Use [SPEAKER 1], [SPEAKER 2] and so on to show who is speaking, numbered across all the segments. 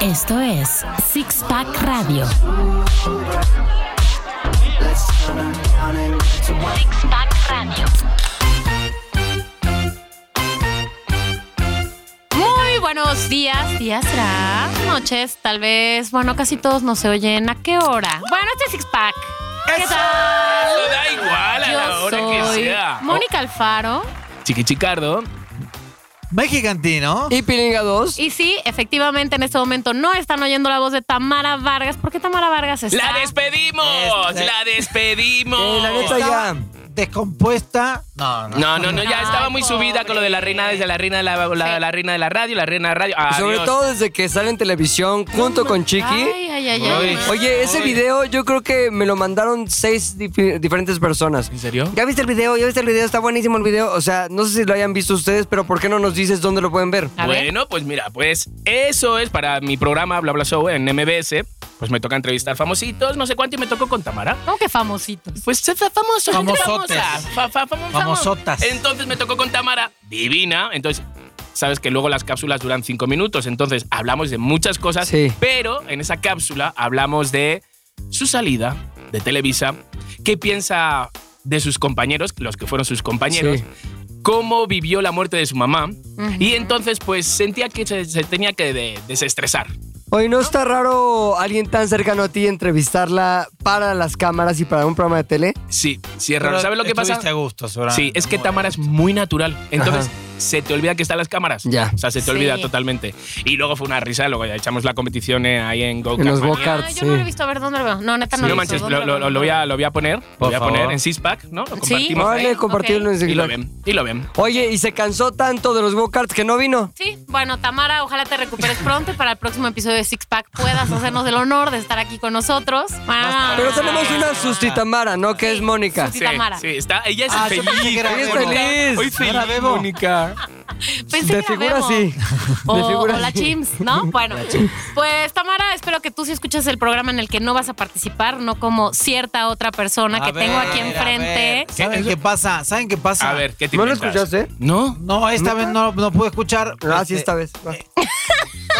[SPEAKER 1] Esto es Six Pack Radio. Six Pack Radio.
[SPEAKER 2] Muy buenos días, días será, noches, tal vez, bueno, casi todos nos se oyen. ¿A qué hora? Bueno, este es Six Pack. ¿Qué
[SPEAKER 3] Eso
[SPEAKER 2] tal?
[SPEAKER 3] da igual a la
[SPEAKER 2] Yo
[SPEAKER 3] hora que
[SPEAKER 2] soy
[SPEAKER 3] sea. Oh,
[SPEAKER 2] Mónica Alfaro.
[SPEAKER 3] Chiquichicardo.
[SPEAKER 4] Mexicantino.
[SPEAKER 5] Y Pilinga 2.
[SPEAKER 2] Y sí, efectivamente, en este momento no están oyendo la voz de Tamara Vargas. ¿Por qué Tamara Vargas está?
[SPEAKER 3] ¡La despedimos!
[SPEAKER 4] Este-
[SPEAKER 3] ¡La despedimos!
[SPEAKER 5] Eh, la neta ya.
[SPEAKER 4] Descompuesta. No, no.
[SPEAKER 3] No, no, no, ya
[SPEAKER 2] Ay,
[SPEAKER 3] estaba muy subida con lo de la reina, desde la reina de la, la- la reina de la radio, la reina de radio. Adiós.
[SPEAKER 5] Sobre todo desde que sale en televisión junto con Chiqui.
[SPEAKER 2] Ay, ay, ay, ay.
[SPEAKER 3] Uy.
[SPEAKER 5] Oye, ese video yo creo que me lo mandaron seis difi- diferentes personas.
[SPEAKER 3] ¿En serio?
[SPEAKER 5] ¿Ya viste el video? ¿Ya viste el video? Está buenísimo el video. O sea, no sé si lo hayan visto ustedes, pero ¿por qué no nos dices dónde lo pueden ver?
[SPEAKER 2] A ver.
[SPEAKER 3] Bueno, pues mira, pues eso es para mi programa Bla Bla Show en MBS. Pues me toca entrevistar famositos, no sé cuánto, y me tocó con Tamara.
[SPEAKER 2] ¿Cómo que famositos?
[SPEAKER 3] Pues se fa- famoso, gente
[SPEAKER 4] Famosotes.
[SPEAKER 3] famosa. Fa- fa- famo- famo-
[SPEAKER 4] Famosotas.
[SPEAKER 3] Entonces me tocó con Tamara, divina. Entonces, sabes que luego las cápsulas duran cinco minutos. Entonces, hablamos de muchas cosas.
[SPEAKER 5] Sí.
[SPEAKER 3] Pero en esa cápsula hablamos de su salida de Televisa, qué piensa de sus compañeros, los que fueron sus compañeros,
[SPEAKER 5] Sí.
[SPEAKER 3] cómo vivió la muerte de su mamá. Y entonces, pues sentía que se, se tenía que de- desestresar.
[SPEAKER 5] Hoy no está raro alguien tan cercano a ti entrevistarla para las cámaras y para un programa de tele.
[SPEAKER 3] Sí, sí, es raro. ¿Sabes lo que pasa?
[SPEAKER 4] Estuviste a gusto, seguramente.
[SPEAKER 3] Sí, es que
[SPEAKER 4] Muy
[SPEAKER 3] Tamara es muy natural. Entonces,
[SPEAKER 5] Ajá.
[SPEAKER 3] se te olvida que están las cámaras.
[SPEAKER 5] Ya.
[SPEAKER 3] O sea, se te
[SPEAKER 2] Sí.
[SPEAKER 3] olvida totalmente. Y luego fue una risa, luego ya echamos la competición eh, ahí en Go
[SPEAKER 5] En los
[SPEAKER 3] Kart Mania.
[SPEAKER 5] Go-Kart.
[SPEAKER 2] Ah, yo no lo he
[SPEAKER 5] sí.
[SPEAKER 2] visto. A ver, ¿dónde lo veo? No, neta, no,
[SPEAKER 3] No
[SPEAKER 2] lo he
[SPEAKER 3] manches,
[SPEAKER 2] visto.
[SPEAKER 3] lo,
[SPEAKER 2] ¿Dónde
[SPEAKER 3] lo-
[SPEAKER 2] veo?
[SPEAKER 3] lo voy a, lo voy a poner. Lo
[SPEAKER 4] Por
[SPEAKER 3] voy a poner
[SPEAKER 4] favor.
[SPEAKER 3] en Sixpack, ¿no? Lo compartimos. ahí.
[SPEAKER 5] Vale, compartirlo en
[SPEAKER 3] Y lo
[SPEAKER 5] Instagram.
[SPEAKER 3] ven, y lo ven.
[SPEAKER 5] Oye, y se cansó tanto de los go-karts que no vino.
[SPEAKER 2] Sí, bueno, Tamara, ojalá te recuperes pronto y para el próximo episodio de Six Pack puedas hacernos el honor de estar aquí con nosotros. Ah,
[SPEAKER 5] Pero tenemos una sustitamara, ¿no? Que es Mónica.
[SPEAKER 2] Sí, Tamara.
[SPEAKER 3] sí, está. Ella es
[SPEAKER 4] Ah, yo pensé que
[SPEAKER 3] feliz.
[SPEAKER 4] era
[SPEAKER 5] Hoy es
[SPEAKER 4] Bebo.
[SPEAKER 5] feliz.
[SPEAKER 3] Hoy
[SPEAKER 4] No era
[SPEAKER 3] feliz,
[SPEAKER 4] Bebo.
[SPEAKER 3] Mónica.
[SPEAKER 2] Pensé
[SPEAKER 5] de
[SPEAKER 2] que
[SPEAKER 5] figura
[SPEAKER 2] era Bebo.
[SPEAKER 5] sí.
[SPEAKER 2] O,
[SPEAKER 5] De figura
[SPEAKER 2] o la
[SPEAKER 5] sí.
[SPEAKER 2] Chims, ¿no? Bueno, pues Tamara, espero que tú sí escuches el programa en el que no vas a participar, no como cierta otra persona
[SPEAKER 4] A
[SPEAKER 2] que
[SPEAKER 4] ver,
[SPEAKER 2] tengo aquí
[SPEAKER 4] a ver.
[SPEAKER 2] enfrente.
[SPEAKER 4] ¿Saben qué pasa? ¿Saben qué pasa?
[SPEAKER 3] A ver, ¿qué te
[SPEAKER 5] ¿No lo
[SPEAKER 3] inventas?
[SPEAKER 5] escuchaste?
[SPEAKER 3] No.
[SPEAKER 4] No, esta vez no, no pude escuchar.
[SPEAKER 5] Ah,
[SPEAKER 4] Este,
[SPEAKER 5] sí, esta vez. Va. Ah,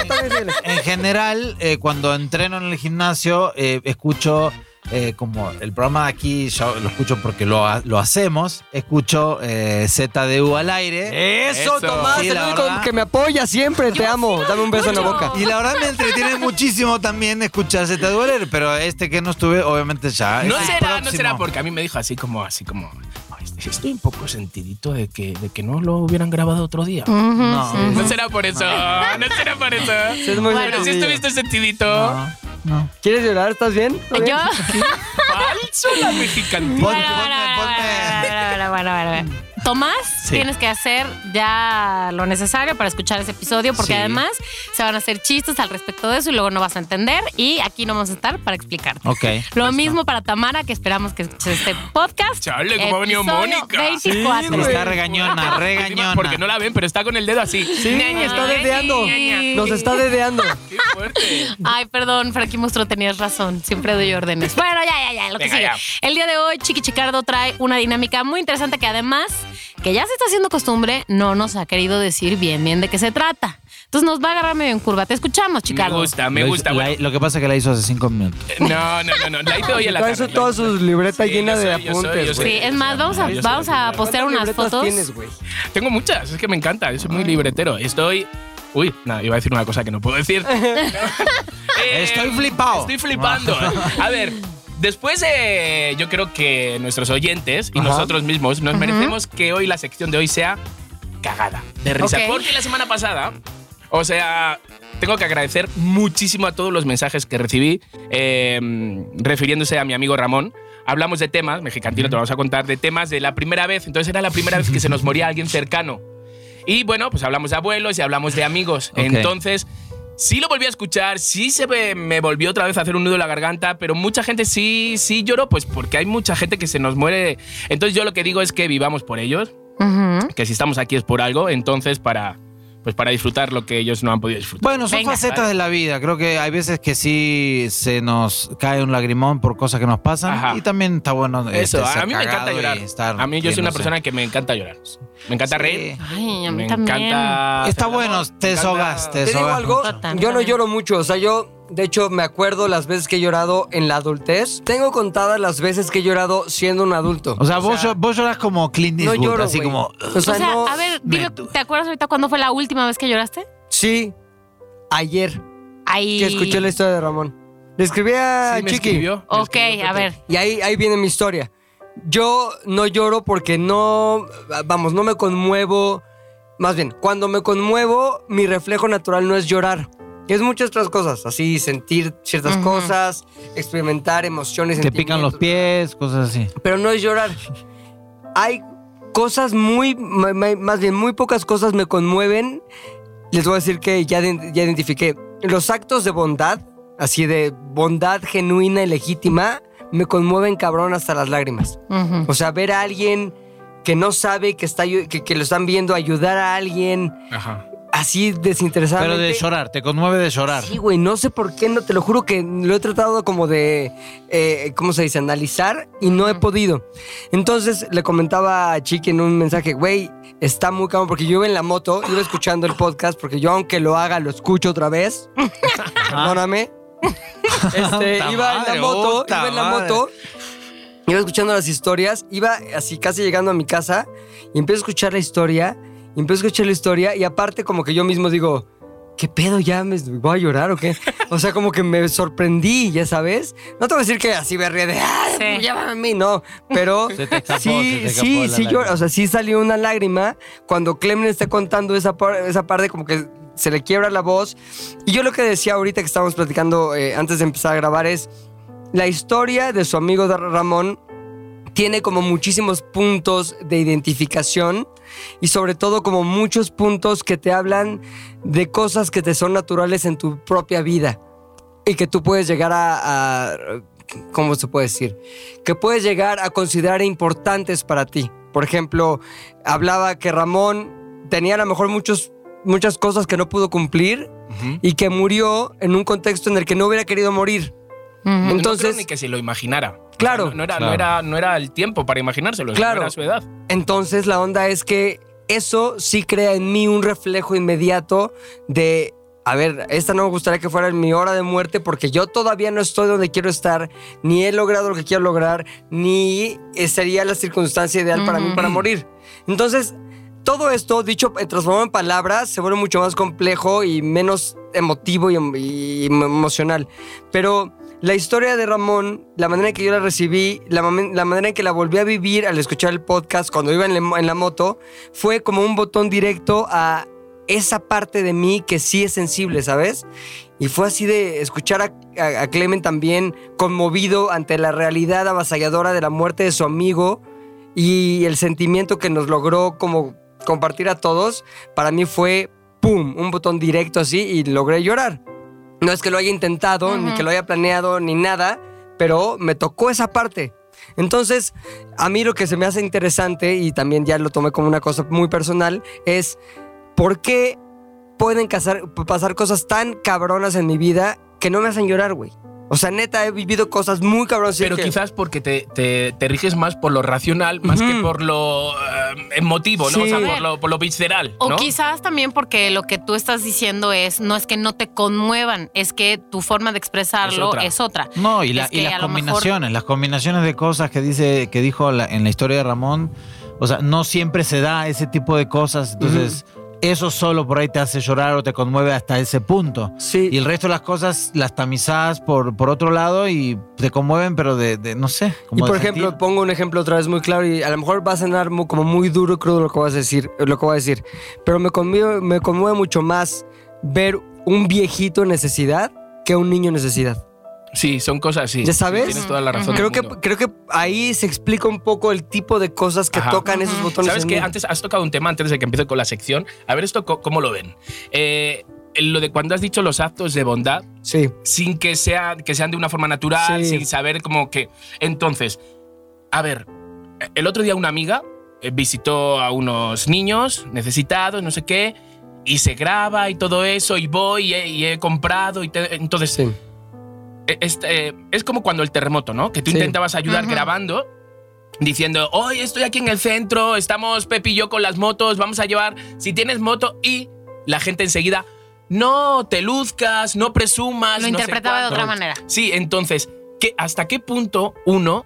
[SPEAKER 5] Esta vez viene.
[SPEAKER 4] En general, eh, cuando entreno en el gimnasio, eh, escucho eh, como el programa de aquí, yo lo escucho porque lo, ha- lo hacemos, escucho eh, ZDU al aire.
[SPEAKER 5] Eso,
[SPEAKER 3] Eso.
[SPEAKER 5] Tomás,
[SPEAKER 4] Sí,
[SPEAKER 5] el
[SPEAKER 4] la
[SPEAKER 5] único
[SPEAKER 4] verdad.
[SPEAKER 5] que me apoya siempre, te amo. Dame un beso en la
[SPEAKER 2] escucho.
[SPEAKER 5] boca.
[SPEAKER 4] Y la verdad me entretiene muchísimo también escuchar ZDU al aire, pero este que no estuve, obviamente ya.
[SPEAKER 3] No
[SPEAKER 4] Ah, es el
[SPEAKER 3] será, no
[SPEAKER 4] próximo.
[SPEAKER 3] será, porque a mí me dijo así como, así como, "No, este- estoy un poco sentidito de que, de que no lo hubieran grabado otro día.
[SPEAKER 4] No,
[SPEAKER 3] No será por eso, no será por eso.
[SPEAKER 5] es muy
[SPEAKER 3] Pero si
[SPEAKER 5] sencillo.
[SPEAKER 3] estuviste sentidito.
[SPEAKER 4] no, no.
[SPEAKER 5] ¿Quieres llorar? ¿Estás bien? ¿Estás
[SPEAKER 2] Yo.
[SPEAKER 5] bien?
[SPEAKER 3] Falso la mexicantina.
[SPEAKER 4] Ponte,
[SPEAKER 2] Bueno, bueno,
[SPEAKER 4] ponte,
[SPEAKER 2] bueno,
[SPEAKER 4] ponte.
[SPEAKER 2] bueno, bueno, bueno, bueno, bueno. Tomás,
[SPEAKER 4] Sí.
[SPEAKER 2] tienes que hacer ya lo necesario para escuchar ese episodio, porque
[SPEAKER 4] Sí.
[SPEAKER 2] además se van a hacer chistes al respecto de eso y luego no vas a entender. Y aquí no vamos a estar para explicarte.
[SPEAKER 4] Ok.
[SPEAKER 2] Lo mismo para Tamara, que esperamos que escuches este podcast.
[SPEAKER 3] Chale, cómo ha venido
[SPEAKER 2] Episodio
[SPEAKER 3] Mónica.
[SPEAKER 2] 24.
[SPEAKER 5] Sí, güey.
[SPEAKER 4] Está regañona, regañona.
[SPEAKER 3] Porque no la ven, pero está con el dedo así.
[SPEAKER 5] Sí, está dedeando. Nos está dedeando.
[SPEAKER 3] Qué fuerte.
[SPEAKER 2] Ay, perdón, Frankie Mostro, tenías razón. Siempre doy órdenes. Bueno, ya, ya, ya, lo que
[SPEAKER 3] Venga,
[SPEAKER 2] sigue. El día de hoy, Chiqui Chicardo trae una dinámica muy interesante que además, que ya se está haciendo costumbre, no nos ha querido decir bien, bien de qué se trata. Entonces nos va a agarrar medio en curva. Te escuchamos,
[SPEAKER 3] Me
[SPEAKER 2] Chicardo.
[SPEAKER 3] gusta, me
[SPEAKER 4] Lo hizo-
[SPEAKER 3] gusta.
[SPEAKER 4] la-
[SPEAKER 3] Bueno,
[SPEAKER 4] lo que pasa es que la hizo hace cinco minutos.
[SPEAKER 3] no, no, no, no. La hice hoy en la
[SPEAKER 5] Trae su-
[SPEAKER 3] tarde.
[SPEAKER 5] todas sus libretas
[SPEAKER 3] Sí,
[SPEAKER 5] llenas
[SPEAKER 3] yo soy,
[SPEAKER 5] de
[SPEAKER 3] yo soy, yo
[SPEAKER 5] apuntes,
[SPEAKER 3] soy.
[SPEAKER 5] güey.
[SPEAKER 2] Sí, es más, vamos a,
[SPEAKER 3] Yo soy
[SPEAKER 2] vamos a
[SPEAKER 3] libretero.
[SPEAKER 2] postear
[SPEAKER 5] ¿Cuántas
[SPEAKER 2] unas
[SPEAKER 5] libretas
[SPEAKER 2] fotos.
[SPEAKER 5] tienes, güey?
[SPEAKER 3] Tengo muchas, es que me encanta. Yo soy muy libretero. Estoy. Uy, nada, iba a decir una cosa que no puedo decir. Eh,
[SPEAKER 4] Estoy flipado.
[SPEAKER 3] Estoy flipando. A ver, después eh, yo creo que nuestros oyentes y
[SPEAKER 5] Ajá.
[SPEAKER 3] nosotros mismos nos merecemos que hoy la sección de hoy sea cagada, de risa.
[SPEAKER 2] Ok.
[SPEAKER 3] Porque la semana pasada, o sea, tengo que agradecer muchísimo a todos los mensajes que recibí eh, refiriéndose a mi amigo Ramón. Hablamos de temas, mexicantino, te vamos a contar, de temas de la primera vez. Entonces era la primera vez que se nos moría alguien cercano. Y bueno, pues hablamos de abuelos y hablamos de amigos.
[SPEAKER 4] Ok.
[SPEAKER 3] Entonces, sí lo volví a escuchar, sí se me, me volvió otra vez a hacer un nudo en la garganta, pero mucha gente sí, sí lloró, pues porque hay mucha gente que se nos muere. Entonces yo lo que digo es que vivamos por ellos,
[SPEAKER 2] Ujú.
[SPEAKER 3] que si estamos aquí es por algo, entonces para... pues para disfrutar lo que ellos no han podido disfrutar.
[SPEAKER 4] Bueno, son
[SPEAKER 2] Venga.
[SPEAKER 4] facetas de la vida. Creo que hay veces que sí se nos cae un lagrimón por cosas que nos pasan.
[SPEAKER 3] Ajá.
[SPEAKER 4] Y también está bueno.
[SPEAKER 3] Eso,
[SPEAKER 4] este, ser
[SPEAKER 3] a mí me encanta
[SPEAKER 4] cagado
[SPEAKER 3] llorar.
[SPEAKER 4] y estar
[SPEAKER 3] A mí yo soy una
[SPEAKER 4] riéndose.
[SPEAKER 3] persona que me encanta llorar. Me encanta
[SPEAKER 4] Sí.
[SPEAKER 3] reír.
[SPEAKER 2] Ay, a mí
[SPEAKER 3] me
[SPEAKER 2] también.
[SPEAKER 3] encanta. hacer
[SPEAKER 4] Está
[SPEAKER 3] el
[SPEAKER 4] bueno,
[SPEAKER 3] amor,
[SPEAKER 4] te
[SPEAKER 3] me encanta-
[SPEAKER 4] desahogas, te
[SPEAKER 5] Te digo
[SPEAKER 4] desahogas
[SPEAKER 5] algo,
[SPEAKER 4] mucho.
[SPEAKER 2] Total.
[SPEAKER 5] yo no lloro mucho, o sea, yo de hecho me acuerdo las veces que he llorado en la adultez. Tengo contadas las veces que he llorado siendo un adulto.
[SPEAKER 4] O sea, vos, llo- vos lloras como Clint
[SPEAKER 5] no
[SPEAKER 4] Eastwood,
[SPEAKER 5] lloro,
[SPEAKER 4] así
[SPEAKER 5] güey.
[SPEAKER 4] como.
[SPEAKER 5] O
[SPEAKER 2] O sea,
[SPEAKER 5] sea, no-
[SPEAKER 2] a ver, dime,
[SPEAKER 4] Neto.
[SPEAKER 2] ¿te acuerdas ahorita cuándo fue la última vez que lloraste?
[SPEAKER 5] Sí, ayer
[SPEAKER 2] Ahí.
[SPEAKER 5] que escuché la historia de Ramón. Le escribí a
[SPEAKER 3] Sí, me
[SPEAKER 5] Chiqui.
[SPEAKER 3] escribió. me
[SPEAKER 2] Ok,
[SPEAKER 3] escribió
[SPEAKER 2] a
[SPEAKER 3] Pepe.
[SPEAKER 2] ver.
[SPEAKER 5] Y ahí, ahí viene mi historia. Yo no lloro porque no, vamos, no me conmuevo. Más bien, cuando me conmuevo, mi reflejo natural no es llorar. Es muchas otras cosas, así sentir ciertas
[SPEAKER 2] Ujú.
[SPEAKER 5] cosas, experimentar emociones.
[SPEAKER 4] Te pican los
[SPEAKER 5] sentimientos,
[SPEAKER 4] pies, cosas así.
[SPEAKER 5] Pero no es llorar. Hay cosas muy, ma- ma- más bien, muy pocas cosas me conmueven. Les voy a decir que ya, de- ya identifiqué. Los actos de bondad, así de bondad genuina y legítima, me conmueven cabrón hasta las lágrimas.
[SPEAKER 2] Ujú.
[SPEAKER 5] O sea, ver a alguien que no sabe que, está, ayu- que, que lo están viendo, ayudar a alguien
[SPEAKER 3] Ajá.
[SPEAKER 5] así desinteresadamente.
[SPEAKER 4] Pero de llorar, te conmueve de llorar.
[SPEAKER 5] Sí, güey, no sé por qué, no te lo juro que lo he tratado como de, eh, ¿cómo se dice? Analizar y no he podido. Entonces le comentaba a Chiqui en un mensaje, güey, está muy cabrón porque yo iba en la moto, iba escuchando el podcast porque yo aunque lo haga lo escucho otra vez. Perdóname. Este,
[SPEAKER 4] Puta
[SPEAKER 5] iba en
[SPEAKER 4] madre,
[SPEAKER 5] la moto,
[SPEAKER 4] puta
[SPEAKER 5] iba en la
[SPEAKER 4] madre.
[SPEAKER 5] moto. Iba escuchando las historias, iba así casi llegando a mi casa y empiezo a escuchar la historia, y empiezo a escuchar la historia y aparte como que yo mismo digo, ¿qué pedo? ¿Ya me voy a llorar o qué? O sea, como que me sorprendí, ya sabes. No te voy a decir que así me ríe de, ¡ay,
[SPEAKER 2] Sí.
[SPEAKER 5] llámame a mí! No, pero
[SPEAKER 4] Se te escapó, se
[SPEAKER 5] sí,
[SPEAKER 4] te escapó
[SPEAKER 5] sí,
[SPEAKER 4] la
[SPEAKER 5] sí,
[SPEAKER 4] lágrima.
[SPEAKER 5] llora. O sea, sí salió una lágrima cuando Clemen está contando esa, par- esa parte como que se le quiebra la voz. Y yo lo que decía ahorita que estábamos platicando eh, antes de empezar a grabar es la historia de su amigo Dar- Ramón tiene como muchísimos puntos de identificación y sobre todo como muchos puntos que te hablan de cosas que te son naturales en tu propia vida y que tú puedes llegar a, a- ¿cómo se puede decir? Que puedes llegar a considerar importantes para ti. Por ejemplo, hablaba que Ramón tenía a lo mejor muchos, muchas cosas que no pudo cumplir
[SPEAKER 3] Ujú.
[SPEAKER 5] y que murió en un contexto en el que no hubiera querido morir.
[SPEAKER 2] Ujú.
[SPEAKER 5] Entonces-
[SPEAKER 3] no creo ni que se lo imaginara.
[SPEAKER 5] Claro.
[SPEAKER 3] No, no era,
[SPEAKER 4] Claro.
[SPEAKER 3] No, era, no era el tiempo para imaginárselo.
[SPEAKER 5] Claro.
[SPEAKER 3] No era su edad.
[SPEAKER 5] Entonces la onda es que eso sí crea en mí un reflejo inmediato de, a ver, esta no me gustaría que fuera mi hora de muerte porque yo todavía no estoy donde quiero estar, ni he logrado lo que quiero lograr, ni eh, sería la circunstancia ideal para mí
[SPEAKER 2] Ujú.
[SPEAKER 5] para morir. Entonces, todo esto, dicho, eh, transformado en palabras, se vuelve mucho más complejo y menos emotivo y, em- y em- emocional. Pero la historia de Ramón, la manera en que yo la recibí, la, mamen- la manera en que la volví a vivir al escuchar el podcast cuando iba en la, en la moto, fue como un botón directo a esa parte de mí que sí es sensible, ¿sabes? Y fue así de escuchar a, a- a Clemen también conmovido ante la realidad avasalladora de la muerte de su amigo y el sentimiento que nos logró como compartir a todos, para mí fue ¡pum! Un botón directo así y logré llorar. No es que lo haya intentado, ni
[SPEAKER 2] Ujú.
[SPEAKER 5] que lo haya planeado, ni nada, pero me tocó esa parte. Entonces, a mí lo que se me hace interesante, y también ya lo tomé como una cosa muy personal, es por qué pueden casar- pasar cosas tan cabronas en mi vida que no me hacen llorar, güey. O sea, neta, he vivido cosas muy cabronas.
[SPEAKER 3] Pero
[SPEAKER 5] que-
[SPEAKER 3] quizás porque te, te- te riges más por lo racional, más
[SPEAKER 5] Ujú.
[SPEAKER 3] que por lo eh, emotivo, ¿no?
[SPEAKER 5] Sí.
[SPEAKER 3] O sea, por lo, por lo visceral.
[SPEAKER 2] O
[SPEAKER 3] ¿no?
[SPEAKER 2] quizás también porque lo que tú estás diciendo es, no es que no te conmuevan, es que tu forma de
[SPEAKER 3] Es
[SPEAKER 2] expresarlo
[SPEAKER 3] otra.
[SPEAKER 2] es otra.
[SPEAKER 4] No, y, la-
[SPEAKER 2] Es
[SPEAKER 4] y
[SPEAKER 2] que a
[SPEAKER 4] las
[SPEAKER 2] lo mejor-
[SPEAKER 4] combinaciones, las combinaciones de cosas que dice, que dijo la- en la historia de Ramón, o sea, no siempre se da ese tipo de cosas, entonces eso solo por ahí te hace llorar o te conmueve hasta ese punto.
[SPEAKER 5] Sí.
[SPEAKER 4] Y el resto de las cosas las tamizadas por, por otro lado y te conmueven, pero de, de- no sé.
[SPEAKER 5] Y
[SPEAKER 4] como
[SPEAKER 5] por
[SPEAKER 4] de
[SPEAKER 5] ejemplo,
[SPEAKER 4] sentir.
[SPEAKER 5] pongo un ejemplo otra vez muy claro y a lo mejor va a sonar mu- como muy duro y crudo lo que vas a decir, lo que voy a decir, pero me conmueve, me conmueve mucho más ver un viejito en necesidad que un niño en necesidad.
[SPEAKER 3] Sí, son cosas así.
[SPEAKER 5] ¿Ya sabes?
[SPEAKER 3] Sí, tienes toda la razón.
[SPEAKER 2] Ujú.
[SPEAKER 5] Creo
[SPEAKER 3] del
[SPEAKER 5] que,
[SPEAKER 3] mundo.
[SPEAKER 5] creo que ahí se explica un poco el tipo de cosas que
[SPEAKER 3] Ajá.
[SPEAKER 5] tocan esos
[SPEAKER 2] Ujú.
[SPEAKER 5] botones.
[SPEAKER 3] ¿Sabes
[SPEAKER 5] en
[SPEAKER 3] qué?
[SPEAKER 5] mí.
[SPEAKER 3] Antes has tocado un tema antes de que empiece con la sección. A ver, esto co- cómo lo ven. Eh, lo de cuando has dicho los actos de bondad,
[SPEAKER 5] Sí.
[SPEAKER 3] sin que, sea, que sean de una forma natural,
[SPEAKER 5] Sí.
[SPEAKER 3] sin saber como que... Entonces, a ver, el otro día una amiga eh, visitó a unos niños necesitados, no sé qué, y se graba y todo eso, y voy y he, y he comprado. Y te- entonces,
[SPEAKER 5] Sí.
[SPEAKER 3] eh, este, eh, es como cuando el terremoto, ¿no? Que tú
[SPEAKER 5] Sí.
[SPEAKER 3] intentabas ayudar
[SPEAKER 2] Ajá.
[SPEAKER 3] grabando. Diciendo, hoy estoy aquí en el centro, estamos Pepi y yo con las motos, vamos a llevar, si tienes moto, y la gente enseguida, no te luzcas, no presumas.
[SPEAKER 2] Lo
[SPEAKER 3] no sé
[SPEAKER 2] interpretaba de
[SPEAKER 3] cuánto".
[SPEAKER 2] otra manera.
[SPEAKER 3] Sí, entonces, ¿qué, ¿hasta qué punto uno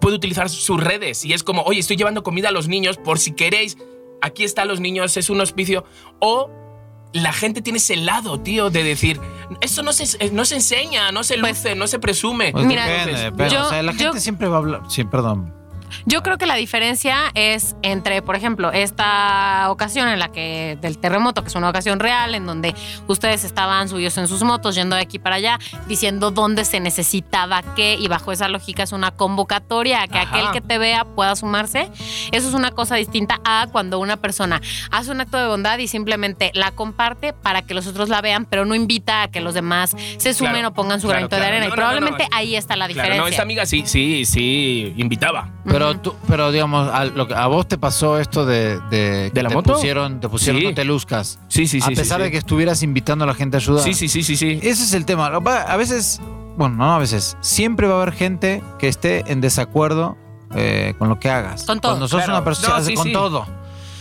[SPEAKER 3] puede utilizar sus redes? Y es como, oye, estoy llevando comida a los niños por si queréis, aquí están los niños, es un hospicio. O la gente tiene ese lado, tío, de decir, esto no se, no se enseña, no se luce,
[SPEAKER 2] Pues-
[SPEAKER 3] no se presume.
[SPEAKER 4] Pues
[SPEAKER 2] Mira,
[SPEAKER 4] depende, depende.
[SPEAKER 2] yo-
[SPEAKER 4] o sea, la
[SPEAKER 2] yo-
[SPEAKER 4] gente siempre va a hablar. Sí, perdón.
[SPEAKER 2] Yo creo que la diferencia es entre, por ejemplo, esta ocasión en la que del terremoto, que es una ocasión real, en donde ustedes estaban subidos en sus motos, yendo de aquí para allá, diciendo dónde se necesitaba qué, y bajo esa lógica es una convocatoria a que
[SPEAKER 3] Ajá.
[SPEAKER 2] aquel que te vea pueda sumarse. Eso es una cosa distinta a cuando una persona hace un acto de bondad y simplemente la comparte para que los otros la vean, pero no invita a que los demás se sumen
[SPEAKER 3] Claro,
[SPEAKER 2] o pongan su
[SPEAKER 3] claro,
[SPEAKER 2] granito
[SPEAKER 3] claro.
[SPEAKER 2] de arena.
[SPEAKER 3] No,
[SPEAKER 2] y
[SPEAKER 3] no, no, no.
[SPEAKER 2] probablemente ahí está la
[SPEAKER 3] Claro,
[SPEAKER 2] diferencia.
[SPEAKER 3] no, esta amiga sí, sí, sí, invitaba.
[SPEAKER 4] Pero,
[SPEAKER 2] Ujú.
[SPEAKER 4] tú, pero digamos, a, lo que- a vos te pasó esto de, de, que
[SPEAKER 3] la
[SPEAKER 4] te
[SPEAKER 3] moto?
[SPEAKER 4] pusieron, te pusieron
[SPEAKER 3] Sí.
[SPEAKER 4] no te luzcas.
[SPEAKER 3] Sí, sí, sí.
[SPEAKER 4] a pesar de que estuvieras invitando a la gente a ayudar.
[SPEAKER 3] Sí, sí, sí, sí, sí.
[SPEAKER 4] Ese es el tema. Lo que pasa- A veces, bueno, no a veces, siempre va a haber gente que esté en desacuerdo eh, con lo que hagas.
[SPEAKER 2] Con todo,
[SPEAKER 4] Cuando sos
[SPEAKER 3] claro.
[SPEAKER 4] una persona,
[SPEAKER 3] No, sí,
[SPEAKER 4] con
[SPEAKER 3] sí.
[SPEAKER 4] todo.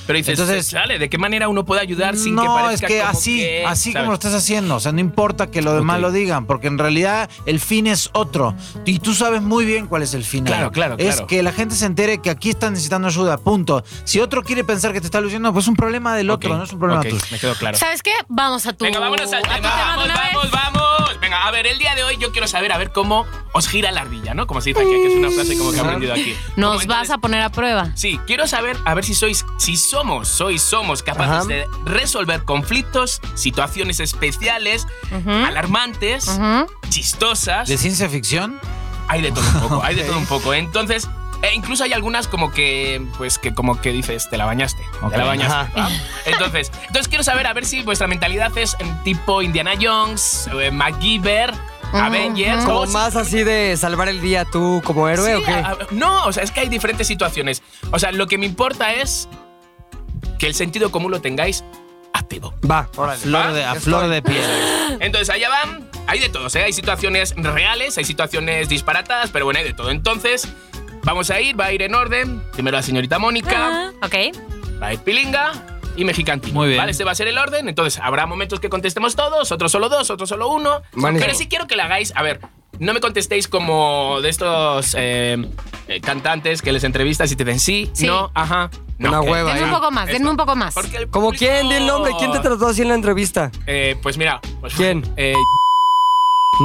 [SPEAKER 3] Pero dices,
[SPEAKER 4] Entonces-
[SPEAKER 3] sale, ¿de qué manera uno puede ayudar sin que
[SPEAKER 4] no,
[SPEAKER 3] parezca
[SPEAKER 4] es que
[SPEAKER 3] como
[SPEAKER 4] así,
[SPEAKER 3] que,
[SPEAKER 4] así
[SPEAKER 3] ¿sabes?
[SPEAKER 4] como lo estás haciendo. O sea, no importa que lo demás
[SPEAKER 3] Ok.
[SPEAKER 4] lo digan, porque en realidad el fin es otro. Y tú sabes muy bien cuál es el fin.
[SPEAKER 3] Claro, claro,
[SPEAKER 4] Es
[SPEAKER 3] claro.
[SPEAKER 4] que la gente se entere que aquí están necesitando ayuda, punto. Si otro quiere pensar que te está luciendo, pues es un problema del
[SPEAKER 3] Ok,
[SPEAKER 4] otro, no es un problema
[SPEAKER 3] ok,
[SPEAKER 4] tuyo.
[SPEAKER 3] Me quedó claro.
[SPEAKER 2] ¿Sabes qué? Vamos a tu,
[SPEAKER 3] Venga, vámonos al
[SPEAKER 2] a tu
[SPEAKER 3] tema.
[SPEAKER 2] tema de
[SPEAKER 3] Vamos,
[SPEAKER 2] una vez.
[SPEAKER 3] vamos, vamos. Venga, a ver, el día de hoy yo quiero saber, a ver cómo os gira la ardilla, ¿no? Como se dice aquí, que es una frase como que he aprendido aquí.
[SPEAKER 2] Nos
[SPEAKER 3] Como
[SPEAKER 2] vas
[SPEAKER 3] entonces-
[SPEAKER 2] a poner a prueba.
[SPEAKER 3] Sí, quiero saber, a ver si sois, si somos, sois, somos capaces
[SPEAKER 5] Ajá.
[SPEAKER 3] de resolver conflictos, situaciones especiales,
[SPEAKER 2] Ujú,
[SPEAKER 3] alarmantes,
[SPEAKER 2] ¿Mm? ujú.
[SPEAKER 3] chistosas.
[SPEAKER 4] ¿De ciencia ficción?
[SPEAKER 3] Hay de todo un poco, hay de
[SPEAKER 4] Ok.
[SPEAKER 3] todo un poco. Entonces, e incluso hay algunas como que, pues que como que dices, te la bañaste,
[SPEAKER 4] Ok.
[SPEAKER 3] te la bañaste. ¿va?
[SPEAKER 5] Ajá.
[SPEAKER 3] Entonces, entonces quiero saber a ver si vuestra mentalidad es en tipo Indiana Jones, eh, MacGyver, Avengers,
[SPEAKER 2] ujú.
[SPEAKER 3] o
[SPEAKER 5] Como
[SPEAKER 3] si-
[SPEAKER 5] más así de salvar el día tú como héroe
[SPEAKER 3] Sí,
[SPEAKER 5] o qué?
[SPEAKER 3] a- a- no, o sea, es que hay diferentes situaciones. O sea, lo que me importa es que el sentido común lo tengáis activo.
[SPEAKER 5] Va.
[SPEAKER 4] Flor de, a
[SPEAKER 5] Estoy.
[SPEAKER 4] flor de piel.
[SPEAKER 3] Entonces, allá van, hay de todo. ¿eh? Hay situaciones reales, hay situaciones disparatadas, pero bueno, hay de todo. Entonces, vamos a ir, va a ir en orden. Primero la señorita Mónica,
[SPEAKER 2] Ah, ok.
[SPEAKER 3] va a ir Pilinga y Mexicantino.
[SPEAKER 4] Muy bien.
[SPEAKER 3] Vale, este va a ser el orden. Entonces, habrá momentos que contestemos todos, otros solo dos, otros solo uno.
[SPEAKER 5] Buenísimo.
[SPEAKER 3] Pero sí quiero que la hagáis, a ver. No me contestéis como de estos eh, eh, cantantes que les entrevistas y te den sí,
[SPEAKER 2] Sí.
[SPEAKER 3] no, ajá. No,
[SPEAKER 5] Una
[SPEAKER 3] que-
[SPEAKER 5] hueva,
[SPEAKER 2] Denme
[SPEAKER 5] ahí.
[SPEAKER 2] un poco más,
[SPEAKER 3] Esto.
[SPEAKER 2] denme un poco más.
[SPEAKER 3] Porque el
[SPEAKER 5] ¿Como
[SPEAKER 3] público-
[SPEAKER 5] quién? Di el nombre. ¿Quién te trató así en la entrevista?
[SPEAKER 3] Eh, pues mira. pues-
[SPEAKER 5] ¿Quién?
[SPEAKER 3] Eh,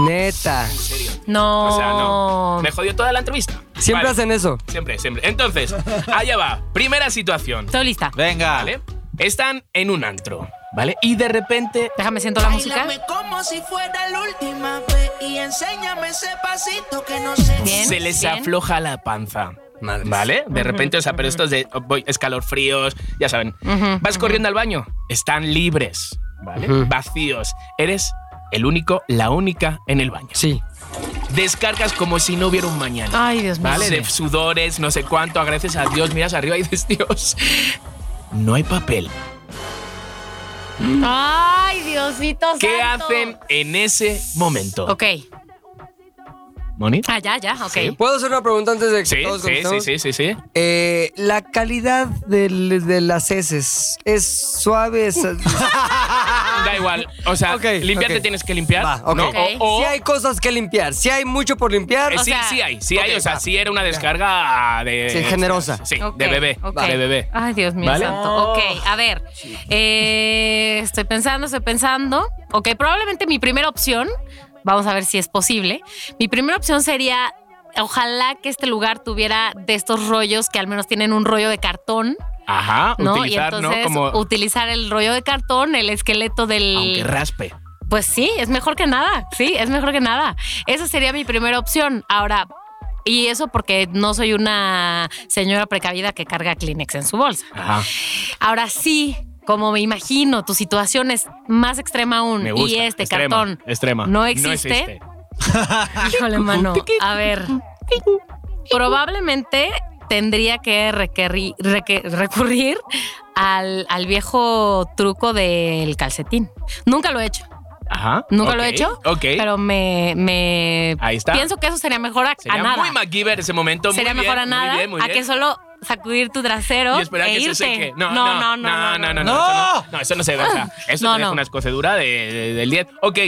[SPEAKER 5] Neta.
[SPEAKER 3] en serio.
[SPEAKER 2] No.
[SPEAKER 3] O sea,
[SPEAKER 2] Oh.
[SPEAKER 3] no. Me jodió toda la entrevista.
[SPEAKER 5] Siempre
[SPEAKER 3] Vale,
[SPEAKER 5] hacen eso.
[SPEAKER 3] Siempre, siempre. Entonces, allá va. Primera situación.
[SPEAKER 2] Estoy lista.
[SPEAKER 4] Venga.
[SPEAKER 3] ¿Vale? Están en un antro, ¿vale? Y de repente.
[SPEAKER 2] Déjame siento la música.
[SPEAKER 6] Báilame como si fuera la última vez y enséñame ese pasito que no sé.
[SPEAKER 2] Bien.
[SPEAKER 3] se les
[SPEAKER 2] bien.
[SPEAKER 3] afloja la panza. ¿Vale? De repente, o sea, pero estos de oh, voy, escalofríos, ya saben.
[SPEAKER 2] Ujú,
[SPEAKER 3] Vas
[SPEAKER 2] ujú.
[SPEAKER 3] corriendo al baño, están libres, ¿vale?
[SPEAKER 5] Ujú.
[SPEAKER 3] Vacíos. Eres el único, la única en el baño.
[SPEAKER 5] Sí.
[SPEAKER 3] Descargas como si no hubiera un mañana.
[SPEAKER 2] Ay, Dios mío.
[SPEAKER 3] ¿Vale? De sudores, no sé cuánto, agradeces a Dios, miras arriba y dices, Dios, no hay papel.
[SPEAKER 2] Ay, Diosito santo.
[SPEAKER 3] ¿Qué hacen en ese momento?
[SPEAKER 2] Ok.
[SPEAKER 3] ¿Moni?
[SPEAKER 2] Ah, ya, ya, ok.
[SPEAKER 3] Sí.
[SPEAKER 5] ¿Puedo hacer una pregunta antes de que
[SPEAKER 3] Sí,
[SPEAKER 5] todos
[SPEAKER 3] sí, sí,
[SPEAKER 5] contestemos?
[SPEAKER 3] sí, sí, sí.
[SPEAKER 5] Eh, la calidad del- de las heces es suave. Es,
[SPEAKER 3] Da igual. O sea,
[SPEAKER 5] Ok,
[SPEAKER 3] limpiarte
[SPEAKER 5] ok.
[SPEAKER 3] tienes que limpiar.
[SPEAKER 5] Va, ok.
[SPEAKER 3] ¿no?
[SPEAKER 2] Ok.
[SPEAKER 3] O, o-
[SPEAKER 5] Si hay cosas que limpiar, si hay mucho por limpiar.
[SPEAKER 3] eh,
[SPEAKER 2] o
[SPEAKER 3] sí,
[SPEAKER 2] sea-
[SPEAKER 3] sí hay, sí hay.
[SPEAKER 5] Ok,
[SPEAKER 3] O sea,
[SPEAKER 5] va.
[SPEAKER 3] sí era una descarga de.
[SPEAKER 5] Sí, generosa.
[SPEAKER 3] Sí,
[SPEAKER 2] Ok,
[SPEAKER 3] de bebé.
[SPEAKER 2] ok.
[SPEAKER 3] De bebé.
[SPEAKER 2] Ay, Dios mío,
[SPEAKER 3] ¿Vale?
[SPEAKER 2] santo. Ok, a ver. eh, estoy pensando, estoy pensando. Ok, probablemente mi primera opción, vamos a ver si es posible. Mi primera opción sería. Ojalá que este lugar tuviera de estos rollos que al menos tienen un rollo de cartón,
[SPEAKER 3] Ajá,
[SPEAKER 2] ¿no?
[SPEAKER 3] utilizar,
[SPEAKER 2] y
[SPEAKER 3] ¿no?
[SPEAKER 2] entonces
[SPEAKER 3] Como.
[SPEAKER 2] utilizar el rollo de cartón, el esqueleto del.
[SPEAKER 3] Aunque raspe.
[SPEAKER 2] Pues sí, es mejor que nada. Sí, es mejor que nada. Esa sería mi primera opción. Ahora, y eso porque no soy una señora precavida que carga Kleenex en su bolsa.
[SPEAKER 3] Ajá.
[SPEAKER 2] Ahora sí, como me imagino, tu situación es más extrema aún.
[SPEAKER 3] Me gusta.
[SPEAKER 2] y este
[SPEAKER 3] Extrema,
[SPEAKER 2] cartón.
[SPEAKER 3] Extrema.
[SPEAKER 2] no existe. Híjole, mano. A ver. Probablemente tendría que requerri- reque- recurrir al, al viejo truco del calcetín. Nunca lo he hecho,
[SPEAKER 3] Ajá.
[SPEAKER 2] Nunca lo he
[SPEAKER 3] ok,
[SPEAKER 2] hecho,
[SPEAKER 3] Ok.
[SPEAKER 2] pero me, me
[SPEAKER 3] Ahí está.
[SPEAKER 2] pienso que eso sería mejor a,
[SPEAKER 3] Sería
[SPEAKER 2] a nada.
[SPEAKER 3] muy MacGyver ese momento. muy
[SPEAKER 2] sería
[SPEAKER 3] bien,
[SPEAKER 2] mejor a
[SPEAKER 3] muy
[SPEAKER 2] nada
[SPEAKER 3] bien, muy
[SPEAKER 2] a
[SPEAKER 3] bien.
[SPEAKER 2] que solo sacudir tu trasero
[SPEAKER 3] y esperar
[SPEAKER 2] e
[SPEAKER 3] que
[SPEAKER 2] irte.
[SPEAKER 3] se seque.
[SPEAKER 2] No, no, no,
[SPEAKER 3] no, no, no,
[SPEAKER 4] no.
[SPEAKER 3] eso no, no, eso no se ve. o sea, eso
[SPEAKER 2] No,
[SPEAKER 3] te deja
[SPEAKER 2] no.
[SPEAKER 3] una escocedura de- de- del 10. Ok,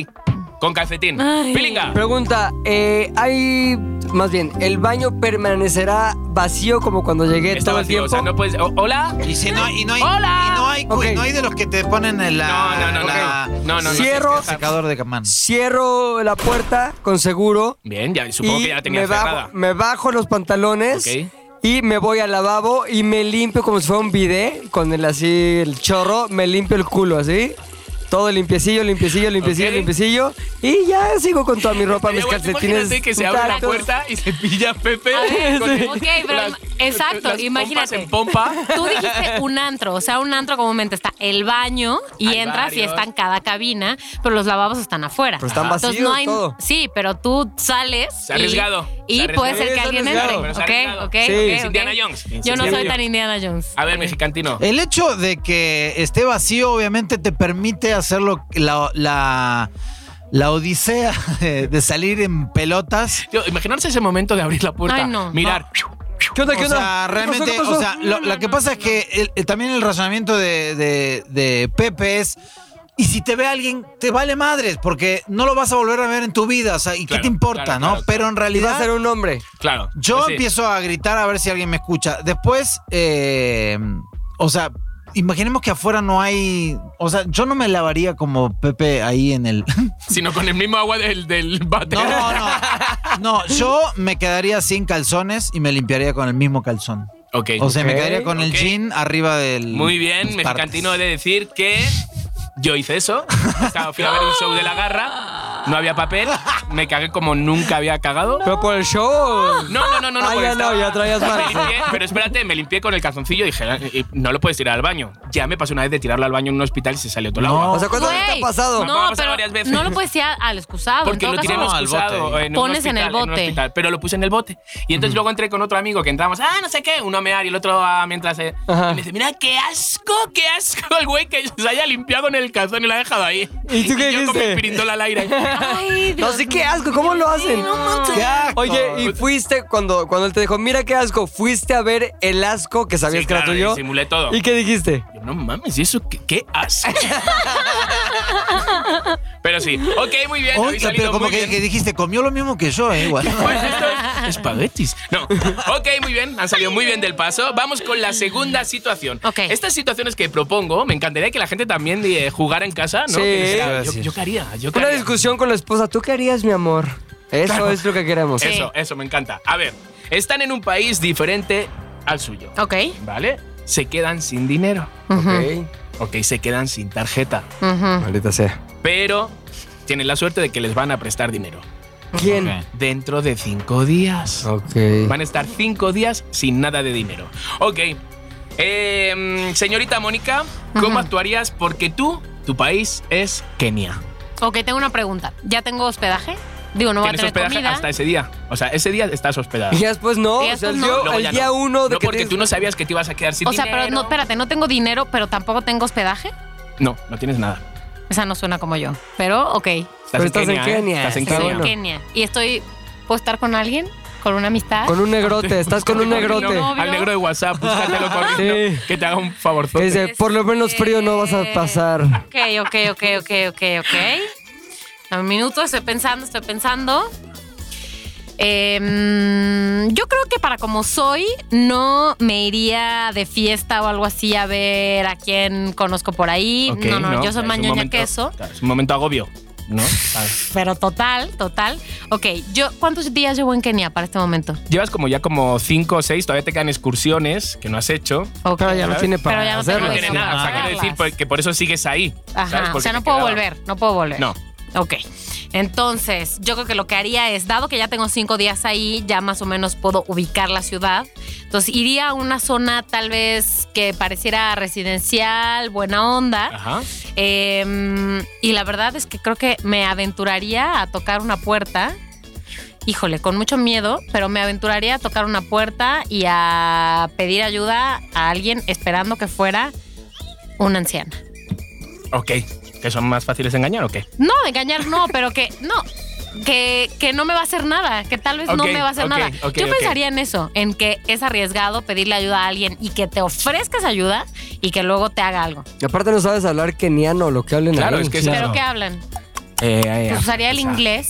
[SPEAKER 3] con calcetín.
[SPEAKER 2] Ay.
[SPEAKER 3] Pilinga.
[SPEAKER 5] Pregunta, eh, hay... Más bien, ¿el baño permanecerá vacío como cuando llegué
[SPEAKER 3] Mm, Está
[SPEAKER 5] todo
[SPEAKER 3] vacío,
[SPEAKER 5] el
[SPEAKER 3] o sea,
[SPEAKER 5] tiempo?
[SPEAKER 3] no puedes. o- Hola.
[SPEAKER 4] Y si no, y no hay,
[SPEAKER 3] ¡Hola!
[SPEAKER 4] y no hay, cu-
[SPEAKER 5] Ok.
[SPEAKER 4] no hay de los que te ponen en la.
[SPEAKER 3] No, no, no, no,
[SPEAKER 4] la-
[SPEAKER 3] no, no, no, no.
[SPEAKER 5] Cierro.
[SPEAKER 4] Secador de camán.
[SPEAKER 5] Cierro la puerta con seguro
[SPEAKER 3] Bien, ya supongo
[SPEAKER 5] y
[SPEAKER 3] que ya la
[SPEAKER 5] me,
[SPEAKER 3] tenías cerrada.
[SPEAKER 5] bajo, me bajo los pantalones
[SPEAKER 3] Ok.
[SPEAKER 5] y me voy al lavabo y me limpio como si fuera un bidet con el así, el chorro, me limpio el culo así. Todo limpiecillo, limpiecillo, limpiecillo,
[SPEAKER 3] Ok.
[SPEAKER 5] limpiecillo. Y ya sigo con toda mi ropa, mis
[SPEAKER 3] Luego,
[SPEAKER 5] calcetines.
[SPEAKER 3] Imagínate que se abre la
[SPEAKER 5] intactos.
[SPEAKER 3] puerta y se pilla a Pepe.
[SPEAKER 2] A ver,
[SPEAKER 3] con el-
[SPEAKER 2] Ah, ok, pero
[SPEAKER 3] las-
[SPEAKER 2] ima- exacto,
[SPEAKER 3] las pompas
[SPEAKER 2] imagínate.
[SPEAKER 3] en pompa.
[SPEAKER 2] Tú dijiste un antro, o sea, un antro comúnmente está el baño y
[SPEAKER 3] Hay
[SPEAKER 2] entras y
[SPEAKER 3] varios.
[SPEAKER 2] está en cada cabina, pero los lavabos están afuera.
[SPEAKER 5] Pero están
[SPEAKER 2] Ajá. Entonces
[SPEAKER 5] vacíos
[SPEAKER 2] no hay,
[SPEAKER 5] todo.
[SPEAKER 2] Sí, pero tú sales.
[SPEAKER 3] Se ha arriesgado,
[SPEAKER 2] Y,
[SPEAKER 3] se ha
[SPEAKER 2] y puede
[SPEAKER 3] arriesgado.
[SPEAKER 2] ser
[SPEAKER 5] Sí,
[SPEAKER 2] que
[SPEAKER 5] se ha
[SPEAKER 2] alguien entre.
[SPEAKER 5] arriesgado.
[SPEAKER 3] Pero se ha
[SPEAKER 2] Ok,
[SPEAKER 3] arriesgado.
[SPEAKER 2] ok. ok,
[SPEAKER 5] Sí, es
[SPEAKER 2] ok.
[SPEAKER 3] Indiana Jones.
[SPEAKER 2] Yo no
[SPEAKER 3] Indiana
[SPEAKER 2] soy tan
[SPEAKER 3] Jones.
[SPEAKER 2] Indiana Jones.
[SPEAKER 3] A ver,
[SPEAKER 2] Ok.
[SPEAKER 3] mexicantino.
[SPEAKER 5] Eh.
[SPEAKER 4] El hecho de que esté vacío obviamente te permite hacer lo- la, la, la odisea de, de salir en pelotas.
[SPEAKER 3] Tío, imaginarse ese momento de abrir la puerta.
[SPEAKER 2] Ay, no.
[SPEAKER 3] Mirar.
[SPEAKER 5] ¿Qué onda,
[SPEAKER 4] O
[SPEAKER 5] qué
[SPEAKER 4] sea,
[SPEAKER 5] onda? ¿Qué pasó,
[SPEAKER 4] realmente,
[SPEAKER 5] qué pasó?
[SPEAKER 4] o sea, lo, lo que pasa es que el- el- también el razonamiento de, de- de Pepe es, y si te ve alguien, te vale madres, porque no lo vas a volver a ver en tu vida, o sea, ¿y
[SPEAKER 3] Claro,
[SPEAKER 4] qué te importa,
[SPEAKER 3] claro,
[SPEAKER 4] no?
[SPEAKER 3] claro, claro.
[SPEAKER 4] Pero en
[SPEAKER 5] Y va a
[SPEAKER 4] realidad...
[SPEAKER 5] ser un hombre.
[SPEAKER 3] Claro.
[SPEAKER 4] Yo
[SPEAKER 3] Sí.
[SPEAKER 4] empiezo a gritar a ver si alguien me escucha. Después, eh, o sea, imaginemos que afuera no hay. O sea, yo no me lavaría como Pepe ahí en el.
[SPEAKER 3] Sino con el mismo agua del, del váter.
[SPEAKER 4] No, no. No, yo me quedaría sin calzones y me limpiaría con el mismo calzón.
[SPEAKER 3] Ok.
[SPEAKER 4] O sea, me
[SPEAKER 5] Ok,
[SPEAKER 4] quedaría con el
[SPEAKER 3] ok.
[SPEAKER 4] jean arriba del.
[SPEAKER 3] Muy bien,
[SPEAKER 4] las
[SPEAKER 3] mexicantino he
[SPEAKER 4] partes.
[SPEAKER 3] de decir que yo hice eso. Estaba- Fui a ver un show de la garra, no había papel, me cagué como nunca había cagado.
[SPEAKER 5] ¿Pero por el show?
[SPEAKER 3] No, no, no, no, no.
[SPEAKER 5] Ah,
[SPEAKER 3] porque
[SPEAKER 5] ya no,
[SPEAKER 3] estaba-
[SPEAKER 5] ya traías
[SPEAKER 3] me
[SPEAKER 5] mal.
[SPEAKER 3] limpié, pero espérate, me limpié con el calzoncillo y dije, "Eh, no lo puedes tirar al baño. Ya me pasó una vez de tirarlo al baño en un hospital y se salió todo el
[SPEAKER 4] No.
[SPEAKER 3] agua.
[SPEAKER 5] O sea, ¿cuántas veces te
[SPEAKER 2] Güey,
[SPEAKER 5] ha pasado?
[SPEAKER 3] Me ha
[SPEAKER 2] No,
[SPEAKER 3] pasado
[SPEAKER 2] pero
[SPEAKER 3] varias veces.
[SPEAKER 2] no lo puedes ir al excusado. en
[SPEAKER 3] Porque
[SPEAKER 2] todo
[SPEAKER 3] lo tiré en
[SPEAKER 2] caso,
[SPEAKER 4] No, al
[SPEAKER 3] excusado,
[SPEAKER 4] bote.
[SPEAKER 3] en un
[SPEAKER 2] Pones en
[SPEAKER 3] hospital,
[SPEAKER 2] el
[SPEAKER 3] un
[SPEAKER 2] bote.
[SPEAKER 3] hospital, pero lo puse en el bote. Y entonces luego entré con otro amigo que entramos, ah, no sé qué, uno a mear y el otro a mientras. eh,
[SPEAKER 5] Ajá.
[SPEAKER 3] y me dice, mira, qué asco, qué asco el güey que se haya limpiado con el calzón y lo ha dejado ahí.
[SPEAKER 5] ¿Y tú qué
[SPEAKER 3] yo con mi
[SPEAKER 5] dijiste?
[SPEAKER 3] pirindol al aire.
[SPEAKER 2] Ay, Dios
[SPEAKER 5] No sé qué asco, ¿cómo lo hacen?
[SPEAKER 4] ¡Qué asco!
[SPEAKER 5] Oye, y fuiste cuando, cuando él te dijo, mira qué asco, fuiste a ver el asco que sabías
[SPEAKER 3] Sí,
[SPEAKER 5] que
[SPEAKER 3] claro, y
[SPEAKER 5] era tuyo.
[SPEAKER 3] Simulé todo.
[SPEAKER 5] ¿Y qué dijiste?
[SPEAKER 3] Yo, no mames, ¿y eso qué, qué asco? pero sí, ok, muy bien.
[SPEAKER 4] Oye,
[SPEAKER 3] habéis salido
[SPEAKER 4] pero como
[SPEAKER 3] muy
[SPEAKER 4] que,
[SPEAKER 3] bien.
[SPEAKER 4] que dijiste, comió lo mismo que yo, ¿eh? Igual.
[SPEAKER 3] Pues esto es espaguetis. No. Ok, muy bien. Han salido muy bien del paso. Vamos con la segunda situación.
[SPEAKER 2] Ok.
[SPEAKER 3] Estas situaciones que propongo, me encantaría que la gente también eh, jugara en casa, ¿no?
[SPEAKER 5] Sí.
[SPEAKER 3] Que dijera,
[SPEAKER 4] Te iba a
[SPEAKER 3] yo,
[SPEAKER 4] decir.
[SPEAKER 3] yo qué haría, yo qué
[SPEAKER 5] Una
[SPEAKER 3] haría.
[SPEAKER 5] discusión con la esposa, ¿tú qué harías, mi amor? Eso es lo que queremos.
[SPEAKER 2] Sí.
[SPEAKER 3] Eso, eso, me encanta. A ver, están en un país diferente al suyo,
[SPEAKER 2] Ok.
[SPEAKER 3] ¿vale? Se quedan sin dinero. Ok, se quedan sin tarjeta.
[SPEAKER 2] ujú.
[SPEAKER 5] Maldita sea.
[SPEAKER 3] Pero tienen la suerte de que les van a prestar dinero.
[SPEAKER 5] ¿Quién?
[SPEAKER 2] Mm.
[SPEAKER 4] Ok.
[SPEAKER 3] Dentro de cinco días.
[SPEAKER 5] Ok.
[SPEAKER 3] Van a estar cinco días sin nada de dinero. Ok. Eh, mm, señorita Mónica, ¿cómo
[SPEAKER 2] Ujú.
[SPEAKER 3] actuarías? Porque tú, tu país es Kenia.
[SPEAKER 2] Ok, tengo una pregunta. ¿Ya tengo hospedaje? Digo, no voy a tener
[SPEAKER 3] Tienes hospedaje
[SPEAKER 2] comida.
[SPEAKER 3] hasta ese día. O sea, ese día estás hospedada.
[SPEAKER 5] Y ya después Pues no,
[SPEAKER 2] Y
[SPEAKER 5] o sea,
[SPEAKER 2] después
[SPEAKER 5] el
[SPEAKER 2] no.
[SPEAKER 5] día-
[SPEAKER 3] Luego ya
[SPEAKER 5] el día
[SPEAKER 3] no.
[SPEAKER 5] uno de
[SPEAKER 3] No,
[SPEAKER 5] que
[SPEAKER 3] porque
[SPEAKER 5] tienes-
[SPEAKER 3] tú no sabías que te ibas a quedar sin
[SPEAKER 2] O sea, pero no,
[SPEAKER 3] dinero.
[SPEAKER 2] espérate, no tengo dinero, pero tampoco tengo hospedaje.
[SPEAKER 3] No, no tienes nada.
[SPEAKER 2] Esa no suena como yo. Pero, ok.
[SPEAKER 5] Pero estás en
[SPEAKER 3] ¿eh?
[SPEAKER 5] Kenia,
[SPEAKER 3] Estás en
[SPEAKER 5] está
[SPEAKER 2] Estoy en
[SPEAKER 3] Kenia.
[SPEAKER 2] Kenia. Y estoy. ¿Puedo estar con alguien? ¿Con una amistad?
[SPEAKER 5] Con un negrote, estás con un
[SPEAKER 3] Al negro-
[SPEAKER 5] negrote.
[SPEAKER 2] no.
[SPEAKER 3] Al negro de WhatsApp, búscatelo corriendo.
[SPEAKER 5] Sí.
[SPEAKER 3] Que te haga un
[SPEAKER 5] Que
[SPEAKER 3] favorzote.
[SPEAKER 5] dice, por lo menos frío no vas a pasar.
[SPEAKER 2] Ok, ok, ok, ok, ok, ok. Dame Un minuto, estoy pensando, estoy pensando. Eh, mm, yo creo que para como soy, no me iría de fiesta o algo así a ver a quién conozco por ahí.
[SPEAKER 3] Ok,
[SPEAKER 2] no, no, yo soy
[SPEAKER 3] Es un
[SPEAKER 2] mañoña
[SPEAKER 3] momento-
[SPEAKER 2] queso.
[SPEAKER 3] claro, Es un momento agobio, ¿no? ¿Sabes?
[SPEAKER 2] Pero total, total. Ok, yo, ¿cuántos días llevo en Kenia para este momento?
[SPEAKER 3] Llevas como ya como cinco o seis, todavía te quedan excursiones que no has hecho.
[SPEAKER 2] Ok.
[SPEAKER 5] Pero ya no
[SPEAKER 3] ¿sabes?
[SPEAKER 5] tiene para
[SPEAKER 2] Pero ya no
[SPEAKER 3] Pero
[SPEAKER 5] hacerlo.
[SPEAKER 3] no
[SPEAKER 2] Claro,
[SPEAKER 3] tiene
[SPEAKER 2] sí,
[SPEAKER 3] nada. O sea,
[SPEAKER 2] claro.
[SPEAKER 3] quiero decir pues, que por eso sigues ahí. ¿sabes?
[SPEAKER 2] Ajá, o
[SPEAKER 3] Porque
[SPEAKER 2] sea, no
[SPEAKER 3] te
[SPEAKER 2] puedo
[SPEAKER 3] quedaba.
[SPEAKER 2] volver, no puedo volver.
[SPEAKER 3] No.
[SPEAKER 2] Ok. Entonces, yo creo que lo que haría es, dado que ya tengo cinco días ahí, ya más o menos puedo ubicar la ciudad. Entonces, iría a una zona tal vez que pareciera residencial, buena onda.
[SPEAKER 3] Ajá.
[SPEAKER 2] Eh, y la verdad es que creo que me aventuraría a tocar una puerta. Híjole, con mucho miedo, pero me aventuraría a tocar una puerta y a pedir ayuda a alguien esperando que fuera una anciana.
[SPEAKER 3] Ok. ¿Que son más fáciles de engañar o qué?
[SPEAKER 2] No, engañar no, pero que no. Que, que no me va a hacer nada, que tal vez no
[SPEAKER 3] Ok,
[SPEAKER 2] me va a hacer
[SPEAKER 3] ok,
[SPEAKER 2] nada.
[SPEAKER 3] ok,
[SPEAKER 2] Yo
[SPEAKER 3] ok.
[SPEAKER 2] pensaría en eso, en que es arriesgado pedirle ayuda a alguien y que te ofrezcas ayuda y que luego te haga algo.
[SPEAKER 5] Y aparte no sabes hablar keniano, lo que hablen
[SPEAKER 3] Claro,
[SPEAKER 5] ahí.
[SPEAKER 3] es que
[SPEAKER 5] Sí.
[SPEAKER 3] Claro.
[SPEAKER 2] ¿Pero qué hablan?
[SPEAKER 3] Eh, eh,
[SPEAKER 2] Pues usaría el
[SPEAKER 3] o sea,
[SPEAKER 2] inglés.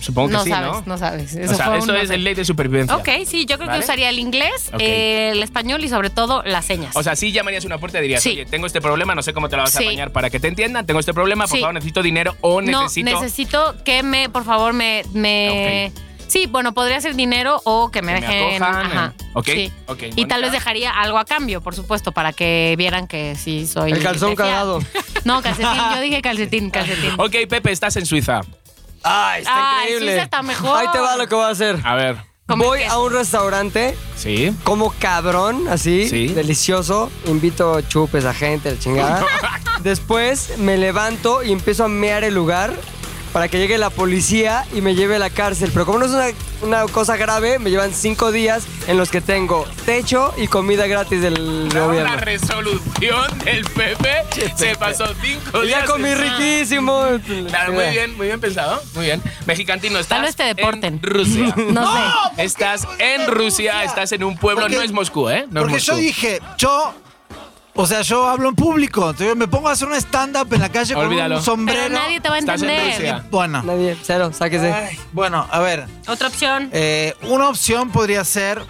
[SPEAKER 3] Supongo que
[SPEAKER 2] no
[SPEAKER 3] sí,
[SPEAKER 2] sabes,
[SPEAKER 3] ¿no?
[SPEAKER 2] no sabes.
[SPEAKER 3] o sea,
[SPEAKER 2] fue
[SPEAKER 3] eso
[SPEAKER 2] un-
[SPEAKER 3] es el ley de supervivencia.
[SPEAKER 2] Ok, sí, yo creo
[SPEAKER 3] ¿Vale?
[SPEAKER 2] que usaría el inglés,
[SPEAKER 3] Ok.
[SPEAKER 2] el español y sobre todo las señas.
[SPEAKER 3] O sea, sí llamarías a una puerta y dirías,
[SPEAKER 2] Sí.
[SPEAKER 3] oye, tengo este problema, no sé cómo te la vas
[SPEAKER 2] Sí.
[SPEAKER 3] a apañar para que te entiendan, tengo este problema, por
[SPEAKER 2] Sí.
[SPEAKER 3] favor, necesito dinero o
[SPEAKER 2] no,
[SPEAKER 3] necesito... Ah,
[SPEAKER 2] necesito que me, por favor, me... me Sí, bueno, podría ser dinero o que me
[SPEAKER 3] que me
[SPEAKER 2] dejen...
[SPEAKER 3] acojan,
[SPEAKER 2] ajá,
[SPEAKER 3] eh. Ok,
[SPEAKER 2] sí.
[SPEAKER 3] ok,
[SPEAKER 2] Y
[SPEAKER 3] Mónica.
[SPEAKER 2] tal vez dejaría algo a cambio, por supuesto, para que vieran que sí soy...
[SPEAKER 5] El calzón
[SPEAKER 2] de fiar.
[SPEAKER 5] cagado.
[SPEAKER 2] No, calcetín, yo dije calcetín, calcetín.
[SPEAKER 3] Ok, Pepe, estás en Suiza.
[SPEAKER 5] Ay, está
[SPEAKER 2] Ay,
[SPEAKER 5] increíble.
[SPEAKER 2] Suiza está mejor. Ah.
[SPEAKER 5] Ahí te va lo que voy a hacer.
[SPEAKER 3] A ver,
[SPEAKER 2] Comer
[SPEAKER 5] Voy
[SPEAKER 2] queso.
[SPEAKER 5] a un restaurante,
[SPEAKER 3] sí.
[SPEAKER 5] como cabrón, así,
[SPEAKER 3] Sí.
[SPEAKER 5] delicioso. Invito chupes a gente, la chingada. Después me levanto y empiezo a mear el lugar para que llegue la policía y me lleve a la cárcel. Pero como no es una, una cosa grave, me llevan cinco días en los que tengo techo y comida gratis del
[SPEAKER 3] La
[SPEAKER 5] gobierno.
[SPEAKER 3] resolución del Pepe se pasó cinco
[SPEAKER 5] Y
[SPEAKER 3] días.
[SPEAKER 5] ya comí
[SPEAKER 3] en-
[SPEAKER 5] riquísimo.
[SPEAKER 3] Claro, muy bien, muy bien pensado. Muy bien. Mexicantino, estás
[SPEAKER 2] Tal vez te deporten.
[SPEAKER 3] en Rusia.
[SPEAKER 2] No sé.
[SPEAKER 3] Estás en Rusia, estás en un pueblo,
[SPEAKER 4] Porque-
[SPEAKER 3] no es Moscú, ¿eh? No es
[SPEAKER 4] Porque yo
[SPEAKER 3] Moscú.
[SPEAKER 4] dije, yo. O sea, yo hablo en público. Entonces me pongo a hacer un stand-up en la calle con
[SPEAKER 3] Olvídalo.
[SPEAKER 4] un sombrero.
[SPEAKER 2] Pero nadie te va a
[SPEAKER 3] Estás en
[SPEAKER 2] entender.
[SPEAKER 3] Rusia.
[SPEAKER 4] Bueno.
[SPEAKER 5] Nadie, cero, sáquese.
[SPEAKER 4] Ay, bueno, a ver.
[SPEAKER 2] Otra opción.
[SPEAKER 4] eh, una opción podría ser.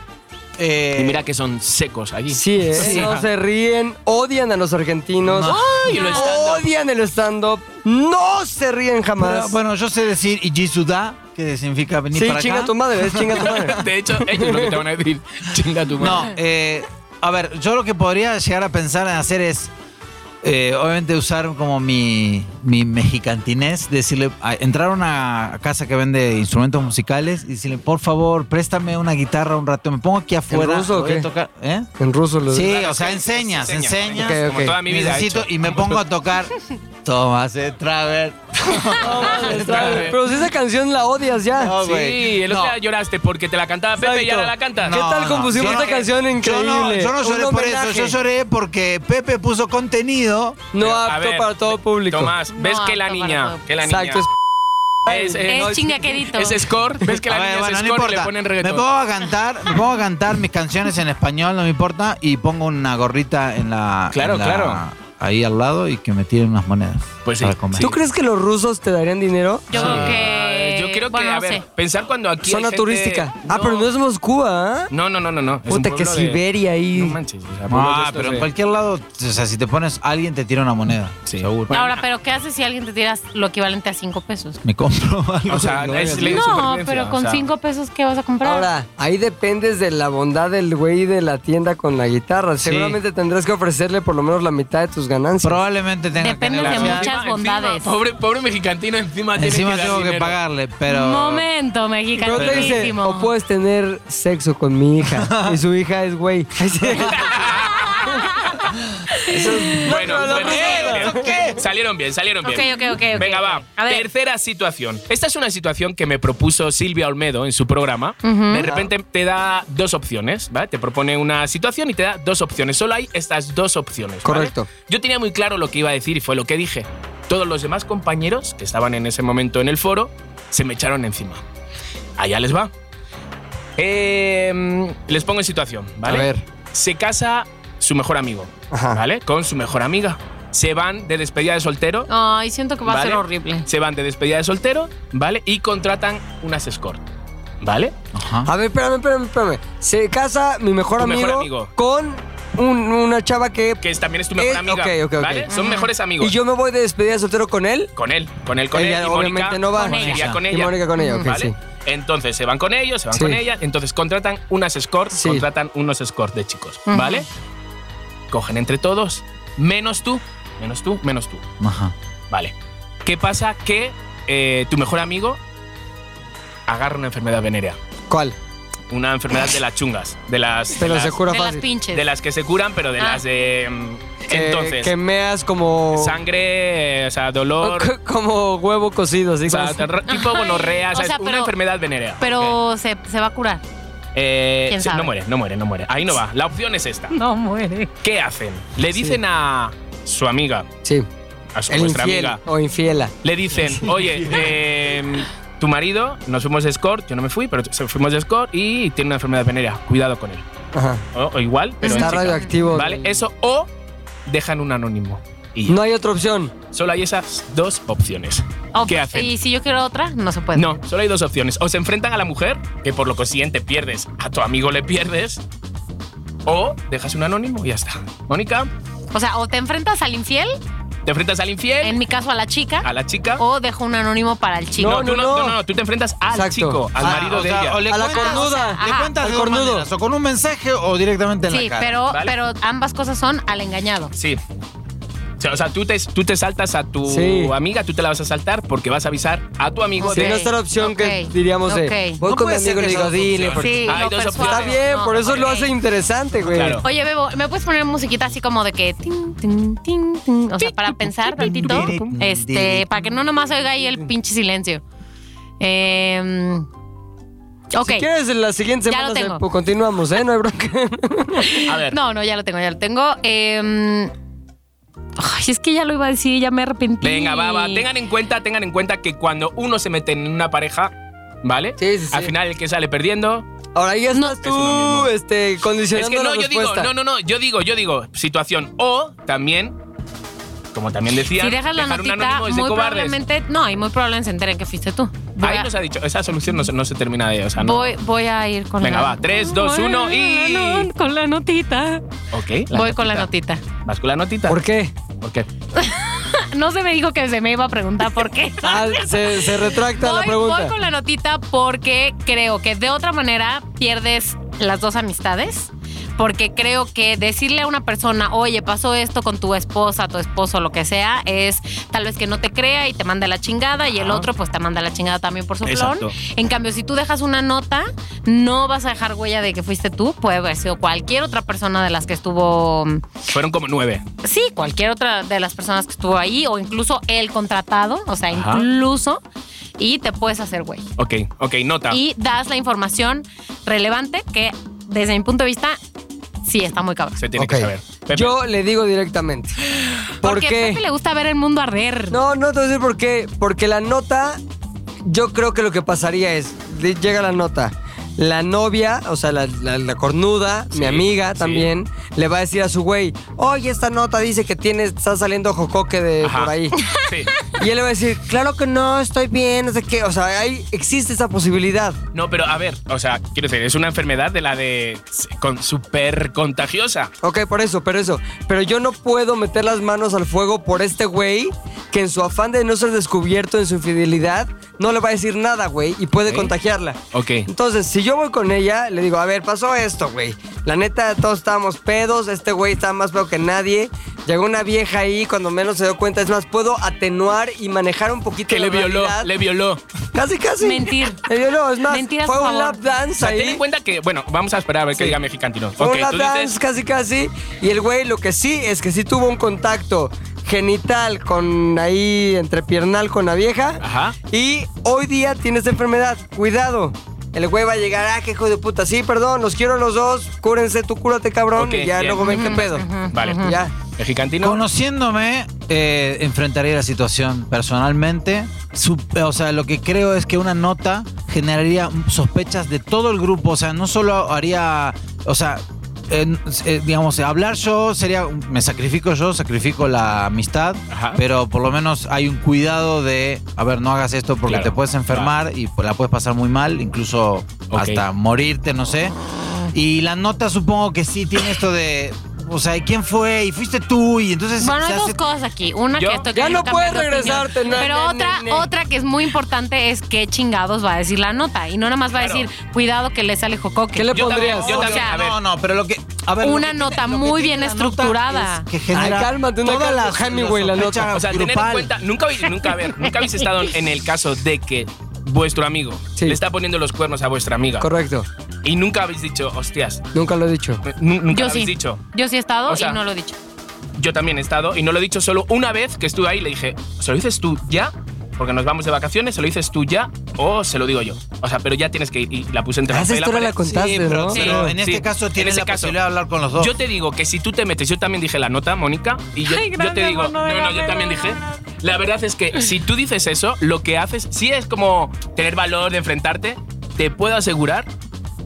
[SPEAKER 4] eh,
[SPEAKER 3] Y mira que son secos allí.
[SPEAKER 5] Sí, ¿eh?
[SPEAKER 4] Sí.
[SPEAKER 5] no se ríen, odian a los argentinos,
[SPEAKER 4] No.
[SPEAKER 3] Ay, lo stand-up.
[SPEAKER 5] odian el stand-up, no se ríen jamás.
[SPEAKER 4] pero, bueno, yo sé decir Ijisuda, que significa venir
[SPEAKER 5] sí,
[SPEAKER 4] para
[SPEAKER 5] chinga
[SPEAKER 4] acá.
[SPEAKER 5] tu madre, es chinga tu madre.
[SPEAKER 3] De hecho, ellos lo que te van a decir. Chinga tu
[SPEAKER 4] No,
[SPEAKER 3] madre.
[SPEAKER 4] eh, a ver, yo lo que podría llegar a pensar en hacer es, eh, obviamente, usar como mi, mi mexicantinés, decirle, a- entrar a una casa que vende instrumentos musicales y decirle, por favor, préstame una guitarra un rato, me pongo aquí afuera.
[SPEAKER 5] ruso o
[SPEAKER 4] voy a
[SPEAKER 5] qué?
[SPEAKER 4] tocar", ¿eh?
[SPEAKER 5] En ruso lo
[SPEAKER 4] Sí,
[SPEAKER 3] Claro,
[SPEAKER 4] o sea,
[SPEAKER 3] sí,
[SPEAKER 4] enseñas,
[SPEAKER 3] enseña.
[SPEAKER 4] enseñas.
[SPEAKER 5] Ok,
[SPEAKER 3] Como toda mi vida. he
[SPEAKER 4] Necesito,
[SPEAKER 3] hecho.
[SPEAKER 4] y me pongo a tocar. Tomás de Traver.
[SPEAKER 5] Pero si esa canción la odias ya.
[SPEAKER 4] No,
[SPEAKER 3] Sí,
[SPEAKER 4] güey.
[SPEAKER 3] el otro
[SPEAKER 4] No.
[SPEAKER 3] día lloraste porque te la cantaba Pepe y
[SPEAKER 5] Exacto.
[SPEAKER 3] ahora la cantas.
[SPEAKER 5] ¿Qué
[SPEAKER 4] No,
[SPEAKER 5] tal
[SPEAKER 4] no,
[SPEAKER 5] compusimos
[SPEAKER 4] yo
[SPEAKER 5] esta
[SPEAKER 4] no-
[SPEAKER 5] canción
[SPEAKER 4] Yo
[SPEAKER 5] increíble?
[SPEAKER 4] no, yo no
[SPEAKER 5] Un
[SPEAKER 4] lloré por eso,
[SPEAKER 5] homenaje.
[SPEAKER 4] yo lloré porque Pepe puso contenido
[SPEAKER 5] No
[SPEAKER 3] Pero, a
[SPEAKER 5] apto
[SPEAKER 3] ver,
[SPEAKER 5] para todo público.
[SPEAKER 3] Tomás,
[SPEAKER 2] No
[SPEAKER 3] ves que la
[SPEAKER 2] apto para
[SPEAKER 3] niña,
[SPEAKER 2] todo.
[SPEAKER 3] que la niña
[SPEAKER 5] Exacto, es
[SPEAKER 3] es, eh,
[SPEAKER 2] Es
[SPEAKER 3] no,
[SPEAKER 2] chingaquerito.
[SPEAKER 3] es score, ves que la
[SPEAKER 4] A
[SPEAKER 3] niña
[SPEAKER 4] ver, bueno,
[SPEAKER 3] es
[SPEAKER 4] no
[SPEAKER 3] score y le
[SPEAKER 4] importa.
[SPEAKER 3] ponen
[SPEAKER 4] me
[SPEAKER 3] reggaetón.
[SPEAKER 4] pongo a cantar, me pongo a cantar mis canciones en español, no me importa, y pongo una gorrita en la.
[SPEAKER 3] Claro,
[SPEAKER 4] en la-
[SPEAKER 3] claro.
[SPEAKER 4] Ahí al lado y que me tiren unas monedas.
[SPEAKER 3] Pues sí,
[SPEAKER 4] para comer.
[SPEAKER 5] ¿Tú crees que los rusos te darían dinero?
[SPEAKER 2] Yo creo que...
[SPEAKER 3] Eh, Yo creo que,
[SPEAKER 2] bueno,
[SPEAKER 3] a
[SPEAKER 2] no
[SPEAKER 3] ver,
[SPEAKER 2] sé.
[SPEAKER 3] pensar cuando aquí. hay
[SPEAKER 5] Zona
[SPEAKER 3] gente-
[SPEAKER 5] turística. Ah,
[SPEAKER 3] No.
[SPEAKER 5] pero no es Moscú, ¿ah?
[SPEAKER 3] No, no, no, no. no. Es un
[SPEAKER 5] Puta, que
[SPEAKER 3] pueblo de-
[SPEAKER 5] Siberia ahí.
[SPEAKER 3] No manches. o sea, pueblos de
[SPEAKER 4] Ah,
[SPEAKER 3] estos
[SPEAKER 4] pero
[SPEAKER 3] de-
[SPEAKER 4] en cualquier lado, o sea, si te pones, alguien te tira una moneda.
[SPEAKER 3] Sí.
[SPEAKER 4] Seguro.
[SPEAKER 3] Bueno.
[SPEAKER 2] Ahora, pero ¿qué haces si alguien te tiras lo equivalente a cinco pesos?
[SPEAKER 4] Me compro algo.
[SPEAKER 3] O sea,
[SPEAKER 4] de-
[SPEAKER 3] es ley de
[SPEAKER 2] No,
[SPEAKER 3] supervivencia,
[SPEAKER 2] pero
[SPEAKER 3] o
[SPEAKER 2] con
[SPEAKER 3] sea.
[SPEAKER 2] cinco pesos, ¿qué vas a comprar?
[SPEAKER 5] Ahora, ahí dependes de la bondad del güey de la tienda con la guitarra.
[SPEAKER 4] Sí.
[SPEAKER 5] Seguramente tendrás que ofrecerle por lo menos la mitad de tus ganancias.
[SPEAKER 4] Probablemente tenga
[SPEAKER 2] Depende
[SPEAKER 4] que
[SPEAKER 2] de
[SPEAKER 4] negociar.
[SPEAKER 2] muchas
[SPEAKER 3] Encima-
[SPEAKER 2] bondades.
[SPEAKER 3] pobre, pobre mexicantino, encima tiene
[SPEAKER 4] Encima
[SPEAKER 3] que dar
[SPEAKER 4] tengo que
[SPEAKER 3] dinero.
[SPEAKER 4] pagarle, pero.
[SPEAKER 2] Momento,
[SPEAKER 5] Pero te dice,
[SPEAKER 2] mexicanísimo.
[SPEAKER 5] o puedes tener sexo con mi hija. y su hija es güey.
[SPEAKER 3] Bueno,
[SPEAKER 5] no, no,
[SPEAKER 3] bueno,
[SPEAKER 5] no,
[SPEAKER 3] salieron bien. salieron bien, salieron bien.
[SPEAKER 2] Ok, ok, ok, ok,
[SPEAKER 3] Venga,
[SPEAKER 2] ok.
[SPEAKER 3] va.
[SPEAKER 2] A ver.
[SPEAKER 3] Tercera situación. Esta es una situación que me propuso Silvia Olmedo en su programa. De repente te da dos opciones, ¿vale? Te propone una situación y te da dos opciones. Solo hay estas dos opciones. ¿vale?
[SPEAKER 5] Correcto.
[SPEAKER 3] Yo tenía muy claro lo que iba a decir y fue lo que dije. Todos los demás compañeros que estaban en ese momento en el foro se me echaron encima. Allá les va. Eh, les pongo en situación, ¿vale?
[SPEAKER 5] A ver.
[SPEAKER 3] Se casa su mejor amigo,
[SPEAKER 5] Ajá.
[SPEAKER 3] ¿vale? Con su mejor amiga. Se van de despedida de soltero.
[SPEAKER 2] Ay, siento que Oh, va a
[SPEAKER 3] ¿vale?
[SPEAKER 2] ser horrible.
[SPEAKER 3] Se van de despedida de soltero, ¿vale? Y contratan unas escort, ¿vale? ah,
[SPEAKER 4] Ajá.
[SPEAKER 5] A ver, espérame, espérame, espérame. Se casa mi mejor,
[SPEAKER 3] Tu
[SPEAKER 5] amigo,
[SPEAKER 3] mejor amigo.
[SPEAKER 5] con un- una chava que...
[SPEAKER 3] Que es- también es tu mejor
[SPEAKER 5] Eh,
[SPEAKER 3] amiga.
[SPEAKER 5] ok, ok, ok.
[SPEAKER 3] ¿vale? Son mejores amigos.
[SPEAKER 5] Y yo me voy de despedida de soltero con él.
[SPEAKER 3] Con él, con él, con
[SPEAKER 5] Ella
[SPEAKER 3] él. Y
[SPEAKER 5] obviamente
[SPEAKER 3] Mónica
[SPEAKER 5] no va.
[SPEAKER 2] Con ella.
[SPEAKER 3] iría con
[SPEAKER 5] Y
[SPEAKER 3] ella.
[SPEAKER 5] Mónica con ella, ok,
[SPEAKER 3] ¿Vale?
[SPEAKER 5] sí.
[SPEAKER 3] Entonces se van con ellos, se van
[SPEAKER 5] Sí.
[SPEAKER 3] con ella. Entonces contratan unas escort,
[SPEAKER 5] Sí.
[SPEAKER 3] contratan unos escort de chicos, ¿vale? Cogen entre todos, menos tú, menos tú, menos tú,
[SPEAKER 4] Ajá.
[SPEAKER 3] ¿vale? ¿Qué pasa? Que eh, tu mejor amigo agarra una enfermedad venérea,
[SPEAKER 5] ¿Cuál?
[SPEAKER 3] una enfermedad de las chungas, de las, de
[SPEAKER 5] Pero
[SPEAKER 3] las,
[SPEAKER 5] se cura
[SPEAKER 2] De las
[SPEAKER 5] fácil.
[SPEAKER 2] pinches.
[SPEAKER 3] de las que se curan, pero de
[SPEAKER 2] Ah.
[SPEAKER 3] las de... mm,
[SPEAKER 5] Que-
[SPEAKER 3] entonces,
[SPEAKER 5] Eh, Que meas como...
[SPEAKER 3] sangre, eh, o sea, dolor,
[SPEAKER 5] co- Como huevo cocido, así
[SPEAKER 3] o sea,
[SPEAKER 5] como-
[SPEAKER 3] tipo gonorrea,
[SPEAKER 2] o
[SPEAKER 3] o sea,
[SPEAKER 2] sea,
[SPEAKER 3] es una
[SPEAKER 2] pero-
[SPEAKER 3] enfermedad venérea. Ok.
[SPEAKER 2] Pero se, se va a curar.
[SPEAKER 3] Eh,
[SPEAKER 2] ¿Quién
[SPEAKER 3] sí,
[SPEAKER 2] sabe?
[SPEAKER 3] No muere, no muere, no muere. Ahí no va. La opción es esta.
[SPEAKER 2] No muere.
[SPEAKER 3] ¿Qué hacen? Le dicen a, su amiga,
[SPEAKER 5] Sí.
[SPEAKER 3] a su,
[SPEAKER 5] El
[SPEAKER 3] vuestra
[SPEAKER 5] infiel
[SPEAKER 3] Pues amiga,
[SPEAKER 5] o infiela.
[SPEAKER 3] le dicen, oye, eh, tu marido, nos fuimos de escort, yo no me fui, pero se- fuimos de escort y tiene una enfermedad venérea, cuidado con él.
[SPEAKER 5] Ajá.
[SPEAKER 3] O, o igual, pero en
[SPEAKER 5] Está
[SPEAKER 3] chica.
[SPEAKER 5] radioactivo.
[SPEAKER 3] Vale, eso o dejan un anónimo. Y ya.
[SPEAKER 5] No hay otra opción.
[SPEAKER 3] solo hay esas dos opciones.
[SPEAKER 2] Oh,
[SPEAKER 3] ¿Qué
[SPEAKER 2] pues,
[SPEAKER 3] hacen?
[SPEAKER 2] Y si yo quiero otra, no se puede.
[SPEAKER 3] No, solo hay dos opciones. O se enfrentan a la mujer, que por lo consiguiente pierdes, a tu amigo le pierdes, o dejas un anónimo y ya está. Mónica,
[SPEAKER 2] O sea, o te enfrentas al infiel,
[SPEAKER 3] te enfrentas al infiel,
[SPEAKER 2] en mi caso a la chica,
[SPEAKER 3] a la chica.
[SPEAKER 2] o dejo un anónimo para el chico.
[SPEAKER 5] No,
[SPEAKER 3] tú
[SPEAKER 5] no, no.
[SPEAKER 3] no, tú te enfrentas al
[SPEAKER 5] Exacto.
[SPEAKER 3] chico, al
[SPEAKER 4] Ah,
[SPEAKER 3] marido
[SPEAKER 4] o
[SPEAKER 3] de
[SPEAKER 4] sea,
[SPEAKER 3] ella.
[SPEAKER 4] o le
[SPEAKER 5] A la
[SPEAKER 4] cuentas-
[SPEAKER 5] cornuda.
[SPEAKER 4] Le
[SPEAKER 2] Ajá.
[SPEAKER 4] cuentas
[SPEAKER 5] Al
[SPEAKER 4] de dos
[SPEAKER 5] cornudo.
[SPEAKER 4] maneras, o con un mensaje o directamente en
[SPEAKER 2] sí,
[SPEAKER 4] la cara.
[SPEAKER 2] pero,
[SPEAKER 3] Vale.
[SPEAKER 2] pero ambas cosas son al engañado.
[SPEAKER 3] Sí. O sea, o sea, tú te, tú te saltas a tu
[SPEAKER 5] Sí.
[SPEAKER 3] amiga, tú te la vas a saltar porque vas a avisar a tu amigo
[SPEAKER 5] Si
[SPEAKER 2] Ok,
[SPEAKER 5] no
[SPEAKER 3] de...
[SPEAKER 5] está la opción que
[SPEAKER 2] ok,
[SPEAKER 5] diríamos de.
[SPEAKER 2] ok.
[SPEAKER 5] Voy
[SPEAKER 4] No
[SPEAKER 5] con mi
[SPEAKER 4] puede ser
[SPEAKER 5] amigo y le
[SPEAKER 4] que
[SPEAKER 5] digo,
[SPEAKER 4] esas dos
[SPEAKER 5] dile.
[SPEAKER 4] opciones.
[SPEAKER 5] porque-
[SPEAKER 2] Sí,
[SPEAKER 3] Hay
[SPEAKER 2] lo
[SPEAKER 3] dos
[SPEAKER 2] persuades.
[SPEAKER 5] Está
[SPEAKER 3] opciones.
[SPEAKER 5] bien,
[SPEAKER 2] No,
[SPEAKER 5] por eso lo
[SPEAKER 2] ok.
[SPEAKER 5] hace interesante, güey.
[SPEAKER 3] Claro.
[SPEAKER 2] Oye, Bebo, ¿me puedes poner musiquita así como de que tin, tin, tin, tin? O sea, para pensar tantito. Este, para que no nomás oiga ahí el pinche silencio. Eh, ok.
[SPEAKER 5] Si quieres, en la siguiente
[SPEAKER 2] Ya
[SPEAKER 5] semana
[SPEAKER 2] lo
[SPEAKER 5] se-
[SPEAKER 2] tengo.
[SPEAKER 5] pues, continuamos, ¿eh? No hay bronca.
[SPEAKER 3] A ver,
[SPEAKER 2] No, no, ya lo tengo, ya lo tengo. Eh, ay, es que ya lo iba a decir, ya me arrepentí.
[SPEAKER 3] Venga, baba, tengan en cuenta, tengan en cuenta que cuando uno se mete en una pareja, ¿vale?
[SPEAKER 5] Sí, sí, sí.
[SPEAKER 3] Al final el que sale perdiendo.
[SPEAKER 5] Ahora ya estás
[SPEAKER 3] Es uno
[SPEAKER 5] tú,
[SPEAKER 3] mismo.
[SPEAKER 5] este,
[SPEAKER 3] Es
[SPEAKER 5] condicionando
[SPEAKER 3] que no,
[SPEAKER 5] la
[SPEAKER 3] yo digo,
[SPEAKER 5] respuesta.
[SPEAKER 3] no, no, no, yo digo, yo digo, situación. O también, como también decía,
[SPEAKER 2] Si dejas la
[SPEAKER 3] dejar un
[SPEAKER 2] notita,
[SPEAKER 3] anónimo es de
[SPEAKER 2] muy
[SPEAKER 3] cobardes.
[SPEAKER 2] probablemente. No, y muy probablemente se enteren que fuiste tú. Voy
[SPEAKER 3] Ahí
[SPEAKER 2] a-
[SPEAKER 3] nos ha dicho, esa solución no, se- no se termina de, o sea, no.
[SPEAKER 2] Voy, voy a ir con
[SPEAKER 3] Venga,
[SPEAKER 2] la
[SPEAKER 3] va, tres, dos,
[SPEAKER 2] Voy
[SPEAKER 3] uno y-
[SPEAKER 2] Con la notita.
[SPEAKER 3] Ok.
[SPEAKER 2] voy con la notita.
[SPEAKER 3] ¿Vas con la notita?
[SPEAKER 5] ¿Por qué?
[SPEAKER 3] ¿Por qué?
[SPEAKER 2] No se me dijo que se me iba a preguntar por qué.
[SPEAKER 5] Ah, se, se retracta la
[SPEAKER 2] voy, voy
[SPEAKER 5] pregunta.
[SPEAKER 2] con la notita porque creo que de otra manera pierdes las dos amistades. Porque creo que decirle a una persona, oye, pasó esto con tu esposa, tu esposo, lo que sea, es tal vez que no te crea y te manda la chingada y el
[SPEAKER 3] Ajá.
[SPEAKER 2] otro pues te manda la chingada también por su flor.
[SPEAKER 3] Exacto.
[SPEAKER 2] En cambio, si tú dejas una nota, no vas a dejar huella de que fuiste tú, puede haber sido cualquier otra persona de las que estuvo
[SPEAKER 3] Fueron como nueve.
[SPEAKER 2] Sí, cualquier otra de las personas que estuvo ahí o incluso el contratado, o sea,
[SPEAKER 3] Ajá.
[SPEAKER 2] incluso, y te puedes hacer güey.
[SPEAKER 3] Ok, ok, nota.
[SPEAKER 2] Y das la información relevante que desde mi punto de vista sí está muy cabrón.
[SPEAKER 3] Se tiene
[SPEAKER 4] Ok.
[SPEAKER 3] que saber. Pepe,
[SPEAKER 5] Yo le digo directamente. ¿Por
[SPEAKER 2] Porque a
[SPEAKER 5] qué?
[SPEAKER 2] Pepe le gusta ver el mundo arder.
[SPEAKER 5] No, no te voy a decir por qué. Porque la nota, yo creo que lo que pasaría es, de- llega la nota. La novia, o sea, la, la- la cornuda,
[SPEAKER 3] Sí,
[SPEAKER 5] mi amiga
[SPEAKER 3] sí.
[SPEAKER 5] también, le va a decir a su güey, oye, esta nota dice que tienes, está saliendo jocoque de
[SPEAKER 3] Ajá.
[SPEAKER 5] eh, por ahí.
[SPEAKER 3] Sí.
[SPEAKER 5] Y él le va a decir, claro que no, estoy bien, no sé qué. O sea, ahí existe esa posibilidad.
[SPEAKER 3] No, pero a ver, o sea, quiero decir, es una enfermedad de la de con súper contagiosa.
[SPEAKER 5] Ok, por eso, por eso. Pero yo no puedo meter las manos al fuego por este güey que en su afán de no ser descubierto en su infidelidad, no le va a decir nada, güey, y puede
[SPEAKER 3] Ok.
[SPEAKER 5] contagiarla.
[SPEAKER 3] Ok.
[SPEAKER 5] Entonces, si yo voy con ella, le digo, a ver, pasó esto, güey. La neta, todos estábamos pedos, este güey estaba más pedo que nadie. Llegó una vieja ahí, cuando menos se dio cuenta, es más, puedo atenuar y manejar un poquito
[SPEAKER 3] Que
[SPEAKER 5] la
[SPEAKER 3] le violó,
[SPEAKER 5] realidad.
[SPEAKER 3] le violó.
[SPEAKER 5] Casi, casi.
[SPEAKER 2] Mentir.
[SPEAKER 5] Le violó, es más,
[SPEAKER 2] Mentir a su
[SPEAKER 5] fue un
[SPEAKER 2] favor.
[SPEAKER 5] lap
[SPEAKER 3] O
[SPEAKER 5] dance
[SPEAKER 3] sea,
[SPEAKER 5] ahí.
[SPEAKER 3] ten en cuenta que, bueno, vamos a esperar a ver qué diga Mexicantino.
[SPEAKER 5] Fue
[SPEAKER 3] Ok,
[SPEAKER 5] un lap
[SPEAKER 3] tú dices-
[SPEAKER 5] dance casi casi. Y el güey lo que sí es que sí tuvo un contacto genital con ahí entre piernal con la vieja.
[SPEAKER 3] Ajá.
[SPEAKER 5] Y hoy día tiene esta enfermedad. Cuidado. El güey va a llegar, ah, qué hijo de puta. Sí, perdón, los quiero los dos. Cúrense, tú cúrate, cabrón.
[SPEAKER 3] Ok,
[SPEAKER 5] y ya
[SPEAKER 3] bien.
[SPEAKER 5] luego ven qué pedo.
[SPEAKER 3] Vale.
[SPEAKER 5] Ya.
[SPEAKER 3] Mexicantino.
[SPEAKER 4] Conociéndome, eh, enfrentaría la situación personalmente. Su- o sea, lo que creo es que una nota generaría sospechas de todo el grupo. O sea, no solo haría. O sea. en- eh, digamos, hablar yo sería. Me sacrifico yo, sacrifico la amistad,
[SPEAKER 3] Ajá.
[SPEAKER 4] pero por lo menos hay un cuidado de. A ver, no hagas esto porque
[SPEAKER 3] Claro,
[SPEAKER 4] te puedes enfermar y pues, la puedes pasar muy mal, incluso
[SPEAKER 3] Ok.
[SPEAKER 4] hasta morirte, no sé. Y la nota supongo que sí tiene esto de. O sea, ¿y ¿quién fue? Y fuiste tú. Y entonces
[SPEAKER 2] Bueno,
[SPEAKER 4] se
[SPEAKER 2] hay
[SPEAKER 4] hace-
[SPEAKER 2] dos cosas aquí. Una
[SPEAKER 3] Yo-
[SPEAKER 2] que estoy
[SPEAKER 5] Ya
[SPEAKER 2] queriendo
[SPEAKER 5] no puedes
[SPEAKER 2] cambiar de opinión.
[SPEAKER 5] regresarte, no,
[SPEAKER 2] Pero
[SPEAKER 5] no, no,
[SPEAKER 2] otra,
[SPEAKER 5] no.
[SPEAKER 2] otra que es muy importante es qué chingados va a decir la nota. Y no nada más va
[SPEAKER 3] Claro.
[SPEAKER 2] a decir, cuidado que le sale jocoque.
[SPEAKER 5] ¿Qué le
[SPEAKER 3] Yo también,
[SPEAKER 5] pondrías?
[SPEAKER 3] yo
[SPEAKER 4] No,
[SPEAKER 3] también,
[SPEAKER 2] O sea,
[SPEAKER 3] a ver.
[SPEAKER 4] No, no, pero lo que. a ver,
[SPEAKER 2] Una
[SPEAKER 4] lo que
[SPEAKER 2] nota
[SPEAKER 4] tiene- lo que
[SPEAKER 2] muy
[SPEAKER 4] tiene
[SPEAKER 2] bien
[SPEAKER 4] la nota
[SPEAKER 2] estructurada.
[SPEAKER 4] es que genera.
[SPEAKER 5] Ay, cálmate, una
[SPEAKER 4] todas
[SPEAKER 5] carta
[SPEAKER 4] las.
[SPEAKER 5] de Hemingway, la nota.
[SPEAKER 4] sospechas
[SPEAKER 3] O sea, tener en
[SPEAKER 4] grupal.
[SPEAKER 3] cuenta, nunca, habéis- nunca, a ver, nunca habéis estado en el caso de que vuestro amigo
[SPEAKER 5] Sí.
[SPEAKER 3] le está poniendo los cuernos a vuestra amiga
[SPEAKER 5] Correcto.
[SPEAKER 3] y nunca habéis dicho, hostias,
[SPEAKER 5] Nunca lo he dicho.
[SPEAKER 3] nu- nunca
[SPEAKER 2] Yo
[SPEAKER 3] habéis
[SPEAKER 2] sí.
[SPEAKER 3] dicho.
[SPEAKER 2] Yo sí he estado
[SPEAKER 3] O sea,
[SPEAKER 2] y no lo he dicho.
[SPEAKER 3] Yo también he estado y no lo he dicho solo una vez que estuve ahí le dije, ¿se lo dices tú ya? porque nos vamos de vacaciones, se lo dices tú ya o se lo digo yo. O sea, pero ya tienes que ir. Y la puse entre
[SPEAKER 5] Ah, esa
[SPEAKER 3] papel,
[SPEAKER 5] historia la
[SPEAKER 3] pared.
[SPEAKER 5] contaste,
[SPEAKER 3] Sí, pero-
[SPEAKER 5] ¿no?
[SPEAKER 3] sí,
[SPEAKER 4] Pero en este
[SPEAKER 3] sí.
[SPEAKER 4] caso
[SPEAKER 3] En
[SPEAKER 4] tienes
[SPEAKER 3] ese
[SPEAKER 4] la
[SPEAKER 3] caso,
[SPEAKER 4] posibilidad de hablar con los dos.
[SPEAKER 3] Yo te digo que si tú te metes, yo también dije la nota, Mónica, y yo,
[SPEAKER 2] Ay,
[SPEAKER 3] yo te
[SPEAKER 2] gracias,
[SPEAKER 3] digo, no,
[SPEAKER 2] Manuela,
[SPEAKER 3] no, yo también dije. La verdad es que si tú dices eso, lo que haces sí es como tener valor de enfrentarte. Te puedo asegurar,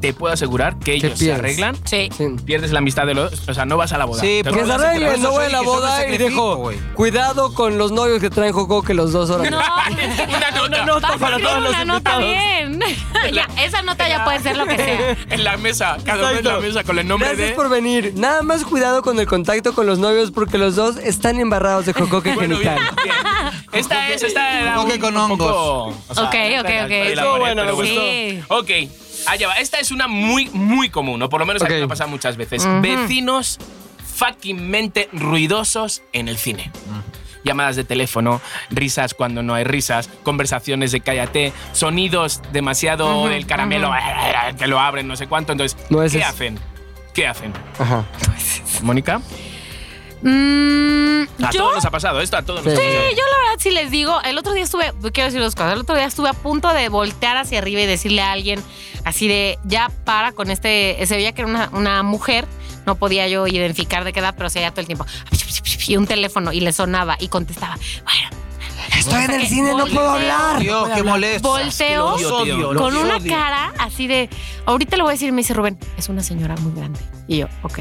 [SPEAKER 3] te puedo asegurar que ellos se
[SPEAKER 5] pierdes.
[SPEAKER 3] arreglan,
[SPEAKER 2] Sí.
[SPEAKER 5] Sí.
[SPEAKER 3] pierdes la amistad de los, o sea, no vas a la boda.
[SPEAKER 4] Sí,
[SPEAKER 3] Te
[SPEAKER 5] Que
[SPEAKER 4] porque
[SPEAKER 5] se
[SPEAKER 3] puedo
[SPEAKER 4] Pero
[SPEAKER 5] arreglen,
[SPEAKER 4] eso
[SPEAKER 5] no
[SPEAKER 4] yo
[SPEAKER 5] voy a la
[SPEAKER 4] dije, yo
[SPEAKER 5] boda
[SPEAKER 4] me
[SPEAKER 5] y dejo.
[SPEAKER 4] sacrifico, güey.
[SPEAKER 5] Cuidado con los novios que traen joco que los dos ahora.
[SPEAKER 2] No,
[SPEAKER 3] asegurar- una nota.
[SPEAKER 5] nota
[SPEAKER 2] vas a escribir una nota bien. ya, esa nota ya puede ser lo que sea.
[SPEAKER 3] en la mesa, cada uno en la
[SPEAKER 5] Exacto.
[SPEAKER 3] mesa con el nombre
[SPEAKER 5] Gracias
[SPEAKER 3] de.
[SPEAKER 5] por venir. Nada más cuidado con el contacto con los novios porque los dos están embarrados de jocoque
[SPEAKER 3] Bueno, bien,
[SPEAKER 5] genital.
[SPEAKER 3] bien. Esta es, esta era
[SPEAKER 4] Coque con
[SPEAKER 3] poco- o sea,
[SPEAKER 2] Ok, ok,
[SPEAKER 3] la-
[SPEAKER 2] ok.
[SPEAKER 3] la- la-
[SPEAKER 5] Estuvo bueno,
[SPEAKER 3] pero
[SPEAKER 5] me
[SPEAKER 2] Sí.
[SPEAKER 3] Ok, allá va. Esta es una muy, muy común, o por lo menos a
[SPEAKER 5] Ok.
[SPEAKER 3] mí me ha pasado muchas veces.
[SPEAKER 2] Ujú.
[SPEAKER 3] Vecinos fuckingmente ruidosos en el cine. Llamadas de teléfono, risas cuando no hay risas, conversaciones de cállate, sonidos demasiado
[SPEAKER 2] Ujú,
[SPEAKER 3] el caramelo, que lo abren, no sé cuánto. Entonces,
[SPEAKER 5] Nueces.
[SPEAKER 3] ¿qué hacen? ¿Qué hacen?
[SPEAKER 5] Ajá.
[SPEAKER 3] Mónica,
[SPEAKER 2] Mm,
[SPEAKER 3] a
[SPEAKER 2] yo
[SPEAKER 3] todos nos ha pasado esto, a todos
[SPEAKER 5] Sí.
[SPEAKER 3] nos ha pasado.
[SPEAKER 2] Sí, yo la verdad sí les digo, el otro día estuve, quiero decir dos cosas, el otro día estuve a punto de voltear hacia arriba y decirle a alguien así de, ya para con este, se veía que era una, una mujer, no podía yo identificar de qué edad, pero se veía todo el tiempo, y un teléfono y le sonaba y contestaba, bueno,
[SPEAKER 5] Estoy en el cine, no puedo hablar.
[SPEAKER 4] Dios, qué molesto.
[SPEAKER 2] Volteo
[SPEAKER 3] Los odio, tío, los
[SPEAKER 2] con una
[SPEAKER 3] odio.
[SPEAKER 2] cara así de, ahorita le voy a decir, me dice Rubén, es una señora muy grande. Y yo, ok.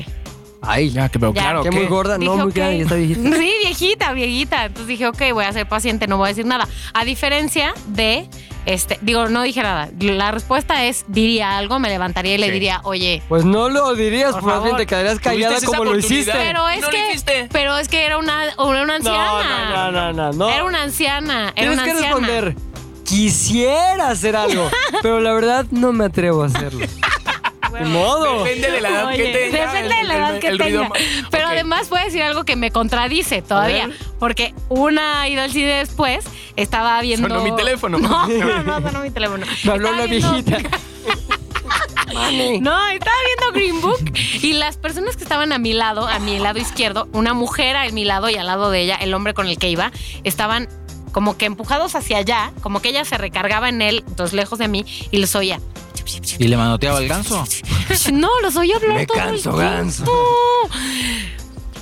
[SPEAKER 5] Ay,
[SPEAKER 3] Ya, que pero
[SPEAKER 2] Ya.
[SPEAKER 3] claro,
[SPEAKER 5] Qué muy
[SPEAKER 3] que-
[SPEAKER 5] gorda, no,
[SPEAKER 2] Dije,
[SPEAKER 5] muy
[SPEAKER 2] "Ok".
[SPEAKER 5] grande, ya está viejita.
[SPEAKER 2] Sí, viejita, viejita. Entonces dije, ok, voy a ser paciente, no voy a decir nada. A diferencia de, este, digo, no dije nada. La respuesta es, diría algo, me levantaría y le
[SPEAKER 3] Sí.
[SPEAKER 2] diría, oye.
[SPEAKER 5] Pues no lo dirías,
[SPEAKER 2] Por
[SPEAKER 5] pues más bien
[SPEAKER 2] favor.
[SPEAKER 5] te quedarías callada
[SPEAKER 3] Tuviste esa
[SPEAKER 5] como lo hiciste.
[SPEAKER 3] oportunidad.
[SPEAKER 2] Pero es
[SPEAKER 3] No lo
[SPEAKER 2] que,
[SPEAKER 3] hiciste.
[SPEAKER 2] pero es que era una, una, una
[SPEAKER 5] No,
[SPEAKER 2] anciana.
[SPEAKER 5] no, no, no, no.
[SPEAKER 2] Era una anciana. Era
[SPEAKER 5] Tienes
[SPEAKER 2] una
[SPEAKER 5] que
[SPEAKER 2] anciana.
[SPEAKER 5] responder. Quisiera hacer algo, pero la verdad no me atrevo a hacerlo. De modo.
[SPEAKER 3] Depende de la edad que
[SPEAKER 2] Oye,
[SPEAKER 3] tenga.
[SPEAKER 2] Depende de la
[SPEAKER 3] el-
[SPEAKER 2] edad
[SPEAKER 3] el-
[SPEAKER 2] que
[SPEAKER 3] el ruido
[SPEAKER 2] tenga.
[SPEAKER 3] ma-
[SPEAKER 2] Pero
[SPEAKER 3] Ok.
[SPEAKER 2] además puede decir algo que me contradice todavía. Porque una ido al cine después estaba viendo.
[SPEAKER 3] Sonó mi teléfono.
[SPEAKER 2] No, no, no sonó mi teléfono.
[SPEAKER 5] Me habló
[SPEAKER 2] Estaba
[SPEAKER 5] la
[SPEAKER 2] viendo-
[SPEAKER 5] viejita. Mami.
[SPEAKER 2] No, estaba viendo Green Book y las personas que estaban a mi lado, a mi lado izquierdo, una mujer a mi lado y al lado de ella, el hombre con el que iba, estaban como que empujados hacia allá, como que ella se recargaba en él, entonces lejos de mí, y los oía. Pues,
[SPEAKER 4] ¿Y le manoteaba el ganso?
[SPEAKER 2] No, los oí hablar
[SPEAKER 5] Me
[SPEAKER 2] todo el
[SPEAKER 5] canso,
[SPEAKER 2] tiempo.
[SPEAKER 5] ganso.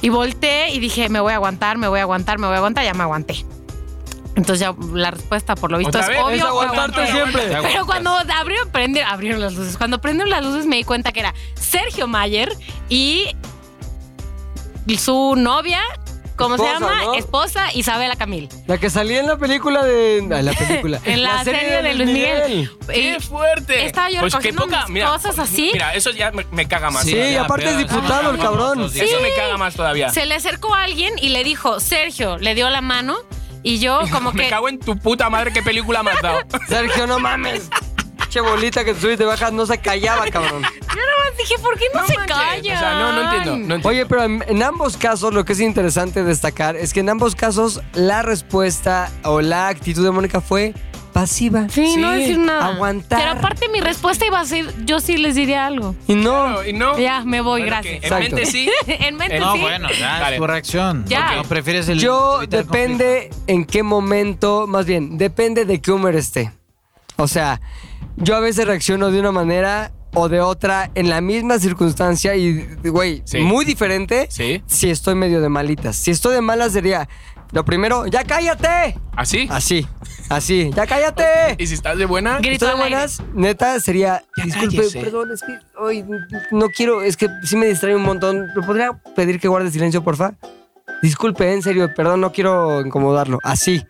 [SPEAKER 2] Y volteé y dije, me voy a aguantar, me voy a aguantar, me voy a aguantar, ya me aguanté. Entonces ya la respuesta, por lo visto,
[SPEAKER 3] ¿Otra
[SPEAKER 2] es
[SPEAKER 3] vez?
[SPEAKER 2] obvio.
[SPEAKER 3] Es
[SPEAKER 2] me
[SPEAKER 5] aguantarte
[SPEAKER 2] aguanté.
[SPEAKER 5] siempre.
[SPEAKER 3] Te aguantas.
[SPEAKER 2] Pero cuando abrieron, prende- abrieron las luces, cuando prendieron las luces me di cuenta que era Sergio Mayer y su novia, ¿cómo se
[SPEAKER 5] Esposa,
[SPEAKER 2] llama?
[SPEAKER 5] ¿no?
[SPEAKER 2] Esposa Isabela Camil.
[SPEAKER 5] La que salía en la película de. ay, la película.
[SPEAKER 2] En la, serie, de Luis Miguel.
[SPEAKER 3] ¡Qué
[SPEAKER 2] Y
[SPEAKER 3] fuerte!
[SPEAKER 2] estaba yo
[SPEAKER 3] pues qué
[SPEAKER 2] recogiendo
[SPEAKER 3] poca,
[SPEAKER 2] mis
[SPEAKER 3] mira,
[SPEAKER 2] cosas así.
[SPEAKER 3] Mira, eso ya me, me caga más.
[SPEAKER 5] Sí,
[SPEAKER 3] todavía.
[SPEAKER 5] y aparte es
[SPEAKER 4] pero-
[SPEAKER 5] diputado, el
[SPEAKER 4] Ah,
[SPEAKER 5] cabrón.
[SPEAKER 4] famosos,
[SPEAKER 5] Sí.
[SPEAKER 3] Eso me caga más todavía.
[SPEAKER 2] se le acercó a alguien y le dijo, Sergio, le dio la mano y yo como
[SPEAKER 3] me
[SPEAKER 2] que...
[SPEAKER 3] cago en tu puta madre, qué película me has dado.
[SPEAKER 5] Sergio, no mames. Che bolita que te subes y te bajas, no se callaba, cabrón.
[SPEAKER 2] Yo nada más dije, ¿por qué no, se
[SPEAKER 3] manches,
[SPEAKER 2] callan?
[SPEAKER 3] O sea, no, no entiendo. No entiendo.
[SPEAKER 5] Oye, pero en, en ambos casos lo que es interesante destacar es que en ambos casos la respuesta o la actitud de Mónica fue pasiva.
[SPEAKER 2] Sí, no decir nada.
[SPEAKER 5] Aguantar.
[SPEAKER 2] Pero aparte mi respuesta iba a ser, yo sí les diría algo.
[SPEAKER 5] Y no,
[SPEAKER 3] Claro, y no.
[SPEAKER 2] Ya, me voy,
[SPEAKER 3] Bueno,
[SPEAKER 2] gracias.
[SPEAKER 3] que En mente
[SPEAKER 5] Exacto.
[SPEAKER 3] sí.
[SPEAKER 2] en mente
[SPEAKER 3] No,
[SPEAKER 2] sí.
[SPEAKER 3] bueno, ya,
[SPEAKER 4] Ah,
[SPEAKER 3] Dale.
[SPEAKER 4] es tu reacción.
[SPEAKER 2] Ya.
[SPEAKER 4] Ok. ¿No prefieres el
[SPEAKER 5] yo
[SPEAKER 4] evitar el
[SPEAKER 5] depende en qué momento, más bien, depende de qué humor esté. O sea, yo a veces reacciono de una manera o de otra en la misma circunstancia y, güey,
[SPEAKER 3] Sí.
[SPEAKER 5] muy diferente
[SPEAKER 3] Sí.
[SPEAKER 5] si estoy medio de malitas. Si estoy de malas sería, lo primero, ya cállate.
[SPEAKER 3] ¿Así?
[SPEAKER 5] Así, así, ya cállate.
[SPEAKER 3] ¿Y si estás de buena?
[SPEAKER 2] Grito
[SPEAKER 5] Estoy de
[SPEAKER 2] al aire.
[SPEAKER 5] buenas, neta, sería.
[SPEAKER 3] Ya
[SPEAKER 5] disculpe,
[SPEAKER 3] cállese.
[SPEAKER 5] perdón, es que hoy no quiero, es que sí me distrae un montón. ¿Me podría pedir que guarde silencio, porfa? Disculpe, en serio, perdón, no quiero incomodarlo. Así.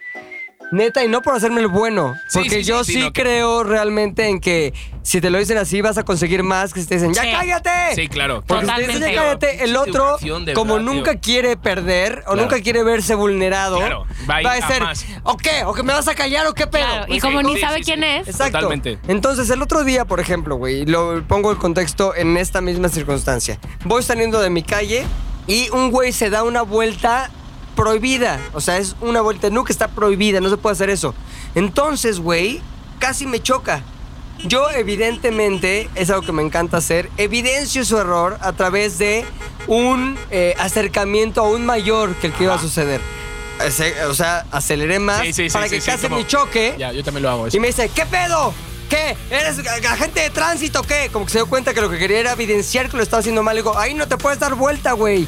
[SPEAKER 5] Neta, y no por hacerme el bueno,
[SPEAKER 3] Sí,
[SPEAKER 5] porque
[SPEAKER 3] sí, sí,
[SPEAKER 5] yo sí,
[SPEAKER 3] sí, no, que-
[SPEAKER 5] creo realmente en que si te lo dicen así vas a conseguir más que si te dicen, ¡ya
[SPEAKER 2] Sí.
[SPEAKER 5] cállate!
[SPEAKER 3] Sí, claro.
[SPEAKER 5] Porque si te dicen,
[SPEAKER 2] Totalmente.
[SPEAKER 5] ya cállate, el otro,
[SPEAKER 3] Educación, de
[SPEAKER 5] como
[SPEAKER 3] verdad,
[SPEAKER 5] nunca
[SPEAKER 3] tío.
[SPEAKER 5] quiere perder o
[SPEAKER 3] Claro.
[SPEAKER 5] nunca quiere verse vulnerado,
[SPEAKER 3] Claro, va a ir
[SPEAKER 5] va a
[SPEAKER 3] a
[SPEAKER 5] ser,
[SPEAKER 3] más.
[SPEAKER 5] ¿o qué? ¿O que me vas a callar o qué pedo?
[SPEAKER 2] Claro, y
[SPEAKER 3] Ok,
[SPEAKER 2] como ni
[SPEAKER 3] pues sí,
[SPEAKER 2] sabe
[SPEAKER 3] sí,
[SPEAKER 2] quién
[SPEAKER 3] sí.
[SPEAKER 2] es,
[SPEAKER 5] Exacto.
[SPEAKER 3] Totalmente.
[SPEAKER 5] Entonces, el otro día, por ejemplo, güey, lo pongo el contexto en esta misma circunstancia. Voy saliendo de mi calle y un güey se da una vuelta prohibida. O sea, es una vuelta nunca está prohibida, no se puede hacer eso. Entonces, güey, casi me choca. Yo, evidentemente, es algo que me encanta hacer, evidencio su error a través de un eh, acercamiento aún mayor que el que iba a suceder. ese- o sea, aceleré más
[SPEAKER 3] Sí, sí, sí,
[SPEAKER 5] para
[SPEAKER 3] sí,
[SPEAKER 5] que
[SPEAKER 3] sí,
[SPEAKER 5] casi
[SPEAKER 3] como-
[SPEAKER 5] me choque.
[SPEAKER 3] Ya, yo también lo hago. eso.
[SPEAKER 5] Y me dice, ¿qué pedo? ¿Qué? ¿Eres ag- agente de tránsito? ¿Qué? Como que se dio cuenta que lo que quería era evidenciar que lo estaba haciendo mal. Le digo, ahí no te puedes dar vuelta, güey.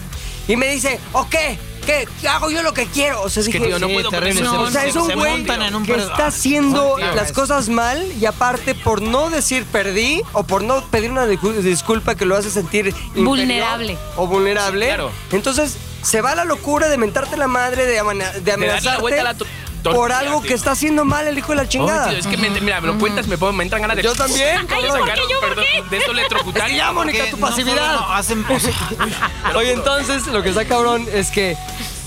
[SPEAKER 5] Y me dice, ¿o qué? ¿Qué? Hago yo lo que quiero. O sea,
[SPEAKER 3] Es que,
[SPEAKER 5] dije,
[SPEAKER 3] tío, no
[SPEAKER 4] Sí,
[SPEAKER 3] puedo
[SPEAKER 4] terrible,
[SPEAKER 3] con
[SPEAKER 4] se-
[SPEAKER 3] eso.
[SPEAKER 5] o sea,
[SPEAKER 3] se-
[SPEAKER 5] es un
[SPEAKER 3] se
[SPEAKER 5] güey
[SPEAKER 3] montan en un
[SPEAKER 5] que
[SPEAKER 3] per-
[SPEAKER 5] está haciendo
[SPEAKER 3] tío,
[SPEAKER 5] las
[SPEAKER 3] es-
[SPEAKER 5] cosas mal y aparte por no decir perdí o por no pedir una discul- disculpa que lo hace sentir inferior
[SPEAKER 2] Vulnerable.
[SPEAKER 5] o vulnerable.
[SPEAKER 3] Sí, claro.
[SPEAKER 5] Entonces se va la locura de mentarte la madre, de, amana- de
[SPEAKER 3] darle la
[SPEAKER 5] amenazarte
[SPEAKER 3] vuelta a la to-
[SPEAKER 5] por
[SPEAKER 3] tortilla,
[SPEAKER 5] algo
[SPEAKER 3] tío.
[SPEAKER 5] que está haciendo mal el hijo de la chingada.
[SPEAKER 3] Ay, tío, es que me, mira,
[SPEAKER 2] Mm.
[SPEAKER 3] me lo cuentas, me, puedo, me entran ganas de.
[SPEAKER 5] Yo también,
[SPEAKER 3] Quiero
[SPEAKER 5] cabrón.
[SPEAKER 3] sacar un- perdón, De esto electrocutar.
[SPEAKER 5] Ya, Mónica,
[SPEAKER 4] Porque
[SPEAKER 5] tu
[SPEAKER 4] no solo
[SPEAKER 5] pasividad.
[SPEAKER 4] no hacen- o sea,
[SPEAKER 5] Oye, entonces lo que está cabrón es que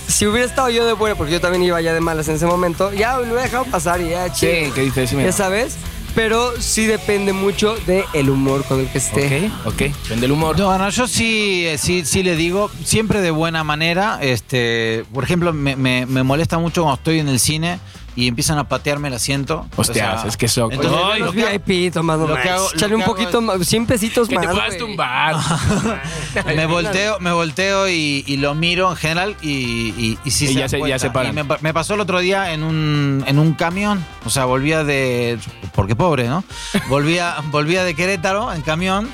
[SPEAKER 5] si hubiera estado yo de buena, porque yo también iba ya de malas en ese momento, ya lo hubiera dejado pasar y ya, che.
[SPEAKER 3] Sí, ¿qué dices? Sí, mira.
[SPEAKER 5] ya sabes. Pero sí depende mucho del humor con el que esté.
[SPEAKER 3] Ok, ok. Depende el humor.
[SPEAKER 4] No, no, yo sí, eh, sí, sí le digo, siempre de buena manera. Este, por ejemplo, me, me- me molesta mucho cuando estoy en el cine y empiezan a patearme el asiento.
[SPEAKER 3] Hostias, es que eso-
[SPEAKER 4] entonces,
[SPEAKER 3] Ay,
[SPEAKER 4] lo
[SPEAKER 5] Los
[SPEAKER 4] que hago-
[SPEAKER 5] VIP, Tomás, no
[SPEAKER 4] lo que
[SPEAKER 5] manches.
[SPEAKER 4] hago- lo
[SPEAKER 5] Échale
[SPEAKER 4] que
[SPEAKER 5] un
[SPEAKER 4] hago
[SPEAKER 5] poquito
[SPEAKER 4] es-
[SPEAKER 5] más, 100 pesitos
[SPEAKER 3] que
[SPEAKER 5] más.
[SPEAKER 3] te puedas
[SPEAKER 5] güey.
[SPEAKER 3] tumbar.
[SPEAKER 4] me volteo, me volteo y, y lo miro en general y, y, y sí
[SPEAKER 3] Y ya
[SPEAKER 4] dan
[SPEAKER 3] se- ya
[SPEAKER 4] cuenta.
[SPEAKER 3] se paran.
[SPEAKER 4] Y me, pa- me pasó el otro día en un, en un camión, o sea, volvía de... Porque pobre, ¿no? Volvía, volvía de Querétaro en camión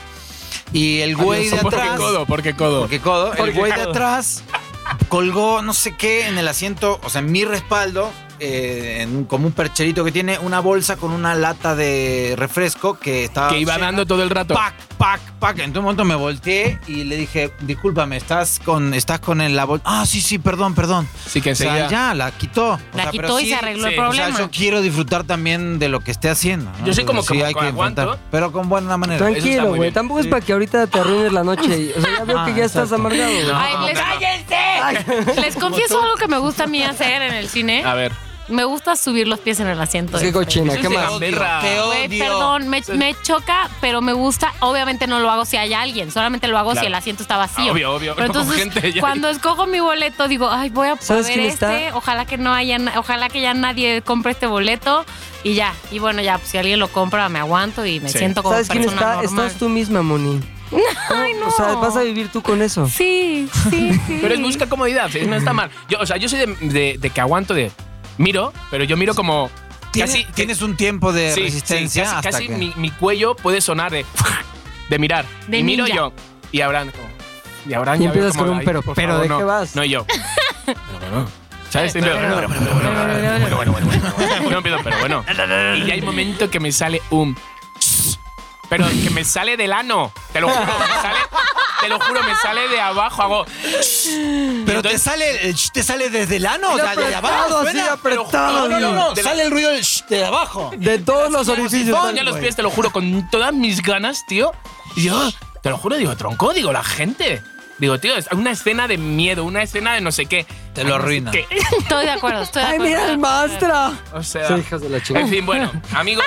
[SPEAKER 4] y el güey de
[SPEAKER 3] Adiós, ¿Por qué
[SPEAKER 4] atrás...
[SPEAKER 3] codo? ¿Por qué codo?
[SPEAKER 4] Porque codo, el
[SPEAKER 3] Porque
[SPEAKER 4] güey de
[SPEAKER 3] codo.
[SPEAKER 4] atrás colgó no sé qué en el asiento, o sea, en mi respaldo, eh, en un- como un percherito que tiene una bolsa con una lata de refresco que estaba
[SPEAKER 3] que iba
[SPEAKER 4] llena.
[SPEAKER 3] dando todo el rato.
[SPEAKER 4] Pac, pac, pac. En un momento me volteé y le dije, discúlpame, estás con, estás con el, la bolsa. Ah, sí, sí, perdón, perdón.
[SPEAKER 3] Sí, que
[SPEAKER 4] O sea,
[SPEAKER 3] enseguida.
[SPEAKER 4] ya, la quitó. O
[SPEAKER 2] La
[SPEAKER 4] sea, pero
[SPEAKER 2] quitó y
[SPEAKER 4] sí,
[SPEAKER 2] se arregló el
[SPEAKER 3] sí,
[SPEAKER 4] O sea,
[SPEAKER 2] problema.
[SPEAKER 4] yo quiero disfrutar también de lo que esté haciendo. ¿no?
[SPEAKER 3] Yo soy como
[SPEAKER 4] Sí,
[SPEAKER 3] que
[SPEAKER 4] hay que
[SPEAKER 3] aguanto.
[SPEAKER 4] enfrentar, pero con buena manera.
[SPEAKER 3] Eso está
[SPEAKER 5] Tranquilo,
[SPEAKER 3] muy
[SPEAKER 5] güey.
[SPEAKER 3] bien.
[SPEAKER 5] Tampoco es para que ahorita te arruines la noche. y- O sea, ya veo que
[SPEAKER 4] Ah,
[SPEAKER 5] ya estás
[SPEAKER 4] exacto.
[SPEAKER 5] amargado. güey.
[SPEAKER 3] No.
[SPEAKER 2] Ay, les-
[SPEAKER 5] Ay.
[SPEAKER 2] Les confieso algo que me gusta a mí hacer en el cine.
[SPEAKER 3] A ver.
[SPEAKER 2] Me gusta subir los pies en el asiento.
[SPEAKER 5] Qué cochina,
[SPEAKER 3] Eso
[SPEAKER 5] qué
[SPEAKER 3] es de
[SPEAKER 5] más.
[SPEAKER 3] gamberra.
[SPEAKER 4] Te odio.
[SPEAKER 2] Güey, perdón, me, me choca, pero me gusta. Obviamente no lo hago si hay alguien, solamente lo hago
[SPEAKER 3] Claro.
[SPEAKER 2] si el asiento está vacío.
[SPEAKER 3] Obvio, obvio,
[SPEAKER 2] Pero
[SPEAKER 3] no,
[SPEAKER 2] entonces,
[SPEAKER 3] gente, ya-
[SPEAKER 2] cuando escojo mi boleto, digo, ay, voy a
[SPEAKER 5] ¿Sabes
[SPEAKER 2] poder
[SPEAKER 5] quién
[SPEAKER 2] este,
[SPEAKER 5] está?
[SPEAKER 2] ojalá que no haya, na- ojalá que ya nadie compre este boleto y ya. Y bueno, ya, pues, si alguien lo compra, me aguanto y me
[SPEAKER 3] Sí.
[SPEAKER 2] siento como
[SPEAKER 5] ¿Sabes quién
[SPEAKER 2] persona
[SPEAKER 5] está?
[SPEAKER 2] normal.
[SPEAKER 5] Estás tú misma, Moni.
[SPEAKER 2] Ay, no.
[SPEAKER 5] O sea, vas a vivir tú con eso.
[SPEAKER 2] Sí, sí, sí.
[SPEAKER 4] Mm.
[SPEAKER 3] Pero es busca comodidad, ¿sí? no está mal. Yo, o sea, yo soy de, de- de que aguanto de. Miro, pero yo miro como.
[SPEAKER 4] Tiene-
[SPEAKER 3] casi,
[SPEAKER 4] tienes un tiempo de
[SPEAKER 3] sí, sí,
[SPEAKER 4] resistencia
[SPEAKER 3] casi-
[SPEAKER 4] hasta
[SPEAKER 3] casi
[SPEAKER 4] que-
[SPEAKER 3] mi, mi cuello puede sonar de. De mirar.
[SPEAKER 2] De
[SPEAKER 3] y miro
[SPEAKER 2] ninja.
[SPEAKER 3] yo. Y habrán como. Y habrán
[SPEAKER 5] Y
[SPEAKER 3] ya veo
[SPEAKER 5] empiezas
[SPEAKER 3] como,
[SPEAKER 5] con un
[SPEAKER 3] "Ay,
[SPEAKER 5] pero,
[SPEAKER 3] por
[SPEAKER 5] pero, ¿de
[SPEAKER 3] no".
[SPEAKER 5] qué vas?
[SPEAKER 3] No, y yo. Pero bueno. ¿Sabes? Bueno, bueno, bueno, bueno, bueno, bueno, bueno, bueno. No empiezo, pero bueno. Y ya hay momento que me sale un. Pero que me sale del ano. Te lo juro, me sale. Te lo juro, me sale de abajo. Hago.
[SPEAKER 4] Pero
[SPEAKER 3] Entonces-
[SPEAKER 4] te sale, el sh- te sale desde el ano, o sea, desde
[SPEAKER 5] apretado,
[SPEAKER 4] abajo.
[SPEAKER 5] así,
[SPEAKER 4] suena.
[SPEAKER 5] apretado.
[SPEAKER 4] No, no, no,
[SPEAKER 3] De la-
[SPEAKER 4] sale el ruido del sh- de abajo.
[SPEAKER 5] De todos los orificios.
[SPEAKER 3] Ponía los pies, te lo juro, con todas mis ganas, tío. Y yo, te lo juro, digo, tronco, digo, la gente. Digo, tío, es una escena de miedo, una escena de no sé qué.
[SPEAKER 4] Te lo arruina.
[SPEAKER 3] ¿Qué?
[SPEAKER 2] Estoy de acuerdo, estoy de
[SPEAKER 5] Ay,
[SPEAKER 2] acuerdo.
[SPEAKER 5] mira el maestra.
[SPEAKER 3] O sea.
[SPEAKER 5] Sí, hijos de la chingada.
[SPEAKER 3] en fin, bueno, amigos.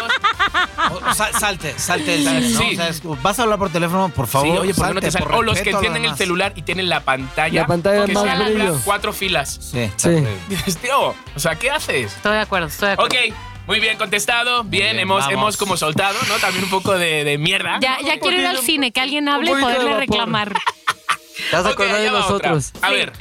[SPEAKER 4] O- o sal- salte, salte del
[SPEAKER 3] Sí.
[SPEAKER 4] ¿no? O sea, es- vas a hablar por teléfono, por favor.
[SPEAKER 3] sí, oye, ¿por qué no
[SPEAKER 4] salte,
[SPEAKER 3] te sale?
[SPEAKER 4] por
[SPEAKER 3] O los que
[SPEAKER 4] respeto a
[SPEAKER 3] tienen el
[SPEAKER 4] demás.
[SPEAKER 3] celular y tienen la pantalla.
[SPEAKER 5] La pantalla
[SPEAKER 3] que
[SPEAKER 5] más
[SPEAKER 3] se alarga
[SPEAKER 5] brillo.
[SPEAKER 3] cuatro filas.
[SPEAKER 4] Sí,
[SPEAKER 5] Sí.
[SPEAKER 4] salte.
[SPEAKER 3] Dices, tío, o sea, ¿qué haces?
[SPEAKER 2] Estoy de acuerdo, estoy de acuerdo.
[SPEAKER 3] Ok, muy bien contestado. Bien,
[SPEAKER 4] bien,
[SPEAKER 3] hemos,
[SPEAKER 4] vamos.
[SPEAKER 3] hemos como soltado, ¿no? También un poco de, de mierda.
[SPEAKER 2] Ya, ya quiero ir al cine, que alguien hable y
[SPEAKER 5] poquito de
[SPEAKER 2] poderle
[SPEAKER 5] vapor.
[SPEAKER 2] reclamar.
[SPEAKER 5] Te vas a
[SPEAKER 3] Ok,
[SPEAKER 5] acordar de
[SPEAKER 3] allá va otra.
[SPEAKER 5] nosotros.
[SPEAKER 3] A ver.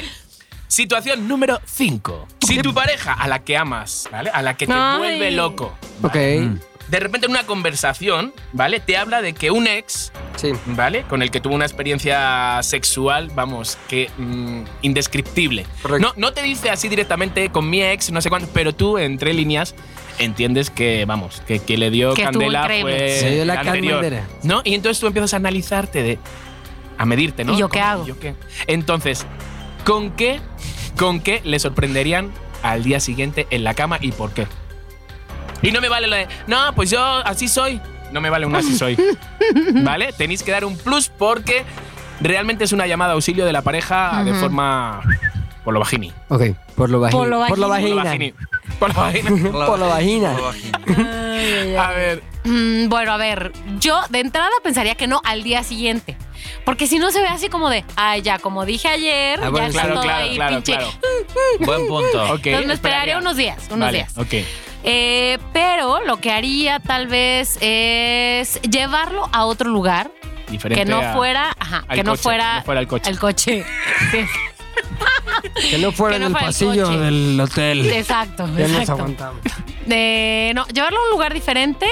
[SPEAKER 3] Situación número 5. Si tu pareja, a la que amas, ¿vale? A la que te
[SPEAKER 2] Ay.
[SPEAKER 3] vuelve loco,
[SPEAKER 5] Ok.
[SPEAKER 3] de repente en una conversación, ¿vale? Te habla de que un ex,
[SPEAKER 5] Sí.
[SPEAKER 3] ¿vale? Con el que tuvo una experiencia sexual, vamos, que mm, indescriptible.
[SPEAKER 5] Correcto.
[SPEAKER 3] No, no te dice así directamente con mi ex, no sé cuánto, pero tú, entre líneas, entiendes que, vamos, que, que le dio
[SPEAKER 2] Que estuvo
[SPEAKER 3] candela
[SPEAKER 2] increíble.
[SPEAKER 3] fue
[SPEAKER 5] Se dio la
[SPEAKER 3] el anterior,
[SPEAKER 5] candela.
[SPEAKER 3] ¿No? Y entonces tú empiezas a analizarte de... A medirte, ¿no?
[SPEAKER 2] ¿Y yo qué
[SPEAKER 3] ¿Cómo?
[SPEAKER 2] hago?
[SPEAKER 3] ¿Y yo qué? Entonces, ¿con qué, ¿con qué le sorprenderían al día siguiente en la cama y por qué? Y no me vale la de... No, pues yo así soy. No me vale un así soy. ¿Vale? Tenéis que dar un plus porque realmente es una llamada a auxilio de la pareja de
[SPEAKER 2] Ujú.
[SPEAKER 3] forma... Por lo bajini.
[SPEAKER 5] Ok. Por lo vagina.
[SPEAKER 2] Por lo
[SPEAKER 5] Por lo
[SPEAKER 3] Por lo
[SPEAKER 5] vagina.
[SPEAKER 3] bajini. Por lo bajini.
[SPEAKER 5] Por lo vagina.
[SPEAKER 3] A ver,
[SPEAKER 2] Ah, Mm, bueno, a ver, yo de entrada pensaría que no al día siguiente. Porque si no se ve así como de, ay, ya, como dije ayer,
[SPEAKER 5] Ah, bueno,
[SPEAKER 2] ya
[SPEAKER 3] claro,
[SPEAKER 2] está todo
[SPEAKER 3] claro,
[SPEAKER 2] ahí,
[SPEAKER 3] claro,
[SPEAKER 2] pinche.
[SPEAKER 3] claro.
[SPEAKER 4] Buen punto.
[SPEAKER 3] Ok,
[SPEAKER 2] Entonces me
[SPEAKER 3] esperaría.
[SPEAKER 2] esperaría unos días, unos
[SPEAKER 3] Vale,
[SPEAKER 2] días.
[SPEAKER 3] Ok.
[SPEAKER 2] Eh, pero lo que haría tal vez es llevarlo a otro lugar
[SPEAKER 3] Diferente
[SPEAKER 2] que no
[SPEAKER 3] a-
[SPEAKER 2] fuera, ajá,
[SPEAKER 3] al
[SPEAKER 2] que no
[SPEAKER 3] coche,
[SPEAKER 2] fuera,
[SPEAKER 3] no fuera el coche.
[SPEAKER 2] El coche. Sí.
[SPEAKER 5] Que no fuera
[SPEAKER 2] Que no fuera el
[SPEAKER 5] en el pasillo
[SPEAKER 2] coche.
[SPEAKER 5] del hotel.
[SPEAKER 2] Exacto,
[SPEAKER 5] Ya nos
[SPEAKER 2] exacto.
[SPEAKER 5] aguantamos.
[SPEAKER 2] Eh, no, llevarlo a un lugar diferente.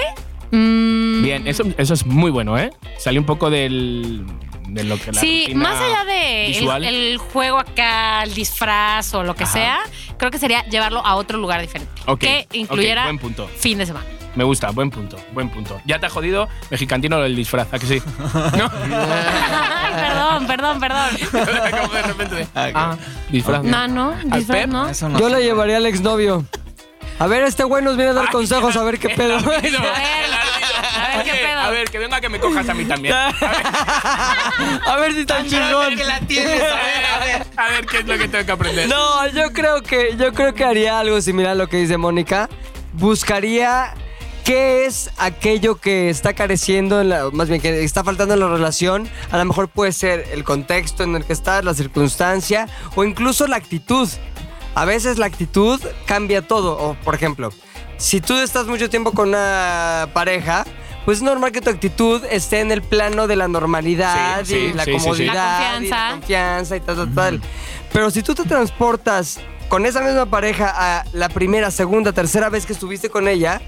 [SPEAKER 2] mm,
[SPEAKER 3] Bien, eso, eso es muy bueno, ¿eh? Sale un poco del. De lo que la
[SPEAKER 2] Sí,
[SPEAKER 3] rutina
[SPEAKER 2] más allá de
[SPEAKER 3] visual.
[SPEAKER 2] el, el juego acá, el disfraz o lo que
[SPEAKER 3] Ajá.
[SPEAKER 2] sea, creo que sería llevarlo a otro lugar diferente.
[SPEAKER 3] Ok,
[SPEAKER 2] que incluyera
[SPEAKER 3] ok, buen punto.
[SPEAKER 2] fin de semana.
[SPEAKER 3] Me gusta, buen punto, buen punto. Ya te ha jodido mexicantino el disfraz, ¿a que sí? ¿No?
[SPEAKER 2] Ay, perdón, perdón, perdón.
[SPEAKER 3] Como de repente de, ah, disfraz.
[SPEAKER 2] No, no,
[SPEAKER 3] ¿Al
[SPEAKER 2] disfraz
[SPEAKER 3] Pep?
[SPEAKER 2] no.
[SPEAKER 4] Eso no
[SPEAKER 5] Yo
[SPEAKER 4] se
[SPEAKER 5] la
[SPEAKER 4] puede.
[SPEAKER 5] llevaría al exnovio. A ver, este güey nos viene a dar consejos, a ver qué pedo.
[SPEAKER 3] Rápido,
[SPEAKER 2] A ver, a ver, ¿qué
[SPEAKER 3] Oye,
[SPEAKER 2] pedo?
[SPEAKER 3] A ver, que venga que me cojas a mí también. A ver,
[SPEAKER 5] A ver si tan Ah, chingón.
[SPEAKER 3] a ver, a ver qué es lo que tengo que aprender.
[SPEAKER 5] No, yo creo que yo creo que haría algo similar a lo que dice Mónica. Buscaría qué es aquello que está careciendo, en la- más bien que está faltando en la relación. A lo mejor puede ser el contexto en el que estás, la circunstancia o incluso la actitud. A veces la actitud cambia todo. O, por ejemplo, si tú estás mucho tiempo con una pareja, pues es normal que tu actitud esté en el plano de la normalidad
[SPEAKER 3] Sí, sí,
[SPEAKER 5] y la
[SPEAKER 3] sí, sí, sí.
[SPEAKER 5] comodidad y la
[SPEAKER 2] La confianza.
[SPEAKER 5] confianza y tal, tal, tal. Pero si tú te transportas con esa misma pareja a la primera, segunda, tercera vez que estuviste con ella,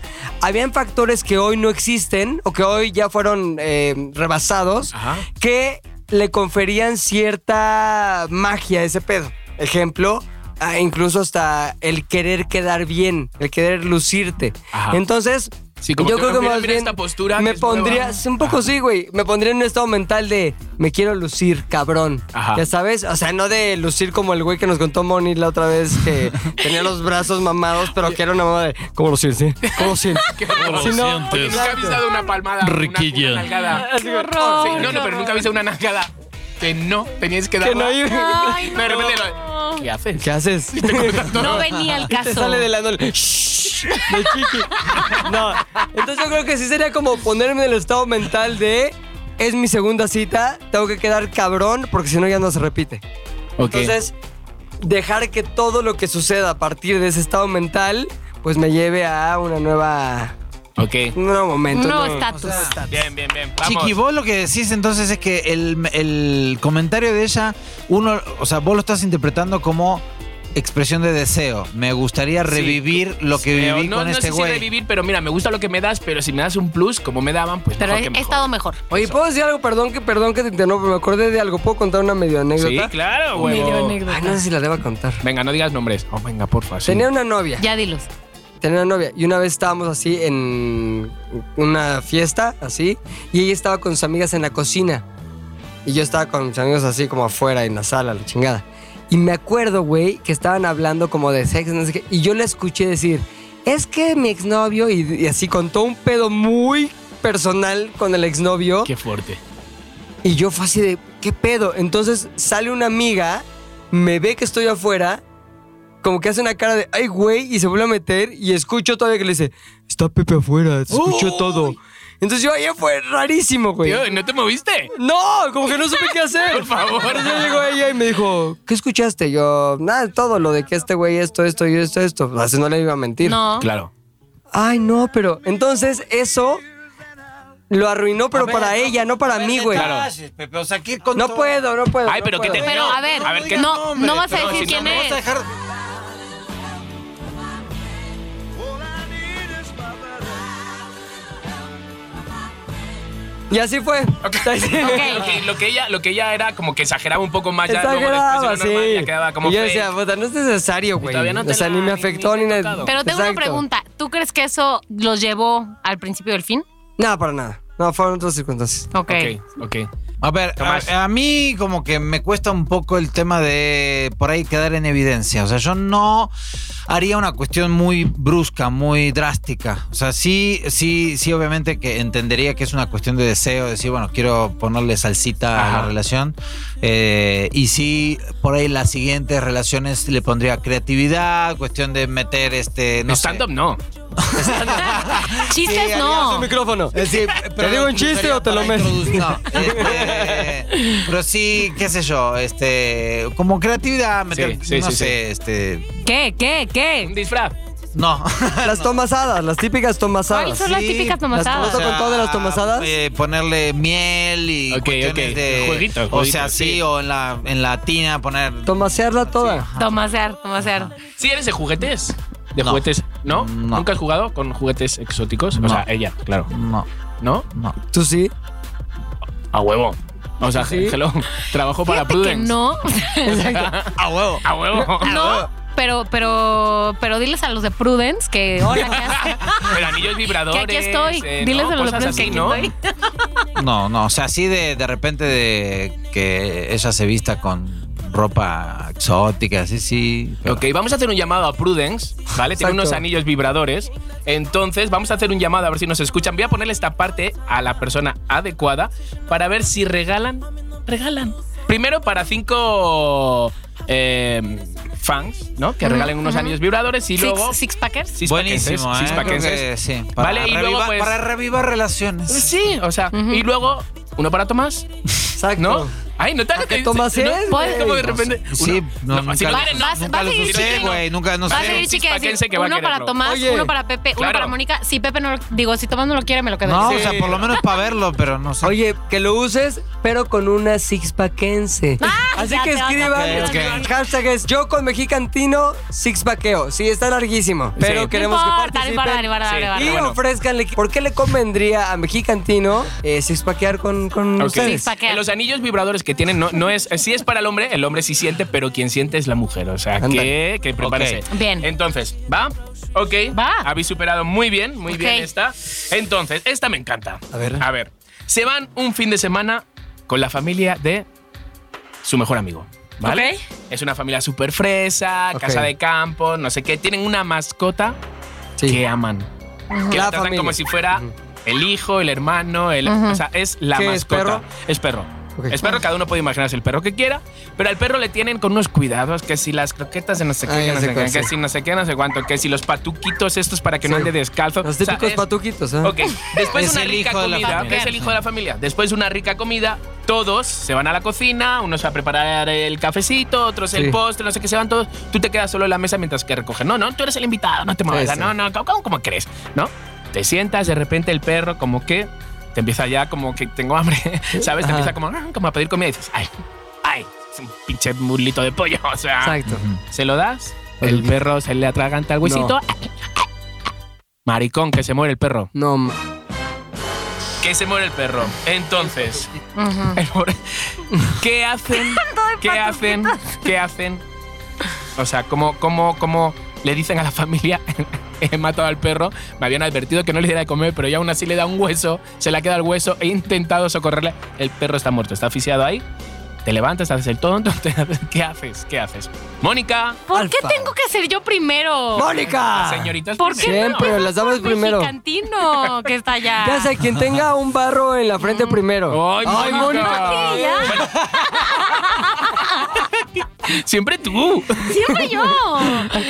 [SPEAKER 5] habían factores que hoy no existen o que hoy ya fueron eh, rebasados
[SPEAKER 3] Ajá.
[SPEAKER 5] que le conferían cierta magia a ese pedo. Ejemplo, ah, incluso hasta el querer quedar bien, el querer lucirte.
[SPEAKER 3] Ajá.
[SPEAKER 5] Entonces,
[SPEAKER 3] Sí, como
[SPEAKER 5] yo
[SPEAKER 3] que,
[SPEAKER 5] creo que
[SPEAKER 3] mira,
[SPEAKER 5] más
[SPEAKER 3] mira
[SPEAKER 5] bien
[SPEAKER 3] esta postura que
[SPEAKER 5] me
[SPEAKER 3] es nueva.
[SPEAKER 5] pondría, sí, un poco sí, güey, me pondría en un estado mental de me quiero lucir, cabrón.
[SPEAKER 3] Ajá.
[SPEAKER 5] Ya sabes, o sea, no de lucir como el güey que nos contó Moni la otra vez que tenía los brazos mamados, pero que era una mamada de ¿cómo lucir, sí? ¿Cómo lucir?
[SPEAKER 3] ¿Cómo
[SPEAKER 5] Si
[SPEAKER 3] lo
[SPEAKER 5] no,
[SPEAKER 7] sientes?
[SPEAKER 3] Porque nunca habéis dado una palmada. una-
[SPEAKER 7] Riquilla.
[SPEAKER 3] Una, nalgada.
[SPEAKER 5] Así que-
[SPEAKER 3] Sí, no, no, pero nunca habéis dado una nalgada. Que no, teníais que
[SPEAKER 5] Que
[SPEAKER 3] darla.
[SPEAKER 5] no hay-
[SPEAKER 2] Ay,
[SPEAKER 3] No, de repente
[SPEAKER 2] no.
[SPEAKER 3] lo- ¿Qué haces?
[SPEAKER 5] ¿Qué haces?
[SPEAKER 3] Te cortas todo.
[SPEAKER 2] No venía
[SPEAKER 3] Este
[SPEAKER 2] al
[SPEAKER 5] Te
[SPEAKER 2] caso.
[SPEAKER 5] sale de la nol. Shh, de chiqui. No. Entonces yo creo que sí sería como ponerme en el estado mental de es mi segunda cita, tengo que quedar cabrón porque si no ya no se repite.
[SPEAKER 3] Ok.
[SPEAKER 5] Entonces, dejar que todo lo que suceda a partir de ese estado mental pues me lleve a una nueva
[SPEAKER 3] Ok.
[SPEAKER 5] un nuevo momento.
[SPEAKER 2] No,
[SPEAKER 5] ¿no?
[SPEAKER 2] estatus.
[SPEAKER 3] Bien, bien, bien. Vamos.
[SPEAKER 4] Chiqui, vos lo que decís entonces es que el, el comentario de ella, uno, o sea, vos lo estás interpretando como expresión de deseo. Me gustaría
[SPEAKER 3] Sí.
[SPEAKER 4] revivir lo que
[SPEAKER 3] Pero
[SPEAKER 4] viví
[SPEAKER 3] no,
[SPEAKER 4] con
[SPEAKER 3] no
[SPEAKER 4] este
[SPEAKER 3] sé si
[SPEAKER 4] güey.
[SPEAKER 3] revivir, pero mira, me gusta lo que me das, pero si me das un plus, como me daban, pues
[SPEAKER 2] Pero
[SPEAKER 3] mejor
[SPEAKER 2] he,
[SPEAKER 3] que
[SPEAKER 2] he
[SPEAKER 3] mejor.
[SPEAKER 2] estado mejor.
[SPEAKER 5] Oye, ¿puedo decir algo? Perdón que perdón que te interrumpa, me acordé de algo. ¿Puedo contar una medio anécdota?
[SPEAKER 3] Sí, claro, güey.
[SPEAKER 5] Ay, no sé si la deba contar.
[SPEAKER 3] Venga, no digas nombres. Oh, venga, porfa. sí.
[SPEAKER 5] Tenía una novia.
[SPEAKER 2] Ya dilos.
[SPEAKER 5] tenía una novia y una vez estábamos así en una fiesta, así, y ella estaba con sus amigas en la cocina. Y yo estaba con mis amigos así como afuera en la sala, la chingada. Y me acuerdo, güey, que estaban hablando como de sexo, no sé qué, y yo la escuché decir, es que mi exnovio, y, y así contó un pedo muy personal con el exnovio.
[SPEAKER 3] Qué fuerte.
[SPEAKER 5] Y yo fue así de, ¿qué pedo? Entonces sale una amiga, me ve que estoy afuera, como que hace una cara de, ay, güey, y se vuelve a meter y escucho todavía que le dice, está Pepe afuera, te escuchó todo. Entonces yo, ahí fue rarísimo, güey.
[SPEAKER 3] Tío, ¿no te moviste?
[SPEAKER 5] No, como que no supe qué hacer.
[SPEAKER 3] Por favor.
[SPEAKER 5] Entonces ya llegó ella y me dijo, ¿qué escuchaste? Yo, nada, todo lo de que este güey, esto, esto y esto, esto. Así no le iba a mentir.
[SPEAKER 2] No.
[SPEAKER 3] Claro.
[SPEAKER 5] Ay, no, pero entonces eso lo arruinó, pero para ella, no para mí, güey.
[SPEAKER 4] Pepe, o sea, ¿qué
[SPEAKER 5] No puedo, no puedo.
[SPEAKER 3] Ay,
[SPEAKER 5] no
[SPEAKER 3] pero ¿qué
[SPEAKER 5] puedo.
[SPEAKER 3] te-
[SPEAKER 2] Pero
[SPEAKER 3] No,
[SPEAKER 2] a ver,
[SPEAKER 3] no digas
[SPEAKER 2] no, no vas a
[SPEAKER 3] pero
[SPEAKER 2] decir
[SPEAKER 3] si no
[SPEAKER 2] quién
[SPEAKER 3] me
[SPEAKER 2] es.
[SPEAKER 5] Y así fue.
[SPEAKER 3] Lo que, lo que ella, lo que ella era como que exageraba un poco más ya. luego después era
[SPEAKER 5] Exageraba,
[SPEAKER 3] normal,
[SPEAKER 5] sí.
[SPEAKER 3] ya quedaba como
[SPEAKER 5] y yo
[SPEAKER 3] fake.
[SPEAKER 5] decía, puta, no es necesario, güey.
[SPEAKER 3] todavía no te
[SPEAKER 5] o sea,
[SPEAKER 3] la-
[SPEAKER 5] ni me
[SPEAKER 3] ni-
[SPEAKER 5] afectó
[SPEAKER 3] ni
[SPEAKER 5] ni,
[SPEAKER 3] te he
[SPEAKER 5] nada.
[SPEAKER 3] tocado.
[SPEAKER 2] Pero tengo una
[SPEAKER 5] Exacto.
[SPEAKER 2] pregunta. ¿Tú crees que eso los llevó al principio del fin?
[SPEAKER 5] No, para nada. No, fueron otras circunstancias.
[SPEAKER 2] Ok.
[SPEAKER 3] Ok, ok.
[SPEAKER 4] A ver,
[SPEAKER 3] Tomás.
[SPEAKER 4] a, a mí como que me cuesta un poco el tema de por ahí quedar en evidencia. O sea, yo no haría una cuestión muy brusca, muy drástica. O sea, sí, sí, sí, obviamente que entendería que es una cuestión de deseo, decir, bueno, quiero ponerle salsita a
[SPEAKER 3] Ajá.
[SPEAKER 4] la relación. Eh, y sí, por ahí las siguientes relaciones le pondría creatividad, cuestión de meter este... No sé.
[SPEAKER 3] stand up no.
[SPEAKER 2] Chistes
[SPEAKER 4] Sí,
[SPEAKER 3] Ah.
[SPEAKER 2] no.
[SPEAKER 5] micrófono.
[SPEAKER 4] Es decir, Eh, pero
[SPEAKER 5] digo un chiste o te lo
[SPEAKER 4] para
[SPEAKER 5] meto?
[SPEAKER 4] introducir- No, este, pero sí, qué sé yo, este, como creatividad, meter,
[SPEAKER 3] Sí, sí,
[SPEAKER 4] no
[SPEAKER 3] sí,
[SPEAKER 4] sé, este,
[SPEAKER 2] ¿Qué? ¿Qué?
[SPEAKER 3] Un
[SPEAKER 2] ¿Qué?
[SPEAKER 3] disfraz.
[SPEAKER 4] No.
[SPEAKER 5] Las tomasadas, las típicas
[SPEAKER 2] ¿Cuáles
[SPEAKER 5] tomasadas.
[SPEAKER 2] son las
[SPEAKER 4] Sí,
[SPEAKER 2] típicas
[SPEAKER 4] las
[SPEAKER 5] ¿Todo
[SPEAKER 2] tomasadas?
[SPEAKER 5] con todo de las
[SPEAKER 3] Ah,
[SPEAKER 5] tomasadas?
[SPEAKER 3] pues.
[SPEAKER 4] eh, ponerle miel y
[SPEAKER 3] Ok,
[SPEAKER 4] cuestiones
[SPEAKER 3] ok.
[SPEAKER 4] de
[SPEAKER 3] Jueguito,
[SPEAKER 4] o
[SPEAKER 3] jueguito,
[SPEAKER 4] sea, sí,
[SPEAKER 3] sí.
[SPEAKER 4] o en la en la tina poner
[SPEAKER 5] Tomasearla toda.
[SPEAKER 2] Tomasear, tomasear.
[SPEAKER 3] ¿Sí eres de juguetes? ¿De
[SPEAKER 4] No.
[SPEAKER 3] juguetes? ¿No?
[SPEAKER 4] No.
[SPEAKER 3] ¿Nunca has jugado con juguetes exóticos? O
[SPEAKER 4] No.
[SPEAKER 3] sea, ella, claro.
[SPEAKER 4] No,
[SPEAKER 3] ¿No?
[SPEAKER 4] no.
[SPEAKER 5] ¿Tú sí?
[SPEAKER 3] A huevo. O sea,
[SPEAKER 5] Sí.
[SPEAKER 3] hello. Trabajo para
[SPEAKER 2] Fíjate que
[SPEAKER 3] Prudence.
[SPEAKER 2] no.
[SPEAKER 4] A huevo.
[SPEAKER 3] A huevo.
[SPEAKER 2] no. Pero, pero, pero diles a los de Prudence que hola, ¿qué haces?
[SPEAKER 3] Pero anillos vibradores.
[SPEAKER 2] Que aquí estoy.
[SPEAKER 3] eh,
[SPEAKER 2] Diles
[SPEAKER 3] ¿no?
[SPEAKER 2] a los de
[SPEAKER 3] Cosas
[SPEAKER 2] Prudence
[SPEAKER 3] así,
[SPEAKER 2] que
[SPEAKER 3] ¿no?
[SPEAKER 2] aquí estoy.
[SPEAKER 4] No, no, o sea, así de, de repente de que ella se vista con ropa exótica, así sí. pero-
[SPEAKER 3] Ok, vamos a hacer un llamado a Prudence, ¿vale? Tiene
[SPEAKER 5] Exacto.
[SPEAKER 3] unos anillos vibradores. Entonces, vamos a hacer un llamado a ver si nos escuchan. Voy a ponerle esta parte a la persona adecuada para ver si regalan. Regalan. Primero para cinco eh, fans, ¿no? Que
[SPEAKER 2] Ujú,
[SPEAKER 3] regalen unos
[SPEAKER 2] ujú.
[SPEAKER 3] anillos vibradores y luego.
[SPEAKER 2] Six, six packers.
[SPEAKER 3] six
[SPEAKER 4] Buenísimo,
[SPEAKER 3] paquenses,
[SPEAKER 4] ¿eh?
[SPEAKER 3] six
[SPEAKER 4] Creo
[SPEAKER 3] paquenses.
[SPEAKER 4] que sí, para,
[SPEAKER 3] Vale, y
[SPEAKER 4] revivar,
[SPEAKER 3] luego, pues-
[SPEAKER 4] para revivar relaciones.
[SPEAKER 3] Sí, o sea,
[SPEAKER 2] Ujú.
[SPEAKER 3] y luego uno para Tomás,
[SPEAKER 5] Exacto.
[SPEAKER 3] ¿no? Ay, no te
[SPEAKER 5] Oh. ¿A qué Tomás
[SPEAKER 3] ¿no?
[SPEAKER 5] es,
[SPEAKER 3] ¿Cómo de
[SPEAKER 5] güey?
[SPEAKER 3] repente?
[SPEAKER 4] Sí,
[SPEAKER 3] uno-
[SPEAKER 4] no,
[SPEAKER 3] si
[SPEAKER 4] nunca-
[SPEAKER 3] no quieren,
[SPEAKER 2] Vas-
[SPEAKER 4] nunca
[SPEAKER 2] vas a
[SPEAKER 4] lo
[SPEAKER 2] seguir
[SPEAKER 4] supe,
[SPEAKER 2] chiquito.
[SPEAKER 4] güey, nunca, no
[SPEAKER 2] Va a
[SPEAKER 3] Sí,
[SPEAKER 4] sé.
[SPEAKER 2] seguir
[SPEAKER 3] six
[SPEAKER 2] chica.
[SPEAKER 3] packense
[SPEAKER 2] decir,
[SPEAKER 3] que va a
[SPEAKER 2] uno para
[SPEAKER 3] quererlo.
[SPEAKER 2] Tomás,
[SPEAKER 5] Oye.
[SPEAKER 2] uno para Pepe, uno
[SPEAKER 3] Claro.
[SPEAKER 2] para Mónica. Si Pepe no lo, digo, si Tomás no lo quiere, me lo quedo.
[SPEAKER 4] No,
[SPEAKER 2] Sí.
[SPEAKER 4] o sea, por lo menos para verlo, pero no sé.
[SPEAKER 5] Oye, que lo uses, pero con una sixpackense. Así
[SPEAKER 2] ya
[SPEAKER 5] que
[SPEAKER 2] te vas a
[SPEAKER 5] escriban.
[SPEAKER 4] Ok,
[SPEAKER 5] escriban.
[SPEAKER 4] ok.
[SPEAKER 5] Hashtag es yo con mexicantino sixpackeo. Sí, está larguísimo. Pero
[SPEAKER 3] Sí.
[SPEAKER 5] queremos que
[SPEAKER 2] No importa, no
[SPEAKER 5] participen.
[SPEAKER 2] importa, no importa,
[SPEAKER 3] Sí.
[SPEAKER 2] no importa.
[SPEAKER 5] Y
[SPEAKER 3] Bueno.
[SPEAKER 5] ofrezcanle, ¿por qué le convendría a Mexicantino eh, sixpackear con, con
[SPEAKER 3] Ok.
[SPEAKER 5] ustedes?
[SPEAKER 2] Sixpack.
[SPEAKER 3] Eh, Los anillos vibradores que tienen no, no es. Sí es para el hombre, el hombre sí siente, pero quien siente es la mujer. O sea, que,
[SPEAKER 5] Ándale.
[SPEAKER 3] que prepárese.
[SPEAKER 2] Ok. Bien.
[SPEAKER 3] Entonces, ¿va? Ok.
[SPEAKER 2] Va.
[SPEAKER 3] Habéis superado muy bien, muy
[SPEAKER 2] Ok.
[SPEAKER 3] bien esta. Entonces, esta me encanta.
[SPEAKER 5] A ver.
[SPEAKER 3] A ver. Se van un fin de semana con la familia de su mejor amigo. ¿Vale?
[SPEAKER 2] Ok.
[SPEAKER 3] Es una familia súper fresa,
[SPEAKER 5] Ok.
[SPEAKER 3] casa de campo, no sé qué. Tienen una mascota
[SPEAKER 5] Sí.
[SPEAKER 3] que aman. Que
[SPEAKER 5] La
[SPEAKER 3] la tratan
[SPEAKER 5] familia.
[SPEAKER 3] como si fuera el hijo, el hermano, el,
[SPEAKER 2] Ujú.
[SPEAKER 3] o sea, es la
[SPEAKER 5] ¿Qué, es
[SPEAKER 3] mascota.
[SPEAKER 5] perro?
[SPEAKER 3] Es perro.
[SPEAKER 5] Ok.
[SPEAKER 3] Es perro, cada uno puede imaginarse el perro que quiera, pero al perro le tienen con unos cuidados, que si las croquetas de no sé qué,
[SPEAKER 5] Ah,
[SPEAKER 3] que
[SPEAKER 5] ya
[SPEAKER 3] no
[SPEAKER 5] sé
[SPEAKER 3] sé qué,
[SPEAKER 5] cuál,
[SPEAKER 3] que
[SPEAKER 5] sí.
[SPEAKER 3] si no sé qué, no sé cuánto, que si los patuquitos estos para que no
[SPEAKER 5] Sí.
[SPEAKER 3] ande descalzo.
[SPEAKER 5] Los
[SPEAKER 3] O sea,
[SPEAKER 5] típicos
[SPEAKER 3] es-
[SPEAKER 5] patuquitos, ¿eh?
[SPEAKER 3] Ok, después
[SPEAKER 4] Es
[SPEAKER 3] de una
[SPEAKER 4] el
[SPEAKER 3] rica
[SPEAKER 4] hijo de la
[SPEAKER 3] comida,
[SPEAKER 4] familia.
[SPEAKER 3] es el hijo de la familia. Después de una rica comida, todos se van a la cocina, unos a preparar el cafecito, otros el
[SPEAKER 5] Sí.
[SPEAKER 3] postre, no sé qué se van todos. Tú te quedas solo en la mesa mientras que recogen. No, no, tú eres el invitado, no te muevas.
[SPEAKER 5] Sí, sí.
[SPEAKER 3] No, no, ¿cómo, cómo- cómo crees? ¿No? Te sientas, de repente el perro como que te empieza ya como que tengo hambre, ¿sabes? Te
[SPEAKER 5] Ajá.
[SPEAKER 3] empieza como, "Ah", como a pedir comida y dices, ay, ay, es un pinche mulito de pollo, o sea.
[SPEAKER 5] Exacto.
[SPEAKER 3] Se lo das, el
[SPEAKER 5] Oye.
[SPEAKER 3] perro se le atraganta al huesito. Maricón, que se muere el perro.
[SPEAKER 5] No, ma-
[SPEAKER 3] Que se muere el perro. Entonces,
[SPEAKER 2] Ujú.
[SPEAKER 3] el pobre- ¿qué hacen? ¿Qué hacen? ¿Qué hacen? O sea, ¿cómo, cómo, cómo le dicen a la familia? He matado al perro, me habían advertido que no le diera de comer, pero ya aún así le da un hueso, se le queda el hueso, he intentado socorrerle. El perro está muerto, está asfixiado ahí. Te levantas, haces el tonto, te- ¿qué haces? ¿Qué haces? Mónica,
[SPEAKER 2] ¿Por qué
[SPEAKER 5] Alfa.
[SPEAKER 2] tengo que ser yo primero?
[SPEAKER 5] ¡Mónica!
[SPEAKER 3] señorita,
[SPEAKER 2] ¿Por qué no
[SPEAKER 5] Siempre,
[SPEAKER 2] empiezas
[SPEAKER 5] las damas
[SPEAKER 2] por
[SPEAKER 5] primero.
[SPEAKER 2] Mexicantino, que está allá.
[SPEAKER 5] Ya sé, quien tenga un barro en la frente primero.
[SPEAKER 3] ¡Ay,
[SPEAKER 5] Ay,
[SPEAKER 3] Mónica!
[SPEAKER 2] Ok, ya.
[SPEAKER 3] Siempre tú.
[SPEAKER 2] Siempre yo.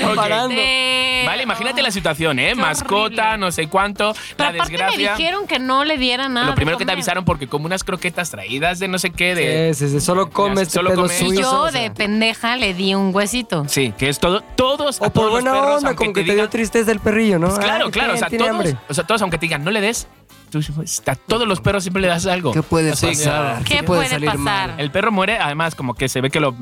[SPEAKER 5] Comparando.
[SPEAKER 2] Eh,
[SPEAKER 3] Vale, imagínate la situación, ¿eh?
[SPEAKER 2] Qué
[SPEAKER 3] Mascota,
[SPEAKER 2] horrible.
[SPEAKER 3] no sé cuánto,
[SPEAKER 2] Pero
[SPEAKER 3] la
[SPEAKER 2] aparte me
[SPEAKER 3] desgracia.
[SPEAKER 2] dijeron que no le diera nada.
[SPEAKER 3] Lo
[SPEAKER 5] Ah,
[SPEAKER 2] de
[SPEAKER 3] primero que te
[SPEAKER 2] comer.
[SPEAKER 3] avisaron porque como unas croquetas traídas de no sé qué de
[SPEAKER 5] Sí, sí, sí, Solo come este
[SPEAKER 3] Solo
[SPEAKER 5] pedo
[SPEAKER 3] come.
[SPEAKER 2] Y
[SPEAKER 5] suizo,
[SPEAKER 2] yo
[SPEAKER 5] o sea.
[SPEAKER 2] de pendeja le di un huesito.
[SPEAKER 3] Sí, que es todo todos a
[SPEAKER 5] O por
[SPEAKER 3] todos los
[SPEAKER 5] buena
[SPEAKER 3] perros,
[SPEAKER 5] onda,
[SPEAKER 3] aunque
[SPEAKER 5] como que te
[SPEAKER 3] digan-
[SPEAKER 5] dio tristeza el perrillo, ¿no?
[SPEAKER 3] Pues claro,
[SPEAKER 5] Ay,
[SPEAKER 3] claro, o
[SPEAKER 5] bien,
[SPEAKER 3] sea,
[SPEAKER 5] tiene
[SPEAKER 3] todos,
[SPEAKER 5] hambre.
[SPEAKER 3] o sea, todos aunque te digan no le des, tú "Pues, a todos los perros siempre le das algo.
[SPEAKER 5] ¿Qué puede
[SPEAKER 3] Sí,
[SPEAKER 5] pasar?
[SPEAKER 2] ¿Qué puede pasar?
[SPEAKER 3] El perro muere, además como que se ve que lo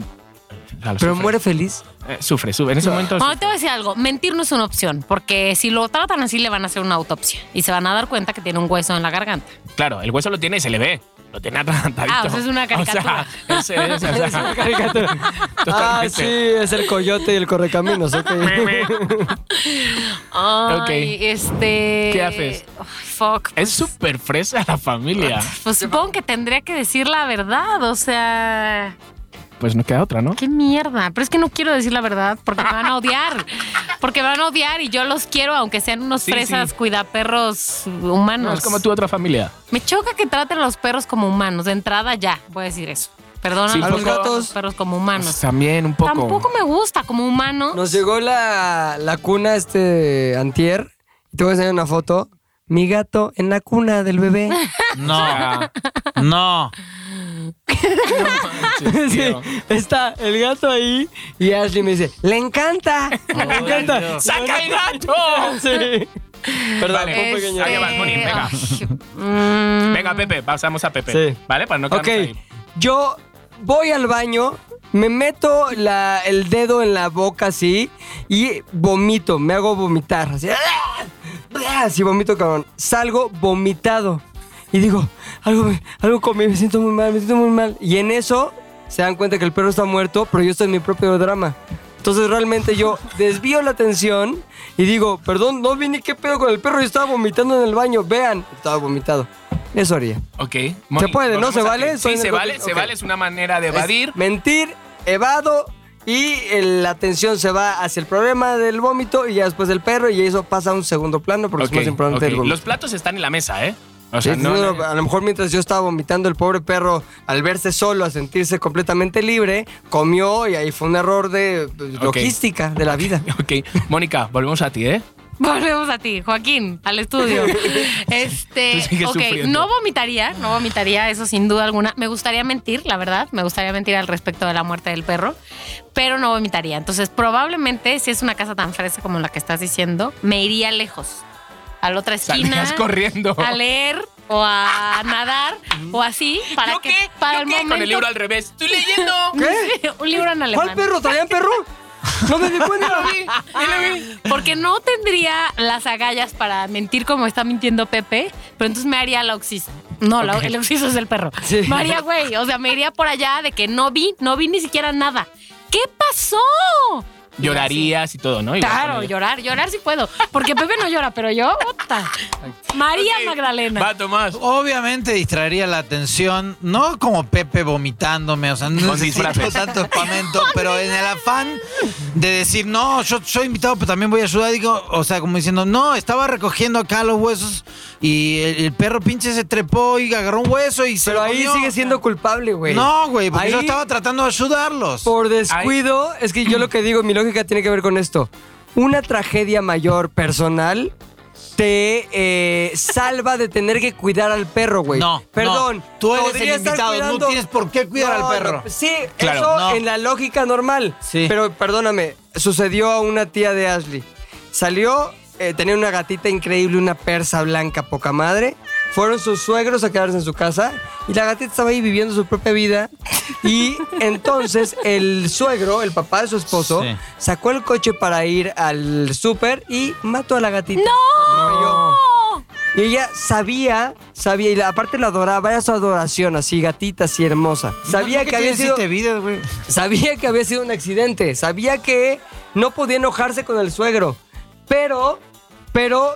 [SPEAKER 5] Pero
[SPEAKER 3] sufre.
[SPEAKER 5] muere Ah. feliz.
[SPEAKER 3] Eh, sufre, sufre. En ese momento
[SPEAKER 2] Bueno, te voy a decir algo. Mentir no es una opción, porque si lo tratan así le van a hacer una autopsia y se van a dar cuenta que tiene un hueso en la garganta.
[SPEAKER 3] Claro, el hueso lo tiene y se le ve. Lo tiene atragantadito.
[SPEAKER 2] Ah, o sea, es una caricatura.
[SPEAKER 3] O sea, es- es- o sea,
[SPEAKER 5] Ah,
[SPEAKER 3] totalmente.
[SPEAKER 5] sí, es el coyote y el correcaminos, ok.
[SPEAKER 2] Ay,
[SPEAKER 3] Ok.
[SPEAKER 2] este.
[SPEAKER 3] ¿Qué haces?
[SPEAKER 2] Ay, fuck.
[SPEAKER 3] Es súper fresa la familia.
[SPEAKER 2] Pues supongo que tendría que decir la verdad, o sea,
[SPEAKER 3] Pues no queda otra, ¿no?
[SPEAKER 2] qué mierda. Pero es que no quiero decir la verdad porque me van a odiar. Porque me van a odiar y yo los quiero, aunque sean unos
[SPEAKER 3] Sí,
[SPEAKER 2] fresas
[SPEAKER 3] sí.
[SPEAKER 2] cuidaperros humanos.
[SPEAKER 3] No, es como tu otra familia.
[SPEAKER 2] Me choca que traten a los perros como humanos. De entrada ya, voy a decir eso. Perdona
[SPEAKER 3] Sí,
[SPEAKER 2] a
[SPEAKER 5] a los
[SPEAKER 2] los
[SPEAKER 5] gatos.
[SPEAKER 2] perros como humanos.
[SPEAKER 3] Pues También un poco.
[SPEAKER 2] Tampoco me gusta como humano.
[SPEAKER 5] Nos llegó la, la cuna este antier. Te voy a enseñar una foto. Mi gato en la cuna del bebé.
[SPEAKER 4] No, no.
[SPEAKER 3] No manches,
[SPEAKER 5] Sí,
[SPEAKER 3] tío.
[SPEAKER 5] está el gato ahí y Ashley me dice, le encanta. Le encanta.
[SPEAKER 4] Dios.
[SPEAKER 3] ¡Saca el gato!
[SPEAKER 5] Sí. Perdón,
[SPEAKER 3] Vale. Este, ah.
[SPEAKER 5] fue un pequeño-
[SPEAKER 3] Ahí vas, Moni, venga.
[SPEAKER 2] Este, ay, mm,
[SPEAKER 3] Venga, Pepe, pasamos a Pepe.
[SPEAKER 5] Sí.
[SPEAKER 3] ¿Vale? Para no
[SPEAKER 5] Ok,
[SPEAKER 3] quedarnos ahí.
[SPEAKER 5] yo voy al baño, me meto la- el dedo en la boca así y vomito, me hago vomitar. Así, ¡ah! ¡Ah! así vomito, cabrón. Salgo vomitado y digo, algo, me- algo comí, me siento muy mal, me siento muy mal. Y en eso se dan cuenta que el perro está muerto, pero yo estoy en mi propio drama. Entonces realmente yo desvío la atención y digo, perdón, no vi ni qué pedo con el perro, yo estaba vomitando en el baño, vean, estaba vomitado. Eso haría.
[SPEAKER 3] Ok. Moni,
[SPEAKER 5] puede, ¿no?
[SPEAKER 3] volvemos
[SPEAKER 5] ¿Se
[SPEAKER 3] a ti.
[SPEAKER 5] vale? Estoy
[SPEAKER 3] Sí,
[SPEAKER 5] en
[SPEAKER 3] se
[SPEAKER 5] el
[SPEAKER 3] vale,
[SPEAKER 5] contexto.
[SPEAKER 3] se
[SPEAKER 5] Ok.
[SPEAKER 3] vale. Es una manera de
[SPEAKER 5] Es
[SPEAKER 3] evadir.
[SPEAKER 5] mentir, evado y el- la atención se va hacia el problema del vómito y ya después del perro y eso pasa a un segundo plano porque
[SPEAKER 3] Ok,
[SPEAKER 5] es más importante
[SPEAKER 3] ok.
[SPEAKER 5] el vómito.
[SPEAKER 3] Los platos están en la mesa, ¿eh? O
[SPEAKER 5] Sí,
[SPEAKER 3] sea, no,
[SPEAKER 5] sí,
[SPEAKER 3] no-
[SPEAKER 5] pero a lo mejor mientras yo estaba vomitando, el pobre perro, al verse solo, a sentirse completamente libre, comió y ahí fue un error de pues,
[SPEAKER 3] Ok.
[SPEAKER 5] logística de la vida.
[SPEAKER 3] Ok, Mónica, volvemos a ti, ¿eh?
[SPEAKER 2] Volvemos a ti, Joaquín, al estudio. Este,
[SPEAKER 3] Tú sigues
[SPEAKER 2] ok,
[SPEAKER 3] sufriendo.
[SPEAKER 2] no vomitaría, no vomitaría, eso sin duda alguna. Me gustaría mentir, la verdad, me gustaría mentir al respecto de la muerte del perro, pero no vomitaría. Entonces, probablemente, si es una casa tan fresa como la que estás diciendo, me iría lejos, a la otra esquina,
[SPEAKER 3] Salías corriendo.
[SPEAKER 2] a leer o a nadar o así, para
[SPEAKER 3] ¿Yo
[SPEAKER 2] que
[SPEAKER 3] qué?
[SPEAKER 2] para
[SPEAKER 3] ¿Yo
[SPEAKER 2] el
[SPEAKER 3] qué?
[SPEAKER 2] momento
[SPEAKER 3] Con el libro al revés. ¡Estoy leyendo!
[SPEAKER 5] ¿Qué?
[SPEAKER 2] un libro en alemán.
[SPEAKER 5] ¿Cuál perro? ¿Traían perro? No me di cuenta.
[SPEAKER 2] Porque no tendría las agallas para mentir como está mintiendo Pepe, pero entonces me haría la oxisa. No, la-
[SPEAKER 3] Ok.
[SPEAKER 2] el oxiso es el perro.
[SPEAKER 5] Sí.
[SPEAKER 2] Me haría, güey. O sea, me iría por allá de que no vi, no vi ni siquiera nada. ¿Qué pasó? Y
[SPEAKER 3] Llorarías y todo, ¿no?
[SPEAKER 2] así.
[SPEAKER 3] Igual
[SPEAKER 2] Claro,
[SPEAKER 3] con ella.
[SPEAKER 2] llorar, llorar sí puedo. Porque Pepe no llora, pero yo, puta. María
[SPEAKER 3] Ok,
[SPEAKER 2] Magdalena.
[SPEAKER 3] Va, Tomás.
[SPEAKER 4] Obviamente distraería la atención, no como Pepe vomitándome, o sea, no
[SPEAKER 3] Con
[SPEAKER 4] necesito
[SPEAKER 3] disfraces.
[SPEAKER 4] tanto espamento, pero en el afán de decir, no, yo soy invitado, pero también voy a ayudar, digo, o sea, como diciendo, no, estaba recogiendo acá los huesos y el, el perro pinche se trepó y agarró un hueso y se
[SPEAKER 5] Pero
[SPEAKER 4] lo
[SPEAKER 5] ahí
[SPEAKER 4] comió.
[SPEAKER 5] sigue siendo culpable, güey.
[SPEAKER 4] No, güey, porque yo
[SPEAKER 5] Ahí-
[SPEAKER 4] estaba tratando de ayudarlos.
[SPEAKER 5] Por descuido, es que yo lo que digo, mi lógica tiene que ver con esto. Una tragedia mayor personal te eh, salva de tener que cuidar al perro, güey.
[SPEAKER 4] No,
[SPEAKER 5] Perdón.
[SPEAKER 4] no. Tú eres
[SPEAKER 5] podría
[SPEAKER 4] el
[SPEAKER 5] estar
[SPEAKER 4] invitado, no tienes por qué cuidar al perro.
[SPEAKER 5] sí,
[SPEAKER 3] Claro,
[SPEAKER 5] eso
[SPEAKER 4] no.
[SPEAKER 5] en la lógica normal.
[SPEAKER 4] Sí.
[SPEAKER 5] Pero perdóname, sucedió a una tía de Ashley. Salió, eh, tenía una gatita increíble, una persa blanca, poca madre. Fueron sus suegros a quedarse en su casa y la gatita estaba ahí viviendo su propia vida. Y entonces el suegro, el papá de su esposo,
[SPEAKER 4] Sí.
[SPEAKER 5] sacó el coche para ir al súper y mató a la gatita. ¡No! Y ella sabía, sabía, y la- aparte la adoraba, era su adoración, así gatita, así hermosa. Sabía que había sido
[SPEAKER 4] vidas, güey.
[SPEAKER 5] sabía que había sido un accidente, sabía que no podía enojarse con el suegro, pero, pero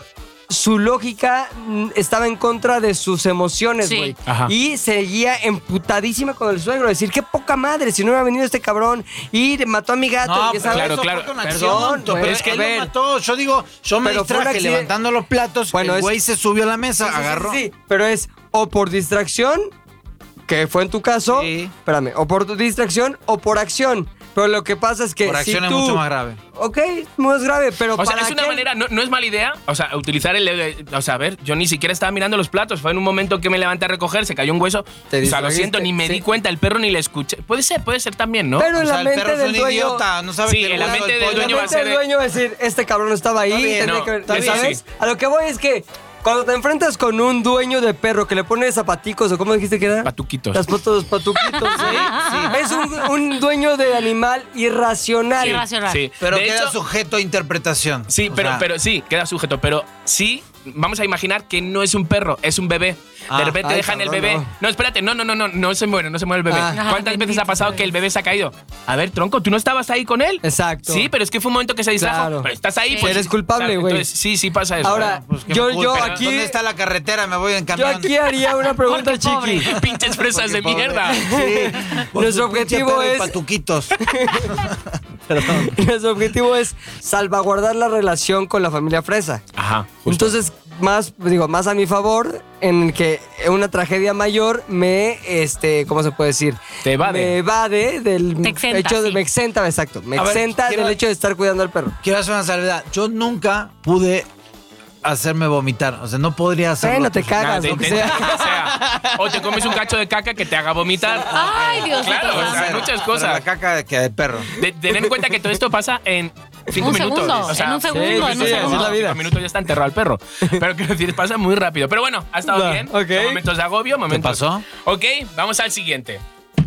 [SPEAKER 5] su lógica mm, estaba en contra de sus emociones,
[SPEAKER 2] Sí.
[SPEAKER 5] güey.
[SPEAKER 3] Ajá.
[SPEAKER 5] Y seguía emputadísima con el suegro, decir, qué poca madre, si no hubiera venido este cabrón y le mató a mi gato.
[SPEAKER 4] No, pues,
[SPEAKER 5] y ya sabes,
[SPEAKER 3] claro,
[SPEAKER 4] eso
[SPEAKER 3] claro.
[SPEAKER 4] fue con
[SPEAKER 5] Perdón,
[SPEAKER 4] acción,
[SPEAKER 5] güey,
[SPEAKER 4] pero es que
[SPEAKER 5] a
[SPEAKER 4] él
[SPEAKER 5] ver.
[SPEAKER 4] lo mató. Yo digo, yo me
[SPEAKER 5] Pero fue un
[SPEAKER 4] distraje
[SPEAKER 5] accidente.
[SPEAKER 4] levantando los platos.
[SPEAKER 5] Bueno,
[SPEAKER 4] el
[SPEAKER 5] es-
[SPEAKER 4] güey se subió a la
[SPEAKER 5] Sí,
[SPEAKER 4] mesa,
[SPEAKER 5] sí, sí,
[SPEAKER 4] agarró.
[SPEAKER 5] sí, pero es o por distracción, que fue en tu caso,
[SPEAKER 4] Sí.
[SPEAKER 5] espérame, o por tu distracción o por acción. Pero lo que pasa es que
[SPEAKER 4] Por
[SPEAKER 5] si
[SPEAKER 4] acción es
[SPEAKER 5] tú-
[SPEAKER 4] mucho más grave.
[SPEAKER 5] Ok, no es grave, pero
[SPEAKER 3] O sea,
[SPEAKER 5] ¿para
[SPEAKER 3] es una
[SPEAKER 5] qué?
[SPEAKER 3] manera, no, no es mala idea. O sea, utilizar el. eh, O sea, a ver, yo ni siquiera estaba mirando los platos. Fue en un momento que me levanté a recoger, se cayó un hueso.
[SPEAKER 5] Te
[SPEAKER 3] o sea, lo
[SPEAKER 5] distrajiste,
[SPEAKER 3] siento, ni me
[SPEAKER 5] sí.
[SPEAKER 3] di cuenta, el perro ni le escuché. Puede ser, puede ser también, ¿no?
[SPEAKER 5] Pero
[SPEAKER 4] O
[SPEAKER 5] en
[SPEAKER 4] sea,
[SPEAKER 5] la mente
[SPEAKER 4] el perro es
[SPEAKER 5] del
[SPEAKER 4] un
[SPEAKER 5] dueño.
[SPEAKER 4] idiota, no sabe
[SPEAKER 3] Sí,
[SPEAKER 4] que
[SPEAKER 3] en
[SPEAKER 4] el
[SPEAKER 3] la
[SPEAKER 4] huevo
[SPEAKER 3] mente
[SPEAKER 4] del
[SPEAKER 3] del
[SPEAKER 5] en la
[SPEAKER 4] pollo
[SPEAKER 3] dueño va a
[SPEAKER 5] mente del
[SPEAKER 3] ser-
[SPEAKER 5] dueño va a decir, este cabrón estaba ahí,
[SPEAKER 4] Está bien,
[SPEAKER 5] tenía
[SPEAKER 3] no,
[SPEAKER 5] que ver-
[SPEAKER 3] está bien.
[SPEAKER 5] ¿sabes?
[SPEAKER 3] Sí.
[SPEAKER 5] A lo que voy es que cuando te enfrentas con un dueño de perro que le pone zapaticos o cómo dijiste que era?
[SPEAKER 3] Patuquitos.
[SPEAKER 5] Las fotos patuquitos, sí, sí. Es un, un dueño de animal irracional.
[SPEAKER 2] Sí, irracional.
[SPEAKER 3] Sí.
[SPEAKER 4] Pero
[SPEAKER 3] De
[SPEAKER 4] queda
[SPEAKER 3] hecho-
[SPEAKER 4] sujeto a interpretación.
[SPEAKER 3] Sí,
[SPEAKER 4] O
[SPEAKER 3] pero,
[SPEAKER 4] sea,
[SPEAKER 3] pero sí, queda sujeto. Pero sí, vamos a imaginar que no es un perro, es un bebé.
[SPEAKER 4] Ah,
[SPEAKER 3] de repente
[SPEAKER 5] ay,
[SPEAKER 3] dejan el
[SPEAKER 5] cabrón,
[SPEAKER 3] bebé.
[SPEAKER 5] no.
[SPEAKER 3] No. espérate, no, no, no, no, no se muere, no se muere el bebé. ¿Cuántas
[SPEAKER 5] Ah.
[SPEAKER 2] Ah,
[SPEAKER 3] veces ha
[SPEAKER 2] bendito
[SPEAKER 3] pasado
[SPEAKER 2] sea
[SPEAKER 3] que el bebé se ha caído? A ver, tronco, tú no estabas ahí con él.
[SPEAKER 5] Exacto.
[SPEAKER 3] Sí, pero es que fue un momento que se distrajo.
[SPEAKER 5] Claro.
[SPEAKER 3] Pero estás ahí,
[SPEAKER 2] Sí.
[SPEAKER 3] pues.
[SPEAKER 5] Eres culpable, güey.
[SPEAKER 3] Entonces, Sí, sí pasa eso.
[SPEAKER 5] Ahora,
[SPEAKER 4] pues, qué
[SPEAKER 5] yo,
[SPEAKER 4] cool,
[SPEAKER 5] yo
[SPEAKER 4] pero
[SPEAKER 5] aquí,
[SPEAKER 4] ¿Dónde está la carretera? Me voy en
[SPEAKER 5] yo
[SPEAKER 4] camión.
[SPEAKER 5] aquí haría una pregunta,
[SPEAKER 2] Porque pobre.
[SPEAKER 5] chiqui.
[SPEAKER 3] Pinches fresas de
[SPEAKER 4] Pobre.
[SPEAKER 3] mierda.
[SPEAKER 4] Sí. Por
[SPEAKER 5] Nuestro
[SPEAKER 4] su pinche
[SPEAKER 5] objetivo
[SPEAKER 4] perro y
[SPEAKER 5] es-
[SPEAKER 4] Patuquitos. Perdón.
[SPEAKER 5] Nuestro objetivo es salvaguardar la relación con la familia fresa.
[SPEAKER 3] Ajá. justo.
[SPEAKER 5] Entonces, más, digo, más a mi favor, en que una tragedia mayor me, este, ¿cómo se puede decir?
[SPEAKER 3] Te evade.
[SPEAKER 5] Me evade del
[SPEAKER 2] Te exenta,
[SPEAKER 5] hecho de,
[SPEAKER 2] sí.
[SPEAKER 5] me exenta, exacto. Me
[SPEAKER 4] A ver,
[SPEAKER 5] exenta
[SPEAKER 4] quiero-
[SPEAKER 5] del hecho de estar cuidando al perro.
[SPEAKER 4] Quiero hacer una salvedad. Yo nunca pude hacerme vomitar. O sea, no podría hacerlo.
[SPEAKER 5] Bueno, te
[SPEAKER 3] Nada,
[SPEAKER 5] cagas.
[SPEAKER 3] te
[SPEAKER 5] lo que
[SPEAKER 3] intentas
[SPEAKER 5] sea.
[SPEAKER 3] lo que sea. O te comes un cacho de caca que te haga vomitar.
[SPEAKER 5] ah.
[SPEAKER 2] Ay, Dios mío.
[SPEAKER 3] Claro, o sea, muchas
[SPEAKER 4] Pero
[SPEAKER 3] cosas.
[SPEAKER 4] La caca que de perro.
[SPEAKER 3] De- tener en cuenta que todo esto pasa en cinco
[SPEAKER 2] Un
[SPEAKER 3] minutos.
[SPEAKER 2] segundo,
[SPEAKER 3] o sea,
[SPEAKER 2] en un segundo,
[SPEAKER 3] cinco
[SPEAKER 2] en un
[SPEAKER 3] minutos,
[SPEAKER 2] segundo. Así
[SPEAKER 3] cinco
[SPEAKER 2] es la vida.
[SPEAKER 3] cinco minutos ya está enterrado el perro. Pero quiero decir, pasa muy rápido. Pero bueno, ha estado
[SPEAKER 5] Va,
[SPEAKER 3] bien.
[SPEAKER 5] ok.
[SPEAKER 3] Son momentos de agobio, momentos.
[SPEAKER 4] pasó?
[SPEAKER 3] Ok, vamos al siguiente.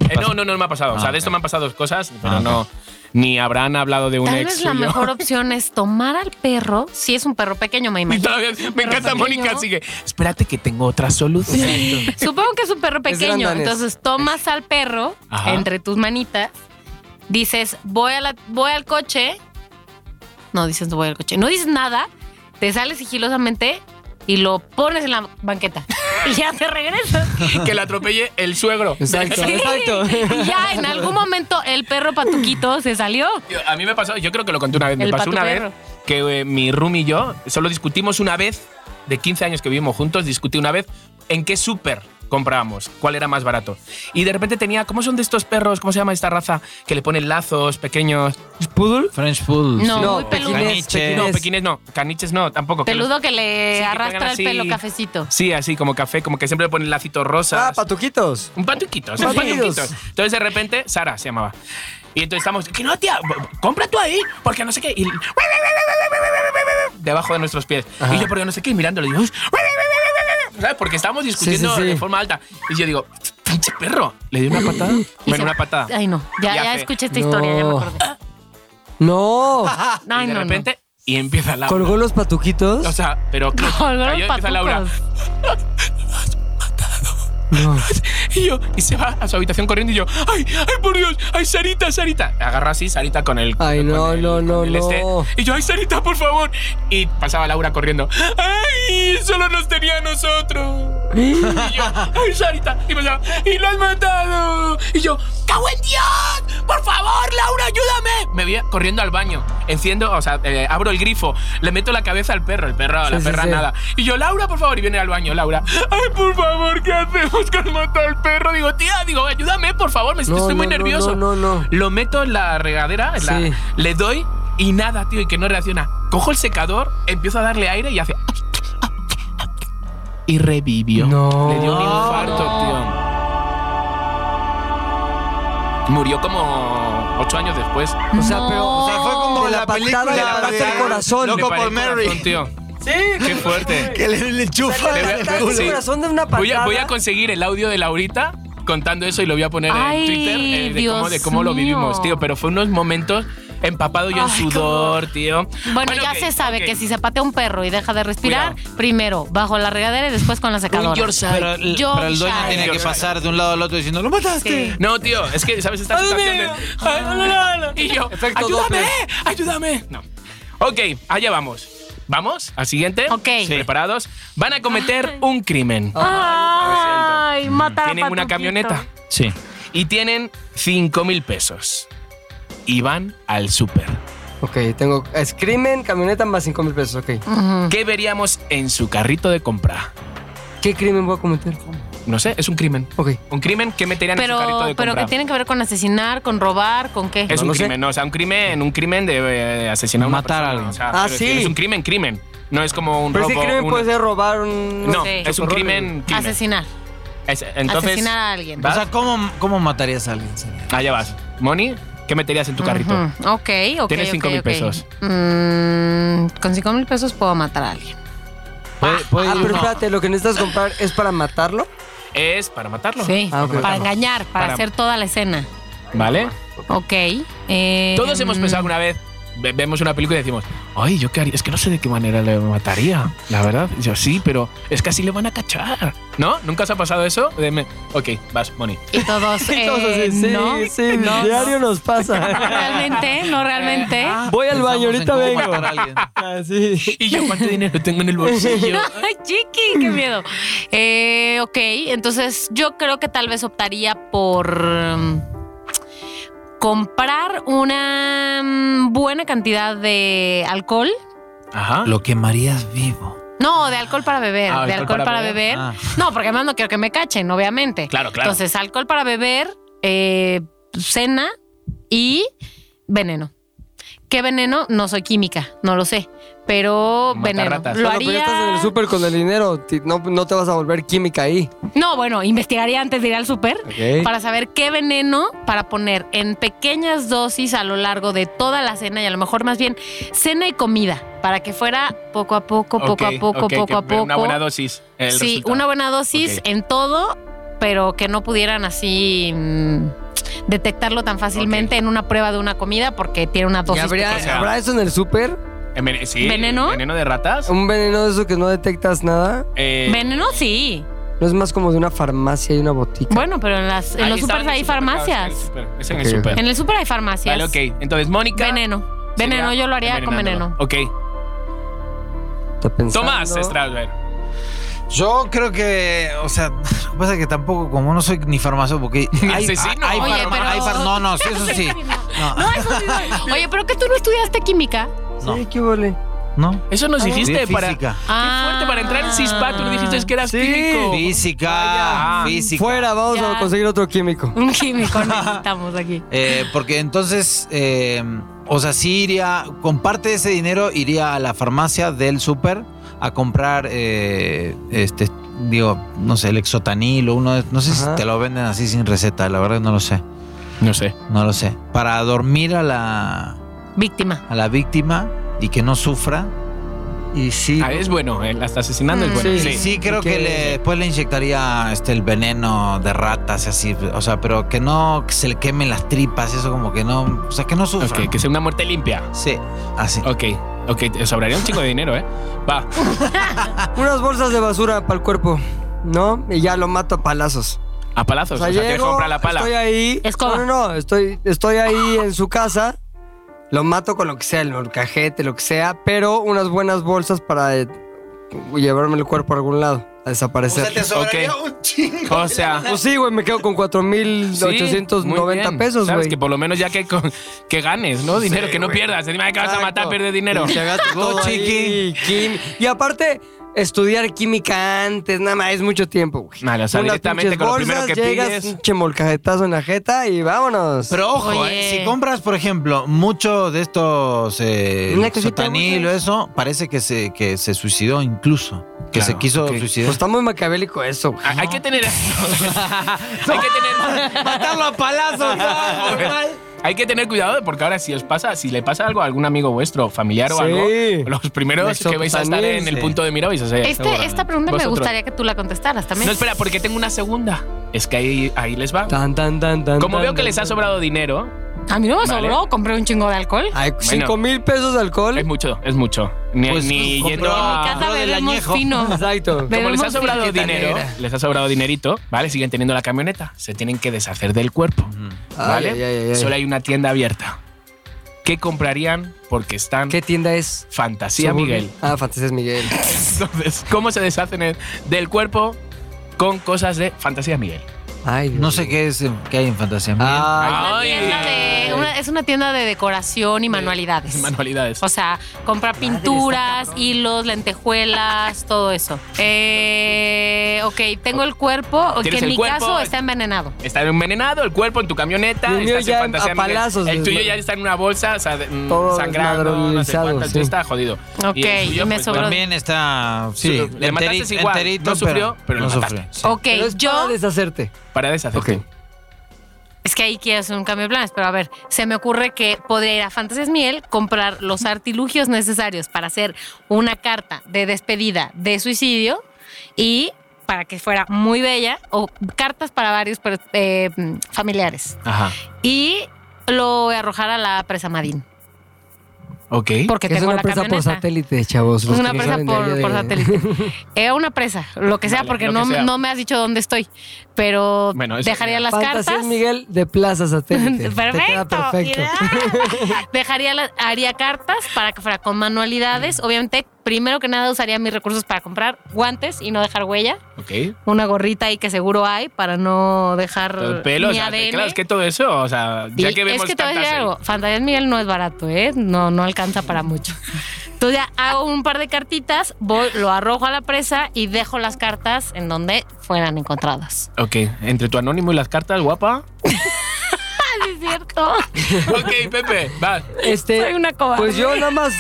[SPEAKER 3] Eh, no, no, no, no me ha pasado. o sea,
[SPEAKER 4] Ah,
[SPEAKER 3] de esto
[SPEAKER 4] ok.
[SPEAKER 3] me han pasado dos cosas, pero
[SPEAKER 4] Ah, ok.
[SPEAKER 3] no. Ni habrán hablado de un
[SPEAKER 2] Tal
[SPEAKER 3] ex.
[SPEAKER 2] vez la
[SPEAKER 3] suyo.
[SPEAKER 2] mejor opción es tomar al perro, si es un perro pequeño, me
[SPEAKER 3] Y
[SPEAKER 2] imagino.
[SPEAKER 3] todavía- me encanta
[SPEAKER 2] pequeño.
[SPEAKER 3] Mónica, sigue. Espérate que tengo otra solución.
[SPEAKER 2] Supongo que es un perro pequeño.
[SPEAKER 5] grandanés.
[SPEAKER 2] Entonces tomas al perro
[SPEAKER 3] Ajá.
[SPEAKER 2] entre tus manitas, dices, voy, a la- voy al coche. No dices, voy al coche. No dices nada, te sales sigilosamente y lo pones en la banqueta. Y ya te regresas.
[SPEAKER 3] que la atropelle el suegro.
[SPEAKER 5] Exacto, exacto.
[SPEAKER 2] Y ya en algún momento el perro patuquito se salió.
[SPEAKER 3] Yo- A mí me pasó, yo creo que lo conté una vez, me
[SPEAKER 2] El
[SPEAKER 3] pasó
[SPEAKER 2] pato
[SPEAKER 3] una
[SPEAKER 2] perro.
[SPEAKER 3] vez que eh, mi room y yo solo discutimos una vez, de 15 años que vivimos juntos, discutí una vez en qué súper comprábamos, cuál era más barato. Y de repente tenía, ¿cómo son de estos perros? ¿Cómo se llama esta raza? Que le ponen lazos pequeños. ¿Poodle?
[SPEAKER 4] French Poodle.
[SPEAKER 2] No,
[SPEAKER 4] sí.
[SPEAKER 2] muy peludo.
[SPEAKER 5] pequines,
[SPEAKER 4] Caniche.
[SPEAKER 3] No,
[SPEAKER 5] pequines.
[SPEAKER 3] pequines no, caniches no, tampoco. que
[SPEAKER 2] Peludo que
[SPEAKER 3] Sí,
[SPEAKER 2] le
[SPEAKER 3] que pegan
[SPEAKER 2] arrastra
[SPEAKER 3] así.
[SPEAKER 2] el pelo cafecito.
[SPEAKER 3] los- Sí, así como café, como que siempre le ponen lacitos rosas.
[SPEAKER 5] Ah, patuquitos.
[SPEAKER 3] Un patuquito, o sea, un
[SPEAKER 5] Patuquitos.
[SPEAKER 3] patuquito. Entonces de repente, Sara se llamaba. Y entonces estamos, que no, tía, b- b- compra tú ahí, porque no sé qué. Y debajo de nuestros pies. Y yo, porque no sé qué, y mirándolo, digo, ¿sabes? Porque estábamos discutiendo
[SPEAKER 5] sí, sí.
[SPEAKER 3] de forma alta. Y yo digo, pinche perro, le di una patada.
[SPEAKER 2] Y
[SPEAKER 3] Bueno,
[SPEAKER 2] se-
[SPEAKER 3] una patada.
[SPEAKER 2] Ay, no. Ya,
[SPEAKER 3] Ya
[SPEAKER 2] ya
[SPEAKER 3] sé.
[SPEAKER 2] escuché esta historia, ya me
[SPEAKER 5] No.
[SPEAKER 2] acordé.
[SPEAKER 5] No.
[SPEAKER 2] Ay,
[SPEAKER 3] y
[SPEAKER 2] no,
[SPEAKER 3] de
[SPEAKER 2] no.
[SPEAKER 3] repente, y empieza la.
[SPEAKER 5] Colgó los patuquitos.
[SPEAKER 3] O sea, pero
[SPEAKER 2] Colgó los
[SPEAKER 3] cayó, empieza Laura.
[SPEAKER 2] patucos.
[SPEAKER 5] No.
[SPEAKER 3] Y yo, y se va a su habitación corriendo y yo, ¡ay, ay, por Dios! ¡Ay, Sarita, Sarita! Agarra así, Sarita con el.
[SPEAKER 5] Ay,
[SPEAKER 3] con
[SPEAKER 5] no,
[SPEAKER 3] el-
[SPEAKER 5] no, no,
[SPEAKER 3] con el este.
[SPEAKER 5] no.
[SPEAKER 3] Y yo, ¡ay, Sarita, por favor! Y pasaba Laura corriendo, ¡ay, solo nos tenía a nosotros! Y yo, ¡ay, Sarita! Y pasaba, ¡y lo has matado! Y yo, ¡cago en Dios! ¡Por favor, Laura, ayúdame! Me voy corriendo al baño, enciendo, o sea, eh, abro el grifo, le meto la cabeza al perro, el perro, la
[SPEAKER 5] Sí, sí,
[SPEAKER 3] perra
[SPEAKER 5] sí.
[SPEAKER 3] nada. Y yo, Laura, por favor, y viene al baño, Laura. Ay, por favor, ¿qué hacemos que has matado al perro? Digo, tía, digo, ayúdame, por favor, me
[SPEAKER 5] No,
[SPEAKER 3] estoy muy
[SPEAKER 5] no, no,
[SPEAKER 3] nervioso.
[SPEAKER 5] no, no, no.
[SPEAKER 3] Lo meto en la regadera, en la-
[SPEAKER 5] Sí.
[SPEAKER 3] le doy y nada, tío, y que no reacciona. Cojo el secador, empiezo a darle aire y hace. Y revivió.
[SPEAKER 5] No.
[SPEAKER 3] Le dio un infarto, tío. Murió como ocho años después.
[SPEAKER 5] O sea, pero.
[SPEAKER 4] O sea, fue como
[SPEAKER 5] De la
[SPEAKER 4] la,
[SPEAKER 5] patada
[SPEAKER 4] película
[SPEAKER 5] le parece el corazón.
[SPEAKER 4] Loco
[SPEAKER 3] Le paré
[SPEAKER 4] por
[SPEAKER 3] el corazón,
[SPEAKER 4] Mary.
[SPEAKER 3] tío. Sí. Qué fuerte.
[SPEAKER 4] Que le, le chufa.
[SPEAKER 3] Le voy a-
[SPEAKER 5] Está el
[SPEAKER 3] sí.
[SPEAKER 5] corazón de una patada.
[SPEAKER 3] Voy a, voy a conseguir el audio de Laurita contando eso y lo voy a poner en
[SPEAKER 2] Ay,
[SPEAKER 3] Twitter eh, de, cómo,
[SPEAKER 2] Dios
[SPEAKER 3] de cómo lo
[SPEAKER 2] mío.
[SPEAKER 3] vivimos, tío. Pero fue unos momentos empapado yo en
[SPEAKER 2] Ay,
[SPEAKER 3] sudor, tío.
[SPEAKER 2] Bueno, ya
[SPEAKER 3] ok,
[SPEAKER 2] se sabe
[SPEAKER 3] ok.
[SPEAKER 2] que si se patea un perro y deja de respirar, primero bajo la regadera y después con la
[SPEAKER 3] Un
[SPEAKER 2] secadora.
[SPEAKER 3] Yorkshire.
[SPEAKER 4] Pero, el-
[SPEAKER 2] Yo,
[SPEAKER 4] pero el dueño
[SPEAKER 2] Shai.
[SPEAKER 4] tiene que
[SPEAKER 3] Yo, Shai.
[SPEAKER 4] pasar de un lado al otro diciendo, ¡lo mataste!
[SPEAKER 2] Sí.
[SPEAKER 3] No, tío, es que, ¿sabes? Esta sensación de... Ay, no, no, no, no. Y yo,
[SPEAKER 5] Efecto
[SPEAKER 3] ayúdame,
[SPEAKER 5] Doppler.
[SPEAKER 3] ayúdame. No. Ok, allá vamos. ¿Vamos? ¿Al siguiente?
[SPEAKER 2] Ok. Sí.
[SPEAKER 3] ¿Preparados? Van a cometer un crimen.
[SPEAKER 2] Ay, mata
[SPEAKER 3] Tienen una camioneta
[SPEAKER 4] Sí.
[SPEAKER 3] y tienen 5 mil pesos. Y van al súper.
[SPEAKER 5] Ok, tengo. Es crimen, camioneta más 5 mil pesos, ok.
[SPEAKER 3] ¿Qué veríamos en su carrito de compra?
[SPEAKER 5] ¿Qué crimen voy a cometer?
[SPEAKER 3] No sé, es un crimen.
[SPEAKER 5] Ok.
[SPEAKER 3] Un crimen que meterían en su carrito
[SPEAKER 2] Pero,
[SPEAKER 3] de
[SPEAKER 2] pero
[SPEAKER 3] compra.
[SPEAKER 2] que tiene que ver con asesinar, con robar, con qué.
[SPEAKER 3] Es
[SPEAKER 5] No
[SPEAKER 3] un
[SPEAKER 5] lo sé.
[SPEAKER 3] crimen, no, o sea, un crimen, un crimen de eh, asesinar a una
[SPEAKER 4] Matar a
[SPEAKER 3] persona,
[SPEAKER 4] alguien.
[SPEAKER 3] o sea,
[SPEAKER 5] Ah,
[SPEAKER 3] quiero decir,
[SPEAKER 5] sí.
[SPEAKER 3] Es un crimen, crimen. No es como un
[SPEAKER 5] Pero
[SPEAKER 3] robo.
[SPEAKER 5] ese crimen
[SPEAKER 3] un-
[SPEAKER 5] puede ser robar un. Ah,
[SPEAKER 3] No,
[SPEAKER 2] sé.
[SPEAKER 3] es un crimen. crimen.
[SPEAKER 2] Asesinar.
[SPEAKER 3] Es- entonces,
[SPEAKER 2] asesinar a alguien.
[SPEAKER 3] ¿va?
[SPEAKER 4] O sea, ¿cómo, cómo matarías a alguien? señor?
[SPEAKER 3] Allá vas. Moni, ¿qué meterías en tu carrito?
[SPEAKER 2] Ujú. Ok, ok.
[SPEAKER 3] Tienes cinco
[SPEAKER 2] ok,
[SPEAKER 3] mil
[SPEAKER 2] ok.
[SPEAKER 3] pesos.
[SPEAKER 2] Mm, con 5 mil pesos puedo matar a alguien.
[SPEAKER 4] Puede- puede
[SPEAKER 5] Ah,
[SPEAKER 4] ir
[SPEAKER 5] pero
[SPEAKER 4] uno-
[SPEAKER 5] espérate, lo que necesitas comprar es para matarlo.
[SPEAKER 3] Es para matarlo.
[SPEAKER 2] Sí.
[SPEAKER 5] Ah, ok.
[SPEAKER 2] Para engañar, para,
[SPEAKER 3] Para-
[SPEAKER 2] hacer toda la escena.
[SPEAKER 3] ¿Vale?
[SPEAKER 2] Ok. eh,
[SPEAKER 3] Todos hemos
[SPEAKER 2] mm,
[SPEAKER 3] pensado alguna vez, ve- vemos una película y decimos, ay, yo qué haría. Es que no sé de qué manera le mataría, la verdad. Y Yo sí, pero es que así le van a cachar. ¿No? ¿Nunca os ha pasado eso? De me- Ok, vas, Moni.
[SPEAKER 2] Y todos. eh,
[SPEAKER 5] Entonces, sí,
[SPEAKER 2] no,
[SPEAKER 5] sí,
[SPEAKER 2] no, no.
[SPEAKER 5] diario nos pasa.
[SPEAKER 2] Realmente, no realmente.
[SPEAKER 3] ¿Eh?
[SPEAKER 4] Ah.
[SPEAKER 5] Voy al baño,
[SPEAKER 4] Pensamos en
[SPEAKER 5] ahorita
[SPEAKER 4] cómo
[SPEAKER 5] vengo.
[SPEAKER 4] matar a alguien.
[SPEAKER 5] Ah, sí.
[SPEAKER 3] Y yo, ¿cuánto dinero tengo en el bolsillo?
[SPEAKER 2] Ay, chiqui, qué miedo. Eh, ok, entonces yo creo que tal vez optaría por mm, comprar una mm, buena cantidad de alcohol.
[SPEAKER 3] Ajá.
[SPEAKER 4] Lo quemarías vivo.
[SPEAKER 2] No, de alcohol para beber,
[SPEAKER 3] Ah,
[SPEAKER 2] de alcohol para, beber.
[SPEAKER 4] Ah.
[SPEAKER 2] No, porque además no quiero que me cachen, obviamente.
[SPEAKER 3] Claro, claro.
[SPEAKER 2] Entonces, alcohol para beber, eh, cena y veneno. ¿Qué veneno? No soy química, no lo sé. Pero
[SPEAKER 3] Matar
[SPEAKER 2] veneno.
[SPEAKER 3] ratas.
[SPEAKER 2] Lo
[SPEAKER 5] Bueno, pero ya
[SPEAKER 2] haría.
[SPEAKER 5] estás en el súper con el dinero. ti- No, no te vas a volver química ahí.
[SPEAKER 2] No, bueno, investigaría antes de ir al súper
[SPEAKER 5] Ok.
[SPEAKER 2] para saber qué veneno para poner en pequeñas dosis a lo largo de toda la cena y a lo mejor más bien cena y comida para que fuera poco a poco, poco
[SPEAKER 3] Ok,
[SPEAKER 2] a poco,
[SPEAKER 3] ok,
[SPEAKER 2] poco a
[SPEAKER 3] que-
[SPEAKER 2] poco.
[SPEAKER 3] Una buena dosis. el
[SPEAKER 2] sí,
[SPEAKER 3] resultado.
[SPEAKER 2] una buena dosis
[SPEAKER 3] Ok.
[SPEAKER 2] en todo, pero que no pudieran así mm, detectarlo tan fácilmente en una prueba de una comida porque tiene una
[SPEAKER 5] ¿Y
[SPEAKER 2] dosis.
[SPEAKER 5] habrá,
[SPEAKER 3] o sea-
[SPEAKER 5] habrá eso en el súper?
[SPEAKER 3] Eh, vene- sí,
[SPEAKER 2] ¿Veneno?
[SPEAKER 3] ¿Veneno de ratas?
[SPEAKER 5] ¿Un veneno de eso que no detectas nada?
[SPEAKER 3] Eh,
[SPEAKER 2] Veneno sí.
[SPEAKER 5] No es más como de una farmacia y una botica.
[SPEAKER 2] Bueno, pero en, las, en
[SPEAKER 3] ahí
[SPEAKER 2] los
[SPEAKER 3] está,
[SPEAKER 2] supers
[SPEAKER 3] en el
[SPEAKER 2] hay
[SPEAKER 3] supermercado,
[SPEAKER 2] farmacias.
[SPEAKER 3] está en el super- Es en el
[SPEAKER 5] Ok.
[SPEAKER 3] súper.
[SPEAKER 2] En el super hay farmacias.
[SPEAKER 3] Vale, ok. Entonces, Mónica.
[SPEAKER 2] Veneno.
[SPEAKER 3] sería
[SPEAKER 2] Veneno, yo lo haría con veneno.
[SPEAKER 3] envenenándolo. Ok.
[SPEAKER 5] Está pensando.
[SPEAKER 3] Tomás Strasberg.
[SPEAKER 4] Yo creo que, o sea, lo que pasa es que tampoco, como no soy ni farmacéutico, porque
[SPEAKER 3] Ni
[SPEAKER 4] hay,
[SPEAKER 3] asesino.
[SPEAKER 4] hay- hay
[SPEAKER 2] Oye,
[SPEAKER 4] farma-
[SPEAKER 2] pero-
[SPEAKER 4] hay far- no, no, sí, eso sí. No,
[SPEAKER 2] No, eso sí no. Oye, pero que tú no estudiaste química.
[SPEAKER 4] no,
[SPEAKER 5] Sí, qué vole.
[SPEAKER 4] no.
[SPEAKER 3] Eso nos
[SPEAKER 4] Sí,
[SPEAKER 3] dijiste para.
[SPEAKER 4] física.
[SPEAKER 3] Qué fuerte para
[SPEAKER 2] Ah.
[SPEAKER 3] entrar en CISPA. Tú dijiste que eras
[SPEAKER 5] Sí.
[SPEAKER 3] químico.
[SPEAKER 4] Física,
[SPEAKER 3] Vaya.
[SPEAKER 4] física.
[SPEAKER 5] Fuera, vamos
[SPEAKER 2] Ya.
[SPEAKER 5] a conseguir otro químico.
[SPEAKER 2] Ah, Un químico necesitamos aquí.
[SPEAKER 4] Eh, porque entonces, eh, o sea, sí iría, con parte de ese dinero iría a la farmacia del súper a comprar, eh, este, digo, no sé, el exotanil o uno de, no sé
[SPEAKER 5] Ajá.
[SPEAKER 4] si te lo venden así sin receta, la verdad no lo sé,
[SPEAKER 3] No sé.
[SPEAKER 4] no lo sé. Para dormir a la,
[SPEAKER 2] Víctima.
[SPEAKER 4] a la víctima y que no sufra. Y sí.
[SPEAKER 3] Ah, es bueno, él hasta asesinando es
[SPEAKER 2] Mm.
[SPEAKER 3] bueno.
[SPEAKER 4] y
[SPEAKER 3] Sí,
[SPEAKER 4] Sí, creo
[SPEAKER 5] que-
[SPEAKER 4] que le- después le inyectaría este, el veneno de ratas, así, o sea, pero que no se le quemen las tripas, eso como que no, o sea, que no sufra.
[SPEAKER 3] Ok, que sea una muerte limpia.
[SPEAKER 4] Sí, así.
[SPEAKER 3] Ok, ok, te sobraría un chico de dinero, ¿eh? Va.
[SPEAKER 5] Unas bolsas de basura para el cuerpo, ¿no? Y ya lo mato a palazos.
[SPEAKER 3] A palazos. O sea, que
[SPEAKER 5] llego,
[SPEAKER 3] compra la pala.
[SPEAKER 5] Estoy ahí.
[SPEAKER 2] Escoba.
[SPEAKER 5] No, no, no, Estoy, estoy ahí en su casa. Lo mato con lo que sea, el molcajete, lo que sea, pero unas buenas bolsas para eh, llevarme el cuerpo a algún lado, a desaparecer.
[SPEAKER 3] sobraría
[SPEAKER 4] un chingo.
[SPEAKER 3] O sea.
[SPEAKER 5] Pues sí, güey, me quedo con
[SPEAKER 3] sí, muy
[SPEAKER 5] 4,890
[SPEAKER 3] bien.
[SPEAKER 5] pesos,
[SPEAKER 3] Sabes
[SPEAKER 5] güey.
[SPEAKER 3] que por lo menos ya que, con- que ganes, ¿no? Dinero, que no pierdas. Encima de que vas a matar,
[SPEAKER 5] Exacto.
[SPEAKER 3] pierde dinero.
[SPEAKER 5] Todo ahí, quim- Y aparte, estudiar química antes, nada más, es mucho tiempo, güey.
[SPEAKER 3] Vale, o sea,
[SPEAKER 5] Unas
[SPEAKER 3] directamente
[SPEAKER 5] pinches
[SPEAKER 3] con lo primero
[SPEAKER 5] bolsas,
[SPEAKER 3] que
[SPEAKER 5] llegas,
[SPEAKER 3] pilles.
[SPEAKER 5] pinche molcajetazo en la jeta y vámonos.
[SPEAKER 4] Pero ojo,
[SPEAKER 2] Oye.
[SPEAKER 4] eh, si compras, por ejemplo, mucho de estos eh,
[SPEAKER 5] Una cajita de
[SPEAKER 4] sotanil o
[SPEAKER 5] bolsas.
[SPEAKER 4] eso, parece que se, que se suicidó incluso. Que
[SPEAKER 3] Claro,
[SPEAKER 4] se quiso
[SPEAKER 3] ok.
[SPEAKER 4] suicidar.
[SPEAKER 5] pues está muy macabélico eso, güey.
[SPEAKER 3] Hay que tener. hay que tener.
[SPEAKER 4] matarlo a palazos.
[SPEAKER 3] Hay que tener cuidado porque ahora si os pasa, si le pasa algo a algún amigo vuestro, familiar o
[SPEAKER 5] Sí.
[SPEAKER 3] algo, los primeros
[SPEAKER 5] Eso
[SPEAKER 3] que vais a estar
[SPEAKER 5] también,
[SPEAKER 3] en el
[SPEAKER 4] sí.
[SPEAKER 3] punto de mira vais a ser.
[SPEAKER 2] Este, esta pregunta me
[SPEAKER 3] Vosotros.
[SPEAKER 2] gustaría que tú la contestaras también.
[SPEAKER 3] No, espera, porque tengo una segunda. Es que ahí, ahí les va.
[SPEAKER 5] Tan, tan, tan, tan,
[SPEAKER 3] Como
[SPEAKER 5] tan,
[SPEAKER 3] veo que
[SPEAKER 5] tan,
[SPEAKER 3] les ha
[SPEAKER 5] tan.
[SPEAKER 3] sobrado dinero,
[SPEAKER 2] A mí no me
[SPEAKER 3] Vale.
[SPEAKER 2] sobró, compré un chingo de alcohol.
[SPEAKER 5] Ay, cinco mil pesos de alcohol.
[SPEAKER 3] es mucho, es mucho. Ni,
[SPEAKER 4] Pues,
[SPEAKER 3] ni
[SPEAKER 4] compró-
[SPEAKER 3] yendo
[SPEAKER 2] en mi
[SPEAKER 3] a.
[SPEAKER 2] casa
[SPEAKER 4] Compró del
[SPEAKER 2] bebemos
[SPEAKER 4] añejo.
[SPEAKER 2] fino.
[SPEAKER 5] Exacto.
[SPEAKER 2] Ve-
[SPEAKER 3] Como les ha
[SPEAKER 2] Bebemos
[SPEAKER 3] sobrado
[SPEAKER 2] frijita
[SPEAKER 3] dinero,
[SPEAKER 2] negra.
[SPEAKER 3] les ha sobrado dinerito, ¿vale? Siguen teniendo la camioneta. Se tienen que deshacer del cuerpo,
[SPEAKER 5] Ay,
[SPEAKER 3] ¿vale?
[SPEAKER 5] ay, ay, ay.
[SPEAKER 3] Solo hay una tienda abierta. ¿Qué comprarían? Porque están
[SPEAKER 5] ¿Qué tienda es?
[SPEAKER 3] fantasía,
[SPEAKER 5] Suburbia.
[SPEAKER 3] Miguel.
[SPEAKER 5] Ah, Fantasías Miguel.
[SPEAKER 3] Entonces, ¿cómo se deshacen el- del cuerpo con cosas de fantasía, Miguel?
[SPEAKER 5] Ay,
[SPEAKER 4] No sé qué es, eh, qué hay en fantasía. Mía.
[SPEAKER 5] Ah,
[SPEAKER 2] Una
[SPEAKER 3] Ay.
[SPEAKER 2] tienda de- una- es una tienda de decoración y manualidades.
[SPEAKER 3] Manualidades.
[SPEAKER 2] O sea, comprar pinturas, hilos, lentejuelas, todo eso. Eh, ok, tengo el cuerpo, que
[SPEAKER 3] Tienes
[SPEAKER 2] en
[SPEAKER 3] el
[SPEAKER 2] mi
[SPEAKER 3] cuerpo.
[SPEAKER 2] caso está envenenado.
[SPEAKER 3] Está envenenado el cuerpo en tu camioneta.
[SPEAKER 5] El mío
[SPEAKER 3] estás en
[SPEAKER 5] ya
[SPEAKER 3] fantasía,
[SPEAKER 5] a
[SPEAKER 3] Miguel.
[SPEAKER 5] palazos,
[SPEAKER 3] El tuyo
[SPEAKER 5] desmadre.
[SPEAKER 3] ya está en una bolsa, o sea, de- mm,
[SPEAKER 5] Todo
[SPEAKER 3] sangrando, no sé
[SPEAKER 5] desmadronizado,
[SPEAKER 3] cuánto,
[SPEAKER 5] sí.
[SPEAKER 3] entonces está jodido.
[SPEAKER 2] Ok,
[SPEAKER 3] Y el tuyo,
[SPEAKER 2] y me
[SPEAKER 3] pues,
[SPEAKER 2] sobró-
[SPEAKER 3] bueno,
[SPEAKER 4] También está.
[SPEAKER 3] Sí,
[SPEAKER 4] Sí,
[SPEAKER 3] lo- le mataste
[SPEAKER 4] enteri-
[SPEAKER 3] igual.
[SPEAKER 4] enterito,
[SPEAKER 3] No sufrió, pero lo
[SPEAKER 4] no
[SPEAKER 3] mataste.
[SPEAKER 4] sufrió. sí.
[SPEAKER 2] Ok,
[SPEAKER 5] Pero es para
[SPEAKER 2] yo.
[SPEAKER 5] deshacerte.
[SPEAKER 3] Para deshacerte.
[SPEAKER 5] Ok.
[SPEAKER 2] Es que ahí quiero hacer un cambio de planes, pero a ver, se me ocurre que podría ir a Fantasías Miel, comprar los artilugios necesarios para hacer una carta de despedida de suicidio y para que fuera muy bella, o cartas para varios per- eh, familiares.
[SPEAKER 3] Ajá.
[SPEAKER 2] Y lo voy a arrojar a la presa Madín,
[SPEAKER 3] Ok.
[SPEAKER 2] porque
[SPEAKER 5] es
[SPEAKER 2] tengo
[SPEAKER 5] una
[SPEAKER 2] la
[SPEAKER 5] presa por
[SPEAKER 2] camioneta.
[SPEAKER 5] satélite, chavos. los
[SPEAKER 2] Es una
[SPEAKER 5] que no
[SPEAKER 2] presa
[SPEAKER 5] saben de allá
[SPEAKER 2] por,
[SPEAKER 5] de-
[SPEAKER 2] por satélite. Eh, una presa, lo que sea,
[SPEAKER 3] Vale,
[SPEAKER 2] porque
[SPEAKER 3] lo
[SPEAKER 2] no,
[SPEAKER 3] que sea.
[SPEAKER 2] no me has dicho dónde estoy. Pero
[SPEAKER 3] Bueno, eso-
[SPEAKER 2] dejaría las
[SPEAKER 5] Fantasías
[SPEAKER 2] cartas.
[SPEAKER 5] Miguel de Plaza Satélite. Te queda
[SPEAKER 2] Perfecto.
[SPEAKER 5] perfecto.
[SPEAKER 2] ideal. Dejaría la- haría cartas para que fuera con manualidades. Obviamente, primero que nada usaría mis recursos para comprar guantes y no dejar huella.
[SPEAKER 3] Ok.
[SPEAKER 2] Una gorrita ahí que seguro hay para no dejar
[SPEAKER 3] Todo el pelo, o
[SPEAKER 2] mi
[SPEAKER 3] sea,
[SPEAKER 2] ADN.
[SPEAKER 3] claro, es que todo eso, o sea, ya
[SPEAKER 2] Y
[SPEAKER 3] que vemos
[SPEAKER 2] es que te voy a decir
[SPEAKER 3] tantas-
[SPEAKER 2] algo, Fantasías Miguel no es barato, ¿eh? No, no alcanza para mucho. Entonces ya hago un par de cartitas, voy, lo arrojo a la presa y dejo las cartas en donde fueran encontradas.
[SPEAKER 3] Ok, entre tu anónimo y las cartas, guapa.
[SPEAKER 5] Ah,
[SPEAKER 2] Sí, cierto.
[SPEAKER 3] Ok, Pepe, va.
[SPEAKER 5] Este,
[SPEAKER 2] Soy una cobarde.
[SPEAKER 5] Pues yo nada más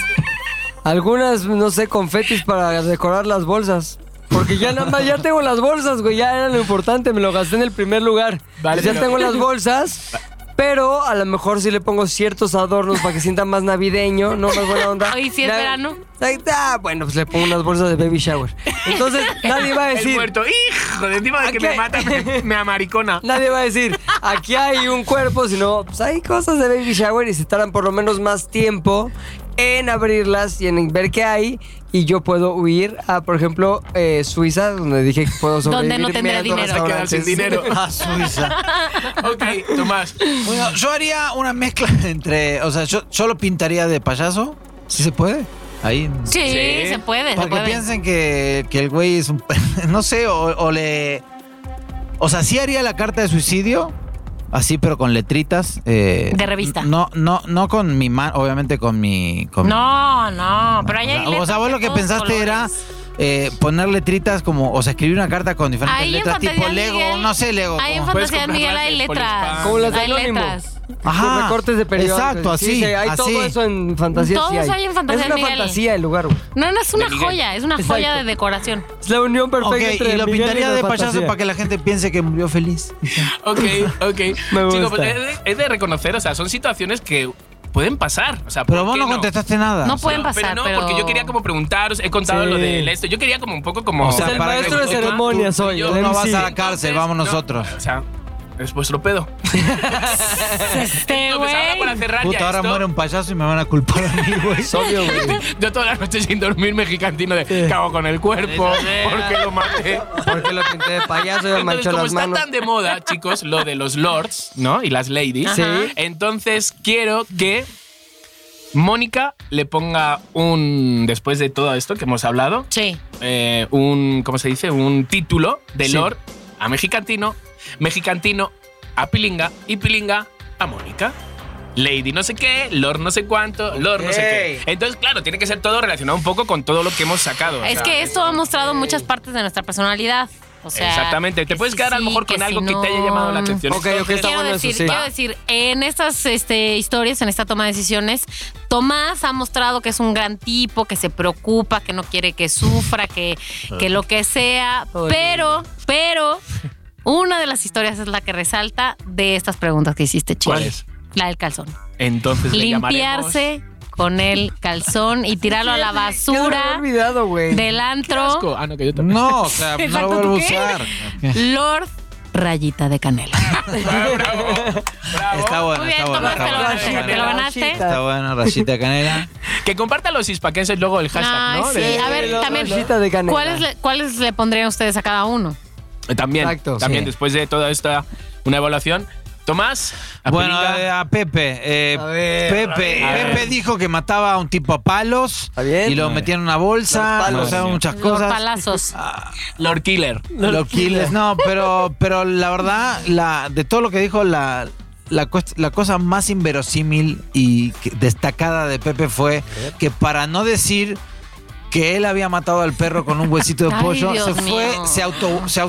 [SPEAKER 5] algunas, no sé, confetis para decorar las bolsas. Porque ya nada más, ya tengo las bolsas, güey. Ya era lo importante, me lo gasté en el primer lugar.
[SPEAKER 3] Vale,
[SPEAKER 5] ya
[SPEAKER 3] pero-
[SPEAKER 5] tengo las bolsas. Pero a lo mejor sí le pongo ciertos adornos para que sienta más navideño, no más buena onda.
[SPEAKER 2] Oye, ¿sí es
[SPEAKER 5] Na-
[SPEAKER 2] verano?
[SPEAKER 5] Ay, Ah, bueno, pues le pongo unas bolsas de baby shower. Entonces, nadie va a
[SPEAKER 3] El
[SPEAKER 5] decir.
[SPEAKER 3] muerto. Hijo de encima de que
[SPEAKER 5] Aquí
[SPEAKER 3] me
[SPEAKER 5] hay-
[SPEAKER 3] mata, me, me amaricona.
[SPEAKER 5] Nadie va a decir, aquí hay un cuerpo, sino pues hay cosas de baby shower y se tardan por lo menos más tiempo en abrirlas y en ver qué hay. Y yo puedo huir a, por ejemplo, eh, Suiza, donde dije que puedo sobrevivir.
[SPEAKER 2] Donde no tendré
[SPEAKER 5] mirando
[SPEAKER 2] dinero.
[SPEAKER 3] A quedar sin
[SPEAKER 5] restaurantes.
[SPEAKER 3] dinero.
[SPEAKER 4] A Ah, Suiza.
[SPEAKER 3] Ok, Tomás.
[SPEAKER 4] Bueno, yo haría una mezcla entre. O sea, yo, yo lo pintaría de payaso, si se puede. Ahí. en-
[SPEAKER 2] Sí,
[SPEAKER 3] Sí.
[SPEAKER 2] se puede, se
[SPEAKER 4] Para que
[SPEAKER 2] puede.
[SPEAKER 4] piensen que, que el güey es un. pe- No sé, o, o le. O sea, sí haría la carta de suicidio. Así, pero con letritas. eh,
[SPEAKER 2] De revista.
[SPEAKER 4] No, no, no con mi mano, obviamente con mi. con-
[SPEAKER 2] No, no, pero ahí hay
[SPEAKER 4] o sea, o sea, vos lo que pensaste era eh, poner letritas como. O sea, escribir una carta con diferentes
[SPEAKER 2] Ahí en
[SPEAKER 4] letras, tipo
[SPEAKER 2] Fantasía
[SPEAKER 4] Lego,
[SPEAKER 2] Miguel-
[SPEAKER 4] no sé, Lego.
[SPEAKER 2] Ahí en
[SPEAKER 4] como-
[SPEAKER 3] Puedes
[SPEAKER 2] Fantasía de
[SPEAKER 3] comprar
[SPEAKER 2] Miguel hay
[SPEAKER 3] las de
[SPEAKER 2] letras.
[SPEAKER 3] Polispán.
[SPEAKER 5] Como las de
[SPEAKER 2] hay
[SPEAKER 5] Anónimo.
[SPEAKER 2] letras.
[SPEAKER 5] Con recortes de periódicos.
[SPEAKER 4] Exacto, así.
[SPEAKER 5] Sí, sí, hay
[SPEAKER 4] así.
[SPEAKER 5] todo eso en fantasía. sí
[SPEAKER 2] Todos hay en Fantasía
[SPEAKER 5] Es una
[SPEAKER 2] de Miguel.
[SPEAKER 5] fantasía el lugar. güey.
[SPEAKER 2] No, no, es una
[SPEAKER 3] Miguel.
[SPEAKER 2] joya, es una
[SPEAKER 5] Exacto.
[SPEAKER 2] joya de decoración.
[SPEAKER 5] Es la unión perfecta
[SPEAKER 4] Ok,
[SPEAKER 5] entre
[SPEAKER 4] y lo
[SPEAKER 5] Miguel
[SPEAKER 4] pintaría
[SPEAKER 5] la
[SPEAKER 4] de payaso
[SPEAKER 5] fantasía.
[SPEAKER 4] para que la gente piense que murió feliz.
[SPEAKER 3] Ok, ok.
[SPEAKER 5] Me
[SPEAKER 3] Chicos,
[SPEAKER 5] gusta.
[SPEAKER 3] pues, es de- es de reconocer, o sea, son situaciones que pueden pasar. O sea, ¿por
[SPEAKER 4] Pero vos
[SPEAKER 3] qué
[SPEAKER 4] no contestaste nada.
[SPEAKER 2] No
[SPEAKER 4] O sea,
[SPEAKER 2] pueden
[SPEAKER 3] Pero
[SPEAKER 2] pasar,
[SPEAKER 3] no,
[SPEAKER 2] pero-
[SPEAKER 3] porque yo quería como preguntaros, he contado
[SPEAKER 5] Sí.
[SPEAKER 3] lo del esto. Yo quería como un poco como.
[SPEAKER 4] O sea,
[SPEAKER 5] el
[SPEAKER 4] para que-
[SPEAKER 5] maestro de
[SPEAKER 4] tú-
[SPEAKER 5] ceremonias
[SPEAKER 3] tú-
[SPEAKER 5] hoy.
[SPEAKER 3] yo-
[SPEAKER 5] el
[SPEAKER 4] Tú no vas
[SPEAKER 5] MC.
[SPEAKER 4] a la cárcel,
[SPEAKER 3] Entonces,
[SPEAKER 4] vamos
[SPEAKER 3] no,
[SPEAKER 4] nosotros.
[SPEAKER 3] o sea, es vuestro pedo.
[SPEAKER 2] Este
[SPEAKER 3] No, pues ahora
[SPEAKER 2] güey.
[SPEAKER 3] para cerrar
[SPEAKER 4] Puta,
[SPEAKER 3] ya
[SPEAKER 4] ahora
[SPEAKER 3] esto,
[SPEAKER 4] muere un payaso y me van a culpar a mí, güey.
[SPEAKER 5] Es obvio, güey.
[SPEAKER 3] Yo toda la noche sin dormir mexicantino de cago con el cuerpo, porque lo maté.
[SPEAKER 5] Porque lo pinté de payaso y me
[SPEAKER 3] Entonces,
[SPEAKER 5] manchó
[SPEAKER 3] como
[SPEAKER 5] las
[SPEAKER 3] está
[SPEAKER 5] manos.
[SPEAKER 3] tan de moda, chicos, lo de los lords, ¿no? Y las ladies.
[SPEAKER 5] Sí.
[SPEAKER 3] Entonces quiero que Mónica le ponga un, después de todo esto que hemos hablado,
[SPEAKER 2] Sí.
[SPEAKER 3] eh, un, ¿cómo se dice? Un título de
[SPEAKER 5] Sí.
[SPEAKER 3] lord a Mexicantino, Mexicantino a Pilinga y Pilinga a Mónica. Lady no sé qué, Lord no sé cuánto, Lord no sé qué. Entonces, claro, tiene que ser todo relacionado un poco con todo lo que hemos sacado. o
[SPEAKER 2] Es
[SPEAKER 3] sea,
[SPEAKER 2] que esto ha mostrado muchas partes de nuestra personalidad. O sea,
[SPEAKER 3] Exactamente.
[SPEAKER 2] que
[SPEAKER 3] Te puedes
[SPEAKER 2] si
[SPEAKER 3] quedar a lo
[SPEAKER 2] sí,
[SPEAKER 3] mejor con
[SPEAKER 2] si
[SPEAKER 3] algo que
[SPEAKER 2] no.
[SPEAKER 3] te haya llamado la atención.
[SPEAKER 5] Ok, ok, está
[SPEAKER 2] Quiero
[SPEAKER 5] bueno eso,
[SPEAKER 2] decir,
[SPEAKER 5] sí.
[SPEAKER 2] quiero decir, en estas este, historias, en esta toma de decisiones, Tomás ha mostrado que es un gran tipo, que se preocupa, que no quiere que sufra, que, que lo que sea.
[SPEAKER 5] Todo el
[SPEAKER 2] Pero, pero, una de las historias es la que resalta de estas preguntas que hiciste, chicos.
[SPEAKER 3] ¿Cuál es?
[SPEAKER 2] La del calzón.
[SPEAKER 3] Entonces le llamaremos.
[SPEAKER 2] Limpiarse con el calzón y tirarlo a la
[SPEAKER 5] Ya se me había
[SPEAKER 2] basura
[SPEAKER 5] olvidado, güey.
[SPEAKER 2] del antro.
[SPEAKER 3] Asco. Ah, no, que yo también.
[SPEAKER 4] No, o sea, no lo
[SPEAKER 2] Exacto,
[SPEAKER 4] vuelvo a
[SPEAKER 2] ¿tú qué?
[SPEAKER 4] usar.
[SPEAKER 2] Lord Rayita de Canela.
[SPEAKER 3] Bravo, bravo, bravo.
[SPEAKER 4] Está bueno,
[SPEAKER 2] Muy bien,
[SPEAKER 4] está bueno.
[SPEAKER 2] Tomás,
[SPEAKER 4] Está
[SPEAKER 2] te lo
[SPEAKER 4] bueno,
[SPEAKER 2] ganaste.
[SPEAKER 4] está
[SPEAKER 2] Te lo
[SPEAKER 4] bueno.
[SPEAKER 2] ganaste.
[SPEAKER 4] Está bueno, rayita canela.
[SPEAKER 3] Que compartan los hispaquenses luego el hashtag,
[SPEAKER 2] Ay,
[SPEAKER 3] ¿no?
[SPEAKER 2] sí.
[SPEAKER 3] De-
[SPEAKER 2] A ver,
[SPEAKER 5] Lord
[SPEAKER 2] también,
[SPEAKER 5] Rayita de Canela.
[SPEAKER 2] ¿cuáles le, cuáles le pondrían ustedes a cada uno?
[SPEAKER 3] Eh, También,
[SPEAKER 5] Exacto.
[SPEAKER 3] también
[SPEAKER 5] Sí.
[SPEAKER 3] después de toda esta una evaluación. Tomás, a
[SPEAKER 4] Bueno,
[SPEAKER 3] Pilinga.
[SPEAKER 5] eh,
[SPEAKER 4] a, a Pepe. eh,
[SPEAKER 5] A ver,
[SPEAKER 4] Pepe,
[SPEAKER 3] a ver.
[SPEAKER 4] Pepe dijo que mataba a un tipo a palos
[SPEAKER 5] Está bien.
[SPEAKER 4] y lo
[SPEAKER 5] Madre.
[SPEAKER 4] metían en una bolsa.
[SPEAKER 5] Los palos.
[SPEAKER 4] o sea, muchas
[SPEAKER 2] Los
[SPEAKER 4] cosas.
[SPEAKER 2] palazos.
[SPEAKER 3] Lord Killer.
[SPEAKER 4] Los Killers, no, pero, pero la verdad, la, de todo lo que dijo, la, la, cuest- la cosa más inverosímil y que- destacada de Pepe fue que para no decir que él había matado al perro con un huesito de
[SPEAKER 2] Ay,
[SPEAKER 4] pollo,
[SPEAKER 2] Dios
[SPEAKER 4] se fue,
[SPEAKER 2] mío.
[SPEAKER 4] se auto se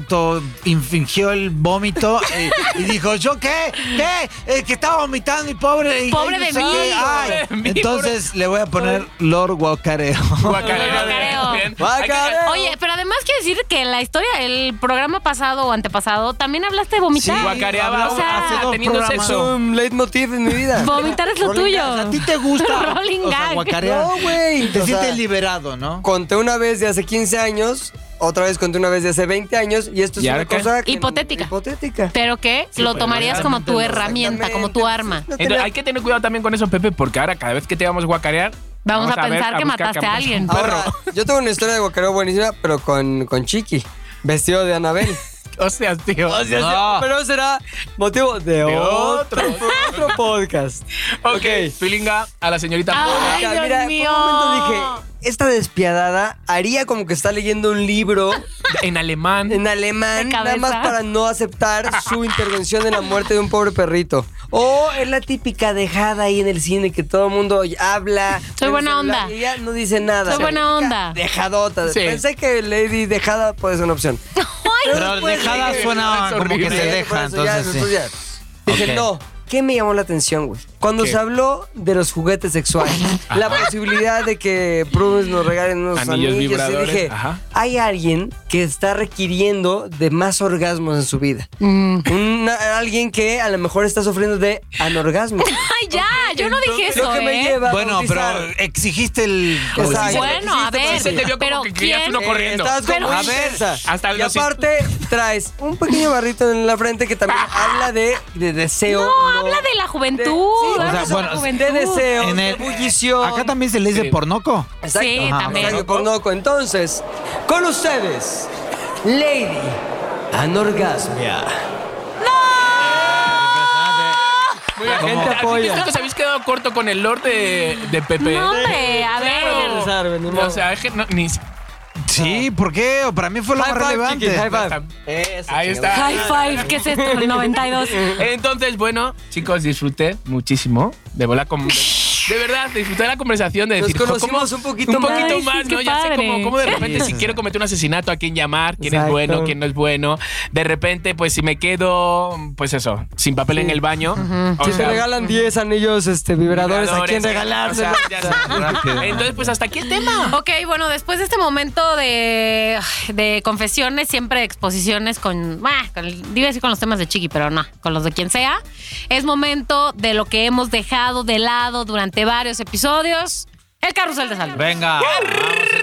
[SPEAKER 4] autoinfingió el vómito eh, y, dijo, ¿yo qué? ¿Qué? Eh, que estaba vomitando y pobre. y-
[SPEAKER 2] Pobre
[SPEAKER 4] y-
[SPEAKER 2] de
[SPEAKER 4] sí,
[SPEAKER 2] mí.
[SPEAKER 4] ay".
[SPEAKER 3] Pobre de mí,
[SPEAKER 4] Entonces le voy a poner Lord Guacareo.
[SPEAKER 3] Guacareo.
[SPEAKER 2] Guacareo.
[SPEAKER 3] Bien.
[SPEAKER 5] Guacareo.
[SPEAKER 2] Oye, pero además quiero decir que la historia, el programa pasado o antepasado, también hablaste de vomitar.
[SPEAKER 3] Sí, guacareaba
[SPEAKER 4] hablamos
[SPEAKER 2] o sea,
[SPEAKER 4] hace dos
[SPEAKER 3] teniendo
[SPEAKER 4] programas.
[SPEAKER 5] Es
[SPEAKER 3] sexo.
[SPEAKER 5] un leitmotiv en mi vida.
[SPEAKER 2] Vomitar es lo
[SPEAKER 4] Rolling
[SPEAKER 2] tuyo.
[SPEAKER 4] Gas, ¿A ti te gusta?
[SPEAKER 2] Rolling
[SPEAKER 4] o sea,
[SPEAKER 2] Gag.
[SPEAKER 4] guacarear.
[SPEAKER 5] No, güey.
[SPEAKER 4] Te
[SPEAKER 5] O sea,
[SPEAKER 4] sientes liberado, ¿no?
[SPEAKER 5] Conté una vez de hace 15 años, otra vez conté una vez de hace 20 años, y esto es
[SPEAKER 3] ¿Y ahora
[SPEAKER 5] una
[SPEAKER 3] qué?
[SPEAKER 5] cosa que-
[SPEAKER 2] Hipotética.
[SPEAKER 5] hipotética.
[SPEAKER 2] Pero que lo
[SPEAKER 3] pues,
[SPEAKER 2] tomarías como tu
[SPEAKER 5] Exactamente,
[SPEAKER 2] herramienta, como tu arma.
[SPEAKER 5] No tenía-
[SPEAKER 3] Entonces, hay que tener cuidado también con eso, Pepe, porque ahora cada vez que te vamos a guacarear,
[SPEAKER 2] Vamos, a,
[SPEAKER 3] ver,
[SPEAKER 2] pensar que
[SPEAKER 3] buscar
[SPEAKER 2] mataste a
[SPEAKER 3] mataste
[SPEAKER 2] alguien.
[SPEAKER 3] un perro.
[SPEAKER 5] Ahora, yo tengo una historia de guacareo buenísima, pero con, con Chiqui, vestido de Anabel.
[SPEAKER 3] Hostias, tío.
[SPEAKER 2] Ah.
[SPEAKER 4] No.
[SPEAKER 5] Pero será motivo de,
[SPEAKER 3] otro.
[SPEAKER 5] otro, otro podcast.
[SPEAKER 3] Ok, Pilinga a la señorita.
[SPEAKER 2] Ay,
[SPEAKER 5] Mónica,
[SPEAKER 2] Dios
[SPEAKER 5] mira,
[SPEAKER 2] mío.
[SPEAKER 5] por un momento dije, esta despiadada haría como que está leyendo un libro
[SPEAKER 3] En alemán.
[SPEAKER 5] en
[SPEAKER 2] De
[SPEAKER 5] alemán, nada
[SPEAKER 2] cabeza.
[SPEAKER 5] más para no aceptar su intervención en la muerte de un pobre perrito. O es la típica dejada ahí en el cine que todo el mundo habla.
[SPEAKER 2] Soy
[SPEAKER 5] en el
[SPEAKER 2] buena
[SPEAKER 5] celular,
[SPEAKER 2] onda.
[SPEAKER 5] Y ella no dice nada.
[SPEAKER 2] Soy buena
[SPEAKER 5] Típica
[SPEAKER 2] onda.
[SPEAKER 5] Dejadota.
[SPEAKER 3] Sí.
[SPEAKER 5] Pensé que Lady dejada puede ser una opción.
[SPEAKER 4] Pero
[SPEAKER 5] después
[SPEAKER 4] dejada
[SPEAKER 5] dije,
[SPEAKER 4] suena
[SPEAKER 3] es
[SPEAKER 4] como que
[SPEAKER 3] horrible.
[SPEAKER 4] se
[SPEAKER 5] Sí, ¿eh? por
[SPEAKER 4] deja,
[SPEAKER 5] eso ya,
[SPEAKER 4] entonces sí.
[SPEAKER 5] entonces ya. Dije,
[SPEAKER 4] Ok.
[SPEAKER 5] no, ¿Qué me llamó la atención, güey? Cuando
[SPEAKER 3] ¿Qué?
[SPEAKER 5] se habló de los juguetes sexuales, la posibilidad de que Prudence nos regalen unos
[SPEAKER 3] Anillos
[SPEAKER 5] anillos,
[SPEAKER 3] vibradores,
[SPEAKER 5] y dije,
[SPEAKER 3] ajá.
[SPEAKER 5] hay alguien que está requiriendo de más orgasmos en su vida.
[SPEAKER 2] Mm.
[SPEAKER 5] Una- alguien que a lo mejor está sufriendo de anorgasmo.
[SPEAKER 2] Ay, ya, yo no dije
[SPEAKER 5] Lo
[SPEAKER 2] eso,
[SPEAKER 5] que me
[SPEAKER 2] ¿eh?
[SPEAKER 5] lleva a
[SPEAKER 4] Bueno, pero
[SPEAKER 5] bautizar.
[SPEAKER 4] exigiste el.
[SPEAKER 5] Exacto.
[SPEAKER 2] Bueno, a
[SPEAKER 5] Hiciste
[SPEAKER 2] ver,
[SPEAKER 3] Se te vio
[SPEAKER 2] pero
[SPEAKER 3] como que querías
[SPEAKER 2] ¿quién?
[SPEAKER 3] uno corriendo.
[SPEAKER 5] Estás
[SPEAKER 2] Pero-
[SPEAKER 5] eh, como
[SPEAKER 2] A
[SPEAKER 5] a
[SPEAKER 2] ver,
[SPEAKER 3] hasta
[SPEAKER 5] y
[SPEAKER 3] los-
[SPEAKER 5] aparte traes un pequeño barrito en la frente que también habla de, de deseo.
[SPEAKER 2] No, habla de la
[SPEAKER 5] De-
[SPEAKER 2] juventud.
[SPEAKER 5] sí,
[SPEAKER 2] habla
[SPEAKER 5] o sea,
[SPEAKER 2] de la
[SPEAKER 4] bueno,
[SPEAKER 2] juventud.
[SPEAKER 5] de deseo,
[SPEAKER 4] En
[SPEAKER 5] de
[SPEAKER 4] el-
[SPEAKER 5] bullición.
[SPEAKER 4] Acá también se le dice
[SPEAKER 3] Sí.
[SPEAKER 4] pornoco.
[SPEAKER 5] Exacto.
[SPEAKER 2] Sí,
[SPEAKER 4] Ajá,
[SPEAKER 2] también.
[SPEAKER 5] Exacto, pornoco. Entonces, con ustedes, Lady Anorgasmia.
[SPEAKER 3] Muy bien, gente,
[SPEAKER 5] Así
[SPEAKER 3] apoya.
[SPEAKER 5] que
[SPEAKER 3] Creo que os habéis quedado corto con el lord de, de Pepe.
[SPEAKER 2] No, hombre, a ver.
[SPEAKER 5] Claro. ni modo.
[SPEAKER 3] O sea, es que no, ni.
[SPEAKER 4] Sí,
[SPEAKER 5] Ah.
[SPEAKER 4] ¿por qué? Para mí fue lo
[SPEAKER 5] High
[SPEAKER 4] más
[SPEAKER 5] five,
[SPEAKER 4] relevante.
[SPEAKER 5] chiquis, high five.
[SPEAKER 3] Ahí está.
[SPEAKER 2] High five, ¿qué es esto? El 92.
[SPEAKER 3] Entonces, bueno, chicos, disfruté muchísimo de volar con. De verdad, disfruté la conversación de
[SPEAKER 5] Nos
[SPEAKER 3] decir.
[SPEAKER 5] conocimos
[SPEAKER 3] ¿cómo-
[SPEAKER 5] un poquito
[SPEAKER 3] Un poquito
[SPEAKER 2] más.
[SPEAKER 3] más,
[SPEAKER 2] Ay, sí,
[SPEAKER 3] ¿no?
[SPEAKER 2] qué
[SPEAKER 3] Ya sé
[SPEAKER 2] padre.
[SPEAKER 3] cómo, cómo de repente
[SPEAKER 4] Sí,
[SPEAKER 3] si
[SPEAKER 4] sí,
[SPEAKER 3] quiero
[SPEAKER 4] sí.
[SPEAKER 3] cometer un asesinato, a quién llamar, quién es
[SPEAKER 5] Exacto.
[SPEAKER 3] bueno, quién no es bueno. De repente, pues si me quedo, pues eso, sin papel en el baño. o
[SPEAKER 5] Si te
[SPEAKER 3] sea,
[SPEAKER 5] regalan 10 anillos este, vibradores, ¿a quién
[SPEAKER 3] vibradores, eh.
[SPEAKER 5] regalarse?
[SPEAKER 3] o sea, ya sé. Entonces, pues hasta aquí el tema.
[SPEAKER 2] Ok, bueno, después de este momento de, de confesiones, siempre de exposiciones con, bah, con el- iba a decir con los temas de Chiqui, pero no, con los de quien sea, es momento de lo que hemos dejado de lado durante varios episodios, el carrusel de salud.
[SPEAKER 4] Venga.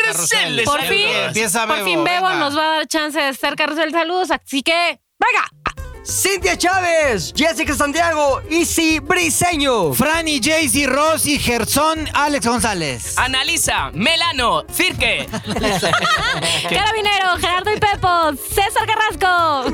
[SPEAKER 3] carrusel.
[SPEAKER 2] Por fin,
[SPEAKER 4] Empieza
[SPEAKER 2] por
[SPEAKER 4] Bebo,
[SPEAKER 2] fin Bebo
[SPEAKER 4] venga.
[SPEAKER 2] nos va a dar chance de hacer carrusel de saludos, así que, venga.
[SPEAKER 5] Cintia Chávez, Jessica Santiago, Isi Briseño.
[SPEAKER 4] Franny, Jaycee, Rosy, Gerson, Alex González.
[SPEAKER 3] Analiza, Melano, Cirque.
[SPEAKER 2] Carabinero, Gerardo y Pepo, César Carrasco.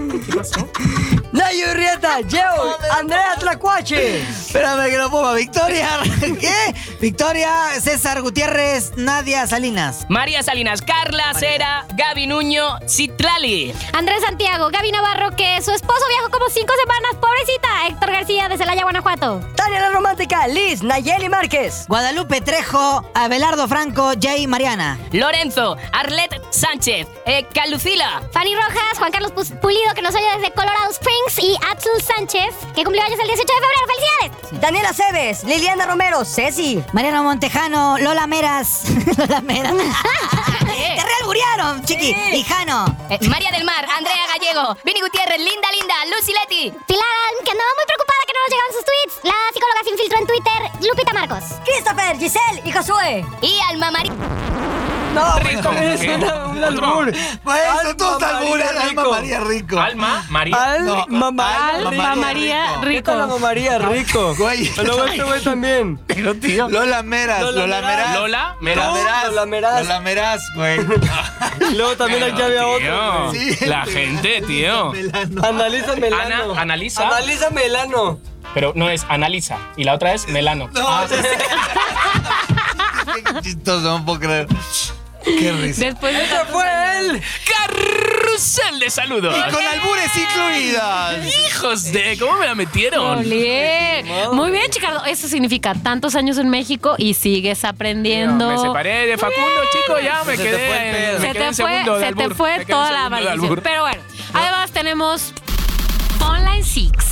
[SPEAKER 5] Nayo Urrieta, Yeo, Andrea Tlacuache.
[SPEAKER 7] Espérame que lo ponga. Victoria. ¿Qué? Victoria, César Gutiérrez, Nadia Salinas.
[SPEAKER 8] María Salinas, Carla Cera, Gaby Nuño, Citlali.
[SPEAKER 9] Andrés Santiago, Gaby Navarro, que su esposo viajó como cinco semanas, pobrecita. Héctor García de Celaya, Guanajuato.
[SPEAKER 10] Tania la Romántica, Liz, Nayeli Márquez.
[SPEAKER 7] Guadalupe Trejo, Abelardo Franco, Jay Mariana.
[SPEAKER 8] Lorenzo, Arlet Sánchez, eh, Calucila,
[SPEAKER 9] Fanny Rojas, Juan Carlos Pus- Pulido, que nos oye desde Colorado Springs. Y Axel Sánchez, que cumplió años el 18 de febrero. ¡Felicidades!
[SPEAKER 10] Daniela Cebes, Liliana Romero, Ceci.
[SPEAKER 7] Mariano Montejano, Lola Meras. Lola Meras. Te realguriaron, chiqui. Lijano.
[SPEAKER 9] Eh, María del Mar, Andrea Gallego, Vini Gutiérrez, Linda Linda, Lucy Leti. Pilar, Alm, que andaba muy preocupada que no nos llegaban sus tweets. La psicóloga se infiltró en Twitter, Lupita Marcos.
[SPEAKER 10] Christopher, Giselle y Josué.
[SPEAKER 9] Y Alma María.
[SPEAKER 5] No, pues,
[SPEAKER 3] Rico.
[SPEAKER 5] es una, un albur.
[SPEAKER 4] Maestro, todos
[SPEAKER 5] Alma
[SPEAKER 4] albures,
[SPEAKER 5] María
[SPEAKER 4] Alma
[SPEAKER 5] Rico.
[SPEAKER 4] María Rico.
[SPEAKER 3] Alma, María.
[SPEAKER 5] Alma María
[SPEAKER 4] Alma
[SPEAKER 5] Rico.
[SPEAKER 2] Alma María
[SPEAKER 5] ¿Qué tal Alma
[SPEAKER 2] Rico.
[SPEAKER 5] María Rico?
[SPEAKER 4] Güey.
[SPEAKER 5] Lo este güey también.
[SPEAKER 4] Lola Meras,
[SPEAKER 5] Lola
[SPEAKER 4] Lola Meras.
[SPEAKER 3] Lola,
[SPEAKER 4] Lola
[SPEAKER 3] Meraz.
[SPEAKER 4] Meras.
[SPEAKER 5] Lola Meras.
[SPEAKER 4] Lola Meras, güey.
[SPEAKER 5] Y luego también aquí había otro.
[SPEAKER 3] Tío, La gente, tío.
[SPEAKER 5] Analiza Melano.
[SPEAKER 3] Ana- analiza.
[SPEAKER 5] Analiza Melano.
[SPEAKER 3] Pero no es analiza y la otra es melano.
[SPEAKER 4] No, ya sé. Qué chistoso, no puedo creer. Qué risa.
[SPEAKER 2] Después de
[SPEAKER 5] ¡Ese fue él!
[SPEAKER 3] Carrusel de saludos.
[SPEAKER 4] Con albures incluidas.
[SPEAKER 3] Hijos de, ¿cómo me la metieron?
[SPEAKER 2] Olé. Muy bien, Chicardo. Eso significa tantos años en México y sigues aprendiendo.
[SPEAKER 3] Me separé de Facundo, chico, ya me
[SPEAKER 5] Se te fue el
[SPEAKER 3] quedé.
[SPEAKER 5] pedo.
[SPEAKER 3] me
[SPEAKER 2] se
[SPEAKER 3] quedé
[SPEAKER 2] te
[SPEAKER 3] en
[SPEAKER 2] fue,
[SPEAKER 3] segundo de
[SPEAKER 2] se te
[SPEAKER 3] albur. Me
[SPEAKER 2] fue
[SPEAKER 3] quedé en
[SPEAKER 2] toda la
[SPEAKER 3] segundo de
[SPEAKER 2] maldición.
[SPEAKER 3] albur.
[SPEAKER 2] Pero bueno, además tenemos Online Six.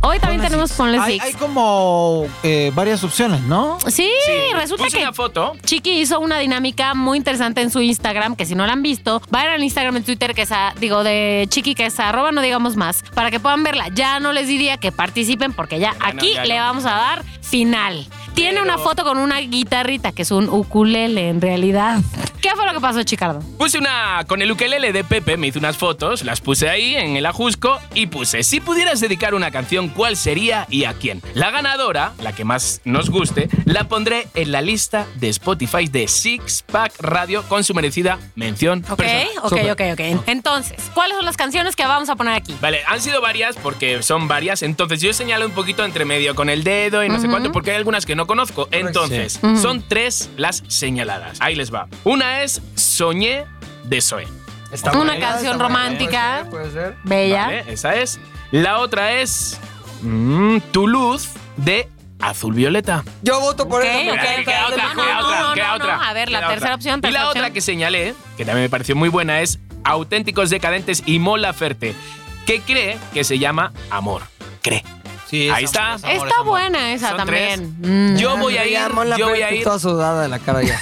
[SPEAKER 2] Hoy también tenemos Online
[SPEAKER 4] Hay,
[SPEAKER 2] Six.
[SPEAKER 4] hay como eh, varias opciones, ¿no?
[SPEAKER 2] Sí,
[SPEAKER 3] Sí,
[SPEAKER 2] resulta
[SPEAKER 3] puse
[SPEAKER 2] que
[SPEAKER 3] una foto.
[SPEAKER 2] Chiqui hizo una dinámica muy interesante en su Instagram, que si no la han visto, vayan al Instagram en Twitter, que es a- digo, de Chiqui, que es arroba no digamos más, para que puedan verla. Ya no les diría que participen porque ya,
[SPEAKER 3] Ya no,
[SPEAKER 2] aquí
[SPEAKER 3] ya
[SPEAKER 2] le
[SPEAKER 3] no.
[SPEAKER 2] vamos a dar final. Tiene
[SPEAKER 3] Pero-
[SPEAKER 2] una foto con una guitarrita, que es un ukulele en realidad. ¿Qué fue lo que pasó, Chicardo?
[SPEAKER 3] Puse una con el ukelele de Pepe, me hice unas fotos, las puse ahí en el ajusco y puse, si pudieras dedicar una canción, ¿cuál sería y a quién? La ganadora, la que más nos guste, la pondré en la lista de Spotify de Six Pack Radio con su merecida mención.
[SPEAKER 2] Ok,
[SPEAKER 3] personal.
[SPEAKER 2] ok, ok, ok. Entonces, ¿cuáles son las canciones que vamos a poner aquí?
[SPEAKER 3] Vale, han sido varias porque son varias, entonces yo señalo un poquito entre medio con el dedo y no sé cuánto, porque hay algunas que no conozco. Entonces, son tres las señaladas. Ahí les va. Una es Soñé de Zoe.
[SPEAKER 5] Está
[SPEAKER 2] Una
[SPEAKER 5] buena,
[SPEAKER 2] canción
[SPEAKER 5] está buena.
[SPEAKER 2] romántica.
[SPEAKER 5] Puede ser, puede ser.
[SPEAKER 2] Bella.
[SPEAKER 3] Vale, esa es. La otra es mm, Tu luz de Azul Violeta.
[SPEAKER 5] Yo voto por
[SPEAKER 2] Ok,
[SPEAKER 5] eso.
[SPEAKER 2] ok,
[SPEAKER 5] porque
[SPEAKER 2] ok,
[SPEAKER 5] es la
[SPEAKER 2] ok,
[SPEAKER 5] mejor.
[SPEAKER 2] no, no, no,
[SPEAKER 3] ¿Qué
[SPEAKER 2] no,
[SPEAKER 3] otra?
[SPEAKER 2] no. A ver,
[SPEAKER 3] ¿Qué
[SPEAKER 2] la tercera opción,
[SPEAKER 3] Y
[SPEAKER 2] tercera
[SPEAKER 3] la otra
[SPEAKER 2] opción.
[SPEAKER 3] que señalé, que también me pareció muy buena, es Auténticos Decadentes y Mola Ferte, que cree que se llama Amor. Cree.
[SPEAKER 4] Sí,
[SPEAKER 3] Ahí
[SPEAKER 4] es
[SPEAKER 3] está.
[SPEAKER 4] amor, es amor,
[SPEAKER 2] Está
[SPEAKER 4] es amor.
[SPEAKER 2] buena esa
[SPEAKER 3] Son
[SPEAKER 2] también. Mm.
[SPEAKER 3] Yo voy a ir,
[SPEAKER 5] Ya, Mon
[SPEAKER 3] yo voy a
[SPEAKER 5] Laferte,
[SPEAKER 3] ir,
[SPEAKER 5] Toda sudada de la cara ya.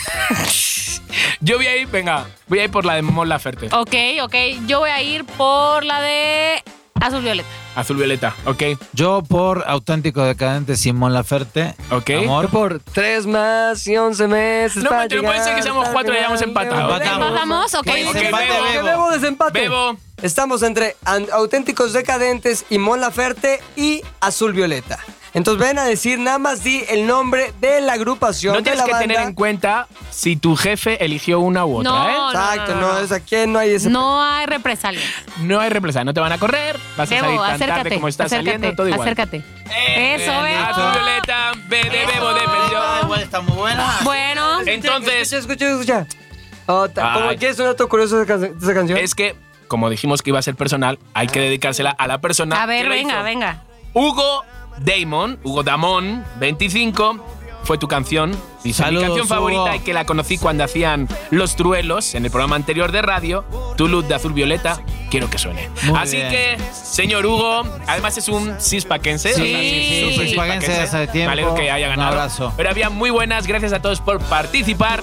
[SPEAKER 3] yo voy a ir, venga, voy a ir por la de Mon Laferte.
[SPEAKER 2] Ok, ok. Yo voy a ir por la de Azul Violeta.
[SPEAKER 3] Azul Violeta, ok,
[SPEAKER 4] Yo por auténtico decadente Simón Laferte.
[SPEAKER 3] ok.
[SPEAKER 4] Amor por.
[SPEAKER 5] Tres más y once meses.
[SPEAKER 3] No,
[SPEAKER 5] para
[SPEAKER 3] manches, no puede ser que
[SPEAKER 5] llegar
[SPEAKER 3] seamos
[SPEAKER 5] hasta
[SPEAKER 3] cuatro y
[SPEAKER 5] el
[SPEAKER 3] hayamos
[SPEAKER 5] final.
[SPEAKER 3] empatado.
[SPEAKER 4] Empatamos.
[SPEAKER 2] ¿Empatamos? Ok.
[SPEAKER 3] Bueno,
[SPEAKER 2] ok.
[SPEAKER 4] Desempate,
[SPEAKER 3] Bebo.
[SPEAKER 5] Que Bebo desempate.
[SPEAKER 3] Bebo,
[SPEAKER 5] Estamos entre an- auténticos decadentes y Mon Laferte y Azul Violeta. Entonces ven a decir, nada más di el nombre de la agrupación
[SPEAKER 3] no
[SPEAKER 5] de
[SPEAKER 3] tienes
[SPEAKER 5] la
[SPEAKER 3] que
[SPEAKER 5] banda.
[SPEAKER 3] tener en cuenta si tu jefe eligió una u otra,
[SPEAKER 2] No,
[SPEAKER 3] ¿eh?
[SPEAKER 2] no,
[SPEAKER 5] Exacto,
[SPEAKER 2] no, no,
[SPEAKER 5] no,
[SPEAKER 2] no.
[SPEAKER 5] es aquí no hay ese...
[SPEAKER 2] No hay represalia.
[SPEAKER 3] No hay represa, no te van a correr, vas a salir
[SPEAKER 2] Bebo,
[SPEAKER 3] tan
[SPEAKER 2] acércate.
[SPEAKER 3] tarde como estás
[SPEAKER 2] acércate,
[SPEAKER 3] saliendo, todo igual.
[SPEAKER 2] acércate. Eso,
[SPEAKER 3] Eh, Azul
[SPEAKER 2] Bebo.
[SPEAKER 3] Violeta, B de Bebo, de
[SPEAKER 4] Ah,
[SPEAKER 3] Pello.
[SPEAKER 4] igual está muy buena.
[SPEAKER 2] Bueno,
[SPEAKER 3] Eh, Entonces,
[SPEAKER 5] Escucha, escucha, escucha. Oh, ta- ¿Cómo
[SPEAKER 3] Ay.
[SPEAKER 5] quieres un dato curioso de, esa can- de esa canción?
[SPEAKER 3] es que, como dijimos que iba a ser personal, hay que dedicársela a la persona.
[SPEAKER 2] Ah. a ver,
[SPEAKER 3] que lo
[SPEAKER 2] venga,
[SPEAKER 3] hizo.
[SPEAKER 2] venga.
[SPEAKER 3] Hugo Damon, Hugo Damon, 25, fue tu canción. Dice,
[SPEAKER 4] Saludos,
[SPEAKER 3] mi canción favorita
[SPEAKER 4] Hugo.
[SPEAKER 3] y que la conocí cuando hacían Los Truelos en el programa anterior de radio, Tu Luz de Azul Violeta, quiero que suene.
[SPEAKER 4] Muy
[SPEAKER 3] Así
[SPEAKER 4] bien.
[SPEAKER 3] que, señor Hugo, además es un cispaquense.
[SPEAKER 4] Sí,
[SPEAKER 2] sí,
[SPEAKER 3] es un
[SPEAKER 2] sí,
[SPEAKER 4] cispaquense de hace tiempo.
[SPEAKER 3] Me alegro que haya
[SPEAKER 4] Un
[SPEAKER 3] ganado.
[SPEAKER 4] abrazo.
[SPEAKER 3] Pero había muy buenas, gracias a todos por participar.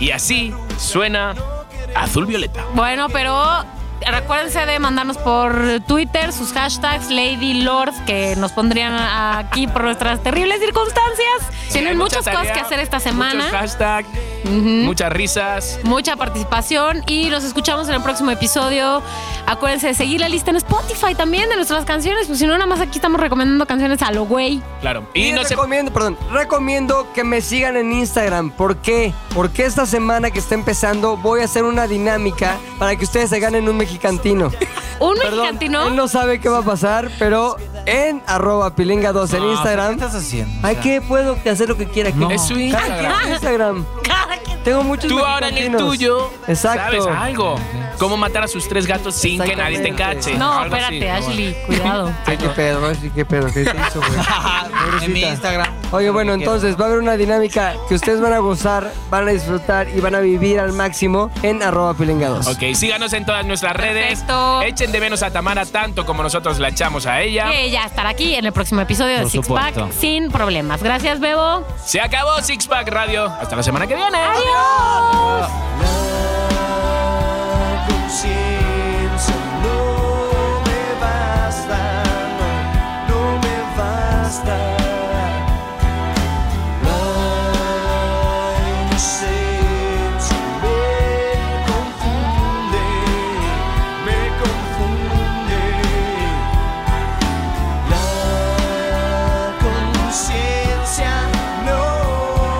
[SPEAKER 3] Y así suena Azul Violeta.
[SPEAKER 2] Bueno, pero recuérdense de mandarnos por Twitter sus hashtags Lady Lord que nos pondrían aquí por nuestras terribles circunstancias. Tienen
[SPEAKER 3] Hay mucha
[SPEAKER 2] muchas cosas
[SPEAKER 3] tarea,
[SPEAKER 2] que hacer esta
[SPEAKER 3] Muchos
[SPEAKER 2] semana, Mm.
[SPEAKER 3] hashtags, muchas risas.
[SPEAKER 2] mucha participación y nos escuchamos en el próximo episodio. Acuérdense de seguir la lista en Spotify también de nuestras canciones, pues si no, nada más aquí estamos recomendando canciones a lo güey.
[SPEAKER 3] Claro.
[SPEAKER 5] Y,
[SPEAKER 3] Y no se
[SPEAKER 5] recomiendo, perdón, recomiendo que me sigan en Instagram. ¿Por qué? Porque esta semana que está empezando voy a hacer una dinámica para que ustedes se ganen un mexicantino.
[SPEAKER 2] Un
[SPEAKER 5] Perdón,
[SPEAKER 2] mexicantino.
[SPEAKER 5] él no sabe qué va a pasar, pero en arroba pilinga2 en
[SPEAKER 4] No,
[SPEAKER 5] Instagram.
[SPEAKER 4] ¿Qué estás haciendo?
[SPEAKER 5] Ay, que puedo hacer lo que quiera aquí.
[SPEAKER 4] No.
[SPEAKER 3] Es su
[SPEAKER 5] Cada quien
[SPEAKER 3] Instagram.
[SPEAKER 5] en Instagram. Tengo muchos
[SPEAKER 3] Tú ahora en el tuyo
[SPEAKER 5] mexicantinos. Exacto.
[SPEAKER 3] sabes algo. Cómo matar a sus tres gatos sin que nadie te
[SPEAKER 5] Exactamente.
[SPEAKER 3] cache.
[SPEAKER 2] No,
[SPEAKER 3] Algo así.
[SPEAKER 2] espérate, Ashley, cuidado.
[SPEAKER 5] Ay, qué pedo, ay, qué pedo, qué te hizo, güey.
[SPEAKER 4] en mi
[SPEAKER 5] Pobrecita.
[SPEAKER 4] Instagram.
[SPEAKER 5] Oye, bueno, entonces va a haber una dinámica que ustedes van a gozar, van a disfrutar y van a vivir al máximo en arroba pilingados.
[SPEAKER 3] Ok, síganos en todas nuestras redes.
[SPEAKER 2] Perfecto.
[SPEAKER 3] Echen de menos a Tamara tanto como nosotros la echamos a ella.
[SPEAKER 2] Que ya estará aquí en el próximo episodio de
[SPEAKER 4] Por
[SPEAKER 2] Six
[SPEAKER 4] supuesto.
[SPEAKER 2] Pack sin problemas. Gracias, Bebo.
[SPEAKER 3] Se acabó Six Pack Radio. Hasta la semana que viene.
[SPEAKER 2] Adiós.
[SPEAKER 6] La conciencia no me basta, no, no me basta. La inocencia me confunde, me confunde. La conciencia no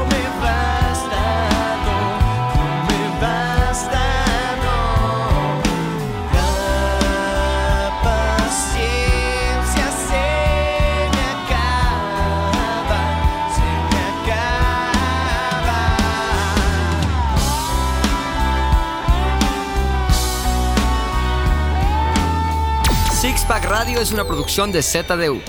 [SPEAKER 6] me basta, no, no me basta, no. La paciencia se me acaba, se me acaba.
[SPEAKER 5] Six Pack Radio es una producción de ZDU.